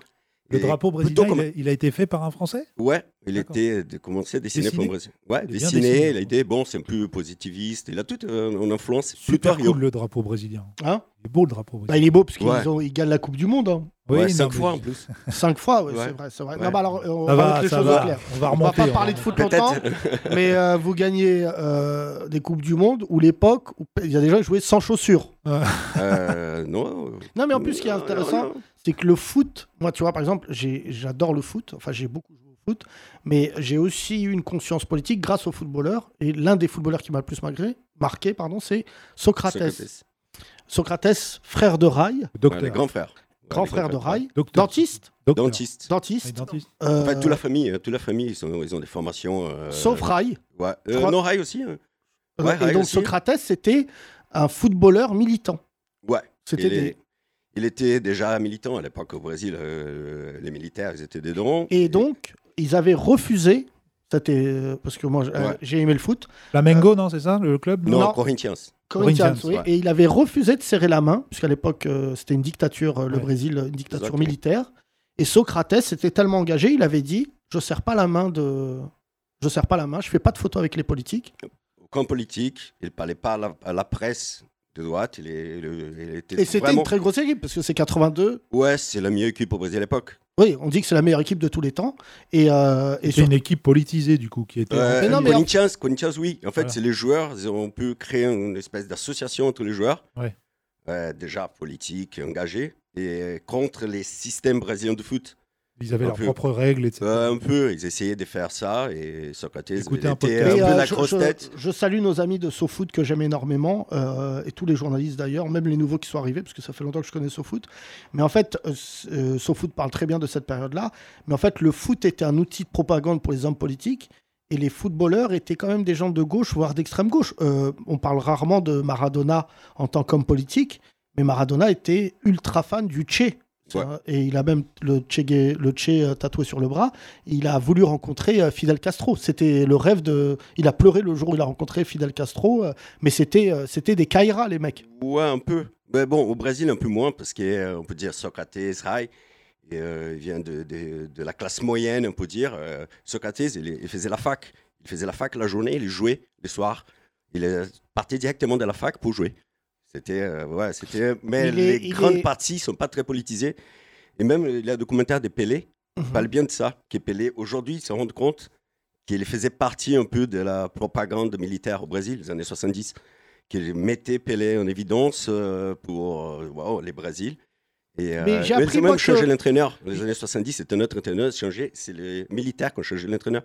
Speaker 4: Le
Speaker 12: Et
Speaker 4: drapeau
Speaker 12: plutôt
Speaker 4: brésilien,
Speaker 12: comme-
Speaker 4: il, a, il a été fait par un Français
Speaker 12: Ouais, il
Speaker 4: D'accord.
Speaker 12: était euh, de commencer à dessiner pour
Speaker 4: Dessiné
Speaker 12: le Brésil. Ouais,
Speaker 4: Il est bien
Speaker 12: dessiné,
Speaker 4: dessiné.
Speaker 12: il a été bon, c'est un peu positiviste, il a toute euh, une influence.
Speaker 4: Super
Speaker 12: plutôt
Speaker 4: cool le drapeau brésilien.
Speaker 3: Hein
Speaker 4: Il est beau le drapeau brésilien.
Speaker 3: Bah, il est beau parce qu'ils
Speaker 12: Ouais.
Speaker 3: ont- ils gagnent la Coupe du Monde. hein.
Speaker 12: Ouais,
Speaker 4: non,
Speaker 12: cinq
Speaker 4: mais-
Speaker 12: fois en plus.
Speaker 3: Cinq fois, ouais,
Speaker 12: Ouais.
Speaker 3: c'est vrai. c'est vrai.
Speaker 12: Ouais.
Speaker 3: Non, bah, alors, euh, on
Speaker 4: Ça
Speaker 3: va
Speaker 4: va,
Speaker 3: mettre les
Speaker 4: ça
Speaker 3: choses au
Speaker 4: va.
Speaker 3: clair.
Speaker 4: On va
Speaker 3: On va
Speaker 4: remonter.
Speaker 3: pas
Speaker 4: on-
Speaker 3: parler de foot longtemps,
Speaker 12: Peut-être.
Speaker 3: mais euh, vous gagnez euh, des Coupes du Monde ou l'époque où il y a des gens qui jouaient sans chaussures.
Speaker 12: Euh, non.
Speaker 3: Non, mais en plus, ce qui est
Speaker 12: Non, non,
Speaker 3: intéressant,
Speaker 12: non.
Speaker 3: c'est que le foot, moi, tu vois, par exemple, j'ai- j'adore le foot, enfin, j'ai beaucoup joué au foot, mais j'ai aussi eu une conscience politique grâce aux footballeurs. Et l'un des footballeurs qui m'a le plus marqué, marqué pardon, c'est Socrates.
Speaker 12: Socrates.
Speaker 3: Socrates, frère de Rail,
Speaker 12: Ouais, les
Speaker 4: Docteur.
Speaker 12: grands frères.
Speaker 3: Grand
Speaker 12: les
Speaker 3: frère de
Speaker 12: grands-pères,
Speaker 3: Rai.
Speaker 12: ouais.
Speaker 3: Dentiste.
Speaker 12: Dentiste.
Speaker 3: Dentiste.
Speaker 12: En fait,
Speaker 3: Euh,
Speaker 12: toute la famille, euh, toute la famille, ils, sont- ils ont des formations. euh,
Speaker 3: Sauf Rai.
Speaker 12: Ouais. Euh,
Speaker 3: Trois- Euh,
Speaker 12: Non, Rai aussi. hein. Ouais,
Speaker 3: et
Speaker 12: Rai
Speaker 3: donc
Speaker 12: aussi.
Speaker 3: Socrates, c'était un footballeur militant.
Speaker 12: Ouais.
Speaker 3: C'était
Speaker 12: il,
Speaker 3: des-
Speaker 12: est- il était déjà militant à l'époque au Brésil. euh, les militaires, ils étaient dedans.
Speaker 3: Et donc, ils avaient refusé. C'était euh, parce que moi, j'- euh, j'ai aimé le foot.
Speaker 4: Flamengo, non, c'est ça, le club
Speaker 12: Non, Corinthians.
Speaker 3: Corinthians,
Speaker 12: Corinthians,
Speaker 3: oui.
Speaker 12: ouais.
Speaker 3: Et il avait refusé de serrer la main, puisqu'à l'époque, euh, c'était une dictature, euh, le
Speaker 12: Ouais.
Speaker 3: Brésil, une dictature
Speaker 12: Exactement.
Speaker 3: militaire. Et Socrates s'était tellement engagé, il avait dit Je serre pas la main de. Je serre pas la main, je fais pas de photo avec les politiques.
Speaker 12: Comme politique, il ne parlait pas à la, à la presse de droite. Il, est- il- il était
Speaker 3: Et c'était
Speaker 12: vraiment-
Speaker 3: une très grosse équipe, parce que c'est 82.
Speaker 12: Ouais, c'est la meilleure équipe au Brésil à l'époque.
Speaker 3: Oui, on dit que c'est la meilleure équipe de tous les temps. Et, euh, et
Speaker 4: C'est une équipe politisée, du coup, qui était.
Speaker 12: Euh,
Speaker 3: Mais non, mais en-
Speaker 12: Corinthians, Corinthians, oui. En fait,
Speaker 4: Voilà.
Speaker 12: c'est les joueurs. Ils ont pu créer une espèce d'association entre les joueurs.
Speaker 4: Ouais.
Speaker 12: euh, déjà politique, engagé, et euh, contre les systèmes brésiliens de foot.
Speaker 4: Ils avaient
Speaker 12: Un
Speaker 4: leurs
Speaker 12: peu.
Speaker 4: propres règles, etc.
Speaker 12: Euh, un peu, ils essayaient de faire ça, et Socrates il
Speaker 4: Écoutez
Speaker 12: était
Speaker 4: un
Speaker 12: un peu,
Speaker 4: podcast.
Speaker 3: Et, euh,
Speaker 12: la
Speaker 3: je,
Speaker 12: grosse
Speaker 3: je-
Speaker 12: tête.
Speaker 3: je salue nos amis de SoFoot que j'aime énormément, euh, et tous les journalistes d'ailleurs, même les nouveaux qui sont arrivés, parce que ça fait longtemps que je connais SoFoot. Mais en fait, euh, s- euh, SoFoot parle très bien de cette période-là. Mais en fait, le foot était un outil de propagande pour les hommes politiques, et les footballeurs étaient quand même des gens de gauche, voire d'extrême gauche. Euh, on parle rarement de Maradona en tant qu'homme politique, mais Maradona était ultra fan du Che.
Speaker 12: Ouais.
Speaker 3: Et il a même le Che, Gue- le Che euh, tatoué sur le bras. Il a voulu rencontrer euh, Fidel Castro. C'était le rêve de. Il a pleuré le jour où il a rencontré Fidel Castro, euh, mais c'était euh, c'était des Kaira, les mecs.
Speaker 12: Ouais, un peu. Mais bon, au Brésil, un peu moins, parce qu'on peut dire Socrates, Rai, et, euh, il vient de, de- de la classe moyenne, on peut dire. Euh, Socrates, il, il faisait la fac. Il faisait la fac la journée, il jouait le soir. Il euh, partait directement de la fac pour jouer. C'était, euh, ouais, c'était. Mais
Speaker 3: Il est-
Speaker 12: les
Speaker 3: il
Speaker 12: grandes
Speaker 3: est-
Speaker 12: parties sont pas très politisées. Et même euh, le documentaire de Pelé parle bien de ça, que Pelé, aujourd'hui, ils se rendent compte qu'il faisait partie un peu de la propagande militaire au Brésil, les années 70, qu'il mettait Pelé en évidence euh, pour euh, wow, les Brésil. Et, euh,
Speaker 3: Mais j'ai
Speaker 12: mais
Speaker 3: appris,
Speaker 12: ils ont
Speaker 3: moi,
Speaker 12: même changé
Speaker 3: que-
Speaker 12: l'entraîneur. Les années 70, c'était notre entraîneur changé. C'est les militaires qui ont changé l'entraîneur.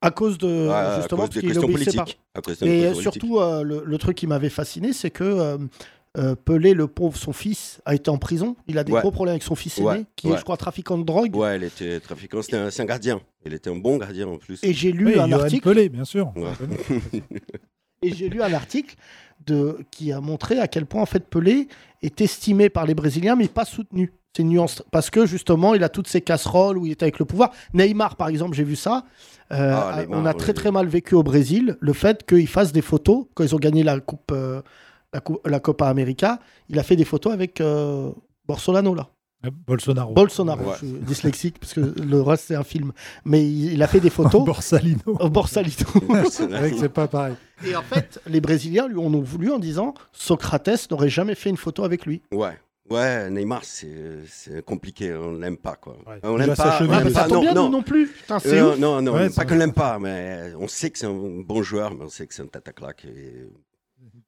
Speaker 3: À cause de
Speaker 12: Ouais, à
Speaker 3: justement
Speaker 12: cause
Speaker 3: parce
Speaker 12: des
Speaker 3: qu'il
Speaker 12: questions
Speaker 3: obéissait
Speaker 12: politiques. À cause des
Speaker 3: Et
Speaker 12: questions
Speaker 3: surtout euh, le, le truc qui m'avait fasciné, c'est que euh, euh, Pelé, le pauvre, son fils a été en prison. Il a des
Speaker 12: Ouais.
Speaker 3: gros problèmes avec son fils aîné,
Speaker 12: Ouais,
Speaker 3: qui est
Speaker 12: ouais.
Speaker 3: je crois trafiquant de drogue.
Speaker 12: Ouais, il était trafiquant. C'était un, c'est un gardien. Il était un bon gardien en plus.
Speaker 3: Et j'ai lu
Speaker 12: Oui,
Speaker 3: un
Speaker 12: Johan
Speaker 3: article.
Speaker 4: Pelé, bien sûr.
Speaker 12: Ouais.
Speaker 3: Et j'ai lu un article de, qui a montré à quel point en fait Pelé est estimé par les Brésiliens, mais pas soutenu. C'est une nuance. Parce que justement, il a toutes ces casseroles où il était avec le pouvoir. Neymar, par exemple, j'ai vu ça. Euh,
Speaker 12: Ah, Neymar,
Speaker 3: on a
Speaker 12: oui.
Speaker 3: très très mal vécu au Brésil le fait qu'ils fassent des photos quand ils ont gagné la coupe, euh, la, Cou- la Copa América. Il a fait des photos avec euh, Borsolano là.
Speaker 4: Euh, Bolsonaro.
Speaker 3: Bolsonaro,
Speaker 4: Ouais.
Speaker 3: je suis dyslexique parce que le reste c'est un film. Mais il, il a fait des photos.
Speaker 4: Borsalino.
Speaker 3: Borsalino.
Speaker 4: C'est vrai que c'est pas pareil.
Speaker 3: Et en fait, les Brésiliens lui en ont voulu en disant Socrates n'aurait jamais fait une photo avec lui.
Speaker 12: Ouais. Ouais, Neymar, c'est c'est compliqué. On l'aime pas, quoi. On
Speaker 3: Déjà,
Speaker 12: l'aime
Speaker 3: sa
Speaker 12: pas. on
Speaker 3: cheville,
Speaker 12: l'aime
Speaker 3: mais Ah, bah, ça
Speaker 12: pas.
Speaker 3: tombe bien, nous non plus. Putain, c'est
Speaker 12: Euh,
Speaker 3: ouf.
Speaker 12: non, non,
Speaker 3: Ouais,
Speaker 12: pas
Speaker 3: ça-
Speaker 12: qu'on l'aime pas, mais on sait que c'est un bon joueur, mais on sait que c'est un tête à claque. et-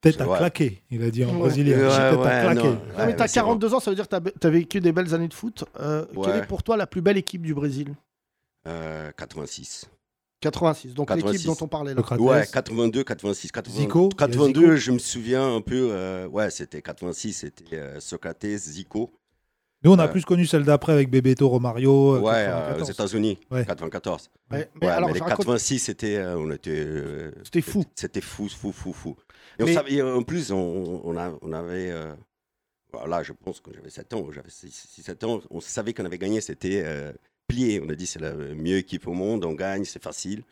Speaker 4: Tête à
Speaker 12: Ouais.
Speaker 4: claquer, il a dit en
Speaker 12: Ouais.
Speaker 4: brésilien.
Speaker 12: Ouais,
Speaker 4: Tête à
Speaker 12: ouais,
Speaker 4: claquer.
Speaker 12: non.
Speaker 3: Ah, mais
Speaker 12: Ouais,
Speaker 3: t'as
Speaker 12: mais c'est
Speaker 3: 42 ans, ça veut dire que t'as- t'as vécu des belles années de foot. Euh,
Speaker 12: Ouais.
Speaker 3: Quelle est pour toi la plus belle équipe du Brésil
Speaker 12: Euh, 86.
Speaker 3: 86, donc l'équipe
Speaker 12: 86.
Speaker 3: dont on parlait là.
Speaker 12: Ouais, 82, 86. 80
Speaker 3: Ah, Zico, il y a
Speaker 12: 82,
Speaker 3: Zico.
Speaker 12: je me souviens un peu. euh, ouais, c'était 86, c'était euh, Socrates, Zico.
Speaker 4: Nous, on a
Speaker 12: Euh,
Speaker 4: plus connu celle d'après avec Bebeto Romario. euh,
Speaker 12: Ouais, euh,
Speaker 4: 94.
Speaker 12: aux États-Unis,
Speaker 4: Ouais.
Speaker 12: 94.
Speaker 3: Ouais,
Speaker 12: Ouais,
Speaker 3: mais
Speaker 12: mais,
Speaker 3: alors,
Speaker 12: les
Speaker 3: je raconte-
Speaker 12: 86, c'était, euh, on était, euh,
Speaker 3: C'était fou.
Speaker 12: C'était fou, fou, fou, fou. Et on
Speaker 3: Mais-
Speaker 12: savait- euh, en plus, on, on a- on avait, euh, voilà, je pense que j'avais 7 ans, j'avais 6-7 ans, on savait qu'on avait gagné, c'était euh, plié. On a dit c'est la meilleure équipe au monde, on gagne, c'est facile.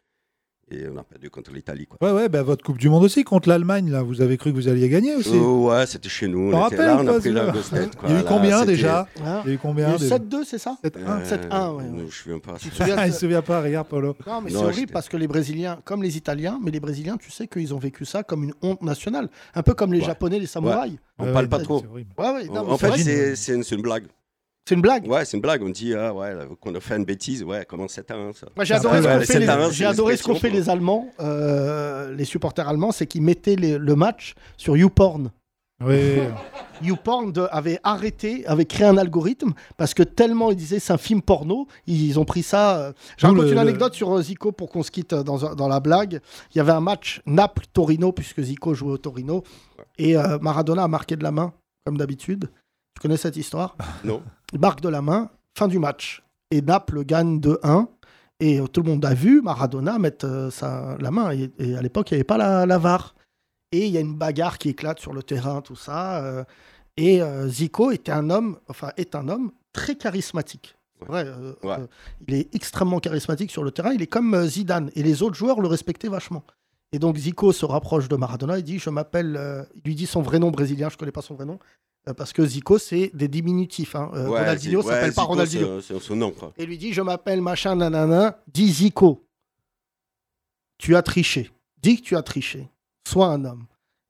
Speaker 12: Et on a perdu contre l'Italie, quoi.
Speaker 4: Ouais, ouais, bah, votre Coupe du Monde aussi contre l'Allemagne, là, vous avez cru que vous alliez gagner aussi.
Speaker 12: Oh, ouais, c'était chez nous.
Speaker 4: T'en
Speaker 12: On était
Speaker 4: rappelles
Speaker 12: là,
Speaker 4: ou
Speaker 12: on
Speaker 4: pas,
Speaker 12: a pris la
Speaker 4: celui-là
Speaker 12: grosse tête. quoi.
Speaker 4: Il y a eu
Speaker 12: Là,
Speaker 4: combien
Speaker 12: c'était-
Speaker 4: déjà
Speaker 3: Hein
Speaker 4: Il y a eu
Speaker 3: Il y a
Speaker 4: combien
Speaker 3: eu 7-2, c'est ça
Speaker 4: 7-1.
Speaker 3: 7-1, ouais.
Speaker 12: Euh, Je me souviens pas.
Speaker 3: Tu te souviens de
Speaker 4: il
Speaker 3: ce-
Speaker 4: se souvient pas, regarde, Polo.
Speaker 3: Non, mais c'est
Speaker 12: Non,
Speaker 3: horrible
Speaker 12: j'étais-
Speaker 3: parce que les Brésiliens, comme les Italiens, mais les Brésiliens, tu sais qu'ils ont vécu ça comme une honte nationale. Un peu comme les
Speaker 12: Ouais.
Speaker 3: Japonais, les samouraïs.
Speaker 12: Ouais. On
Speaker 4: Euh,
Speaker 12: parle pas trop.
Speaker 3: Ouais, ouais, non,
Speaker 12: En-
Speaker 3: mais
Speaker 12: en
Speaker 3: c'est
Speaker 12: fait,
Speaker 3: vrai.
Speaker 12: c'est c'est une, c'est une blague.
Speaker 3: C'est une blague
Speaker 12: Ouais, c'est une blague. On dit, ah ouais, là, qu'on a fait une bêtise, ouais, comment 7 à 1 ça
Speaker 3: Moi, j'ai adoré,
Speaker 12: Ouais,
Speaker 3: ce qu'ont fait
Speaker 12: 7 à 1,
Speaker 3: les,
Speaker 12: c'est
Speaker 3: j'ai adoré ce qu'ont
Speaker 12: l'expression,
Speaker 3: fait les Allemands, euh, les supporters allemands, c'est qu'ils mettaient les- le match sur YouPorn.
Speaker 4: Oui.
Speaker 3: YouPorn de- avait arrêté, avait créé un algorithme parce que tellement ils disaient c'est un film porno, ils ont pris ça. euh, Je
Speaker 4: D'où
Speaker 3: raconte
Speaker 4: le-
Speaker 3: une
Speaker 4: le-
Speaker 3: anecdote sur euh, Zico pour qu'on se quitte euh, dans, un- dans la blague. Il y avait un match Naples-Torino puisque Zico jouait au Torino et euh, Maradona a marqué de la main comme d'habitude. Tu connais cette histoire
Speaker 12: Non.
Speaker 3: Il marque de la main, fin du match. Et Naples gagne 2-1. Et euh, tout le monde a vu Maradona mettre euh, sa, la main. Et, et à l'époque, il n'y avait pas la, la VAR. Et il y a une bagarre qui éclate sur le terrain, tout ça. euh, et euh, Zico était un homme, enfin, est un homme très charismatique. C'est vrai, euh, euh, il est extrêmement charismatique sur le terrain. Il est comme euh, Zidane. Et les autres joueurs le respectaient vachement. Et donc Zico se rapproche de Maradona. Il dit Je m'appelle. euh, il lui dit son vrai nom brésilien. Je ne connais pas son vrai nom. euh, parce que Zico, c'est des diminutifs. hein. Euh,
Speaker 12: Ouais,
Speaker 3: Ronaldinho
Speaker 12: Zi- ouais,
Speaker 3: s'appelle pas
Speaker 12: Zico,
Speaker 3: Ronaldinho
Speaker 12: c'est- C'est son nom, quoi.
Speaker 3: et lui dit Je m'appelle machin nanana, dis Zico. Tu as triché. Dis que tu as triché. Sois un homme.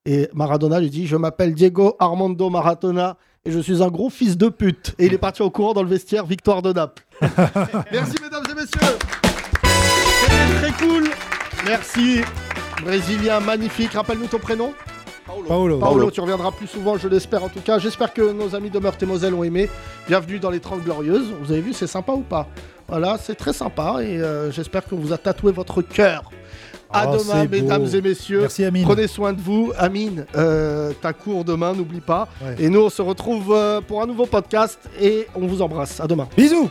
Speaker 3: Et Maradona lui dit Je m'appelle Diego Armando Maradona et je suis un gros fils de pute. Et il est parti au courant dans le vestiaire, victoire de Naples. Merci, mesdames et messieurs. C'était très cool. Merci. Brésilien magnifique. Rappelle-nous ton prénom
Speaker 4: Paolo.
Speaker 3: Paolo, tu reviendras plus souvent, je l'espère en tout cas. J'espère que nos amis de Meurthe et Moselle ont aimé. Bienvenue dans les 30 Glorieuses. Vous avez vu, c'est sympa ou pas Voilà, c'est très sympa et euh, j'espère qu'on vous a tatoué votre cœur. À
Speaker 4: Oh,
Speaker 3: demain,
Speaker 4: c'est beau.
Speaker 3: mesdames et messieurs.
Speaker 4: Merci, Amine.
Speaker 3: Prenez soin de vous. Amine, euh, t'as cours demain, n'oublie pas.
Speaker 4: Ouais.
Speaker 3: Et nous, on se retrouve euh, pour un nouveau podcast et on vous embrasse. À demain. Bisous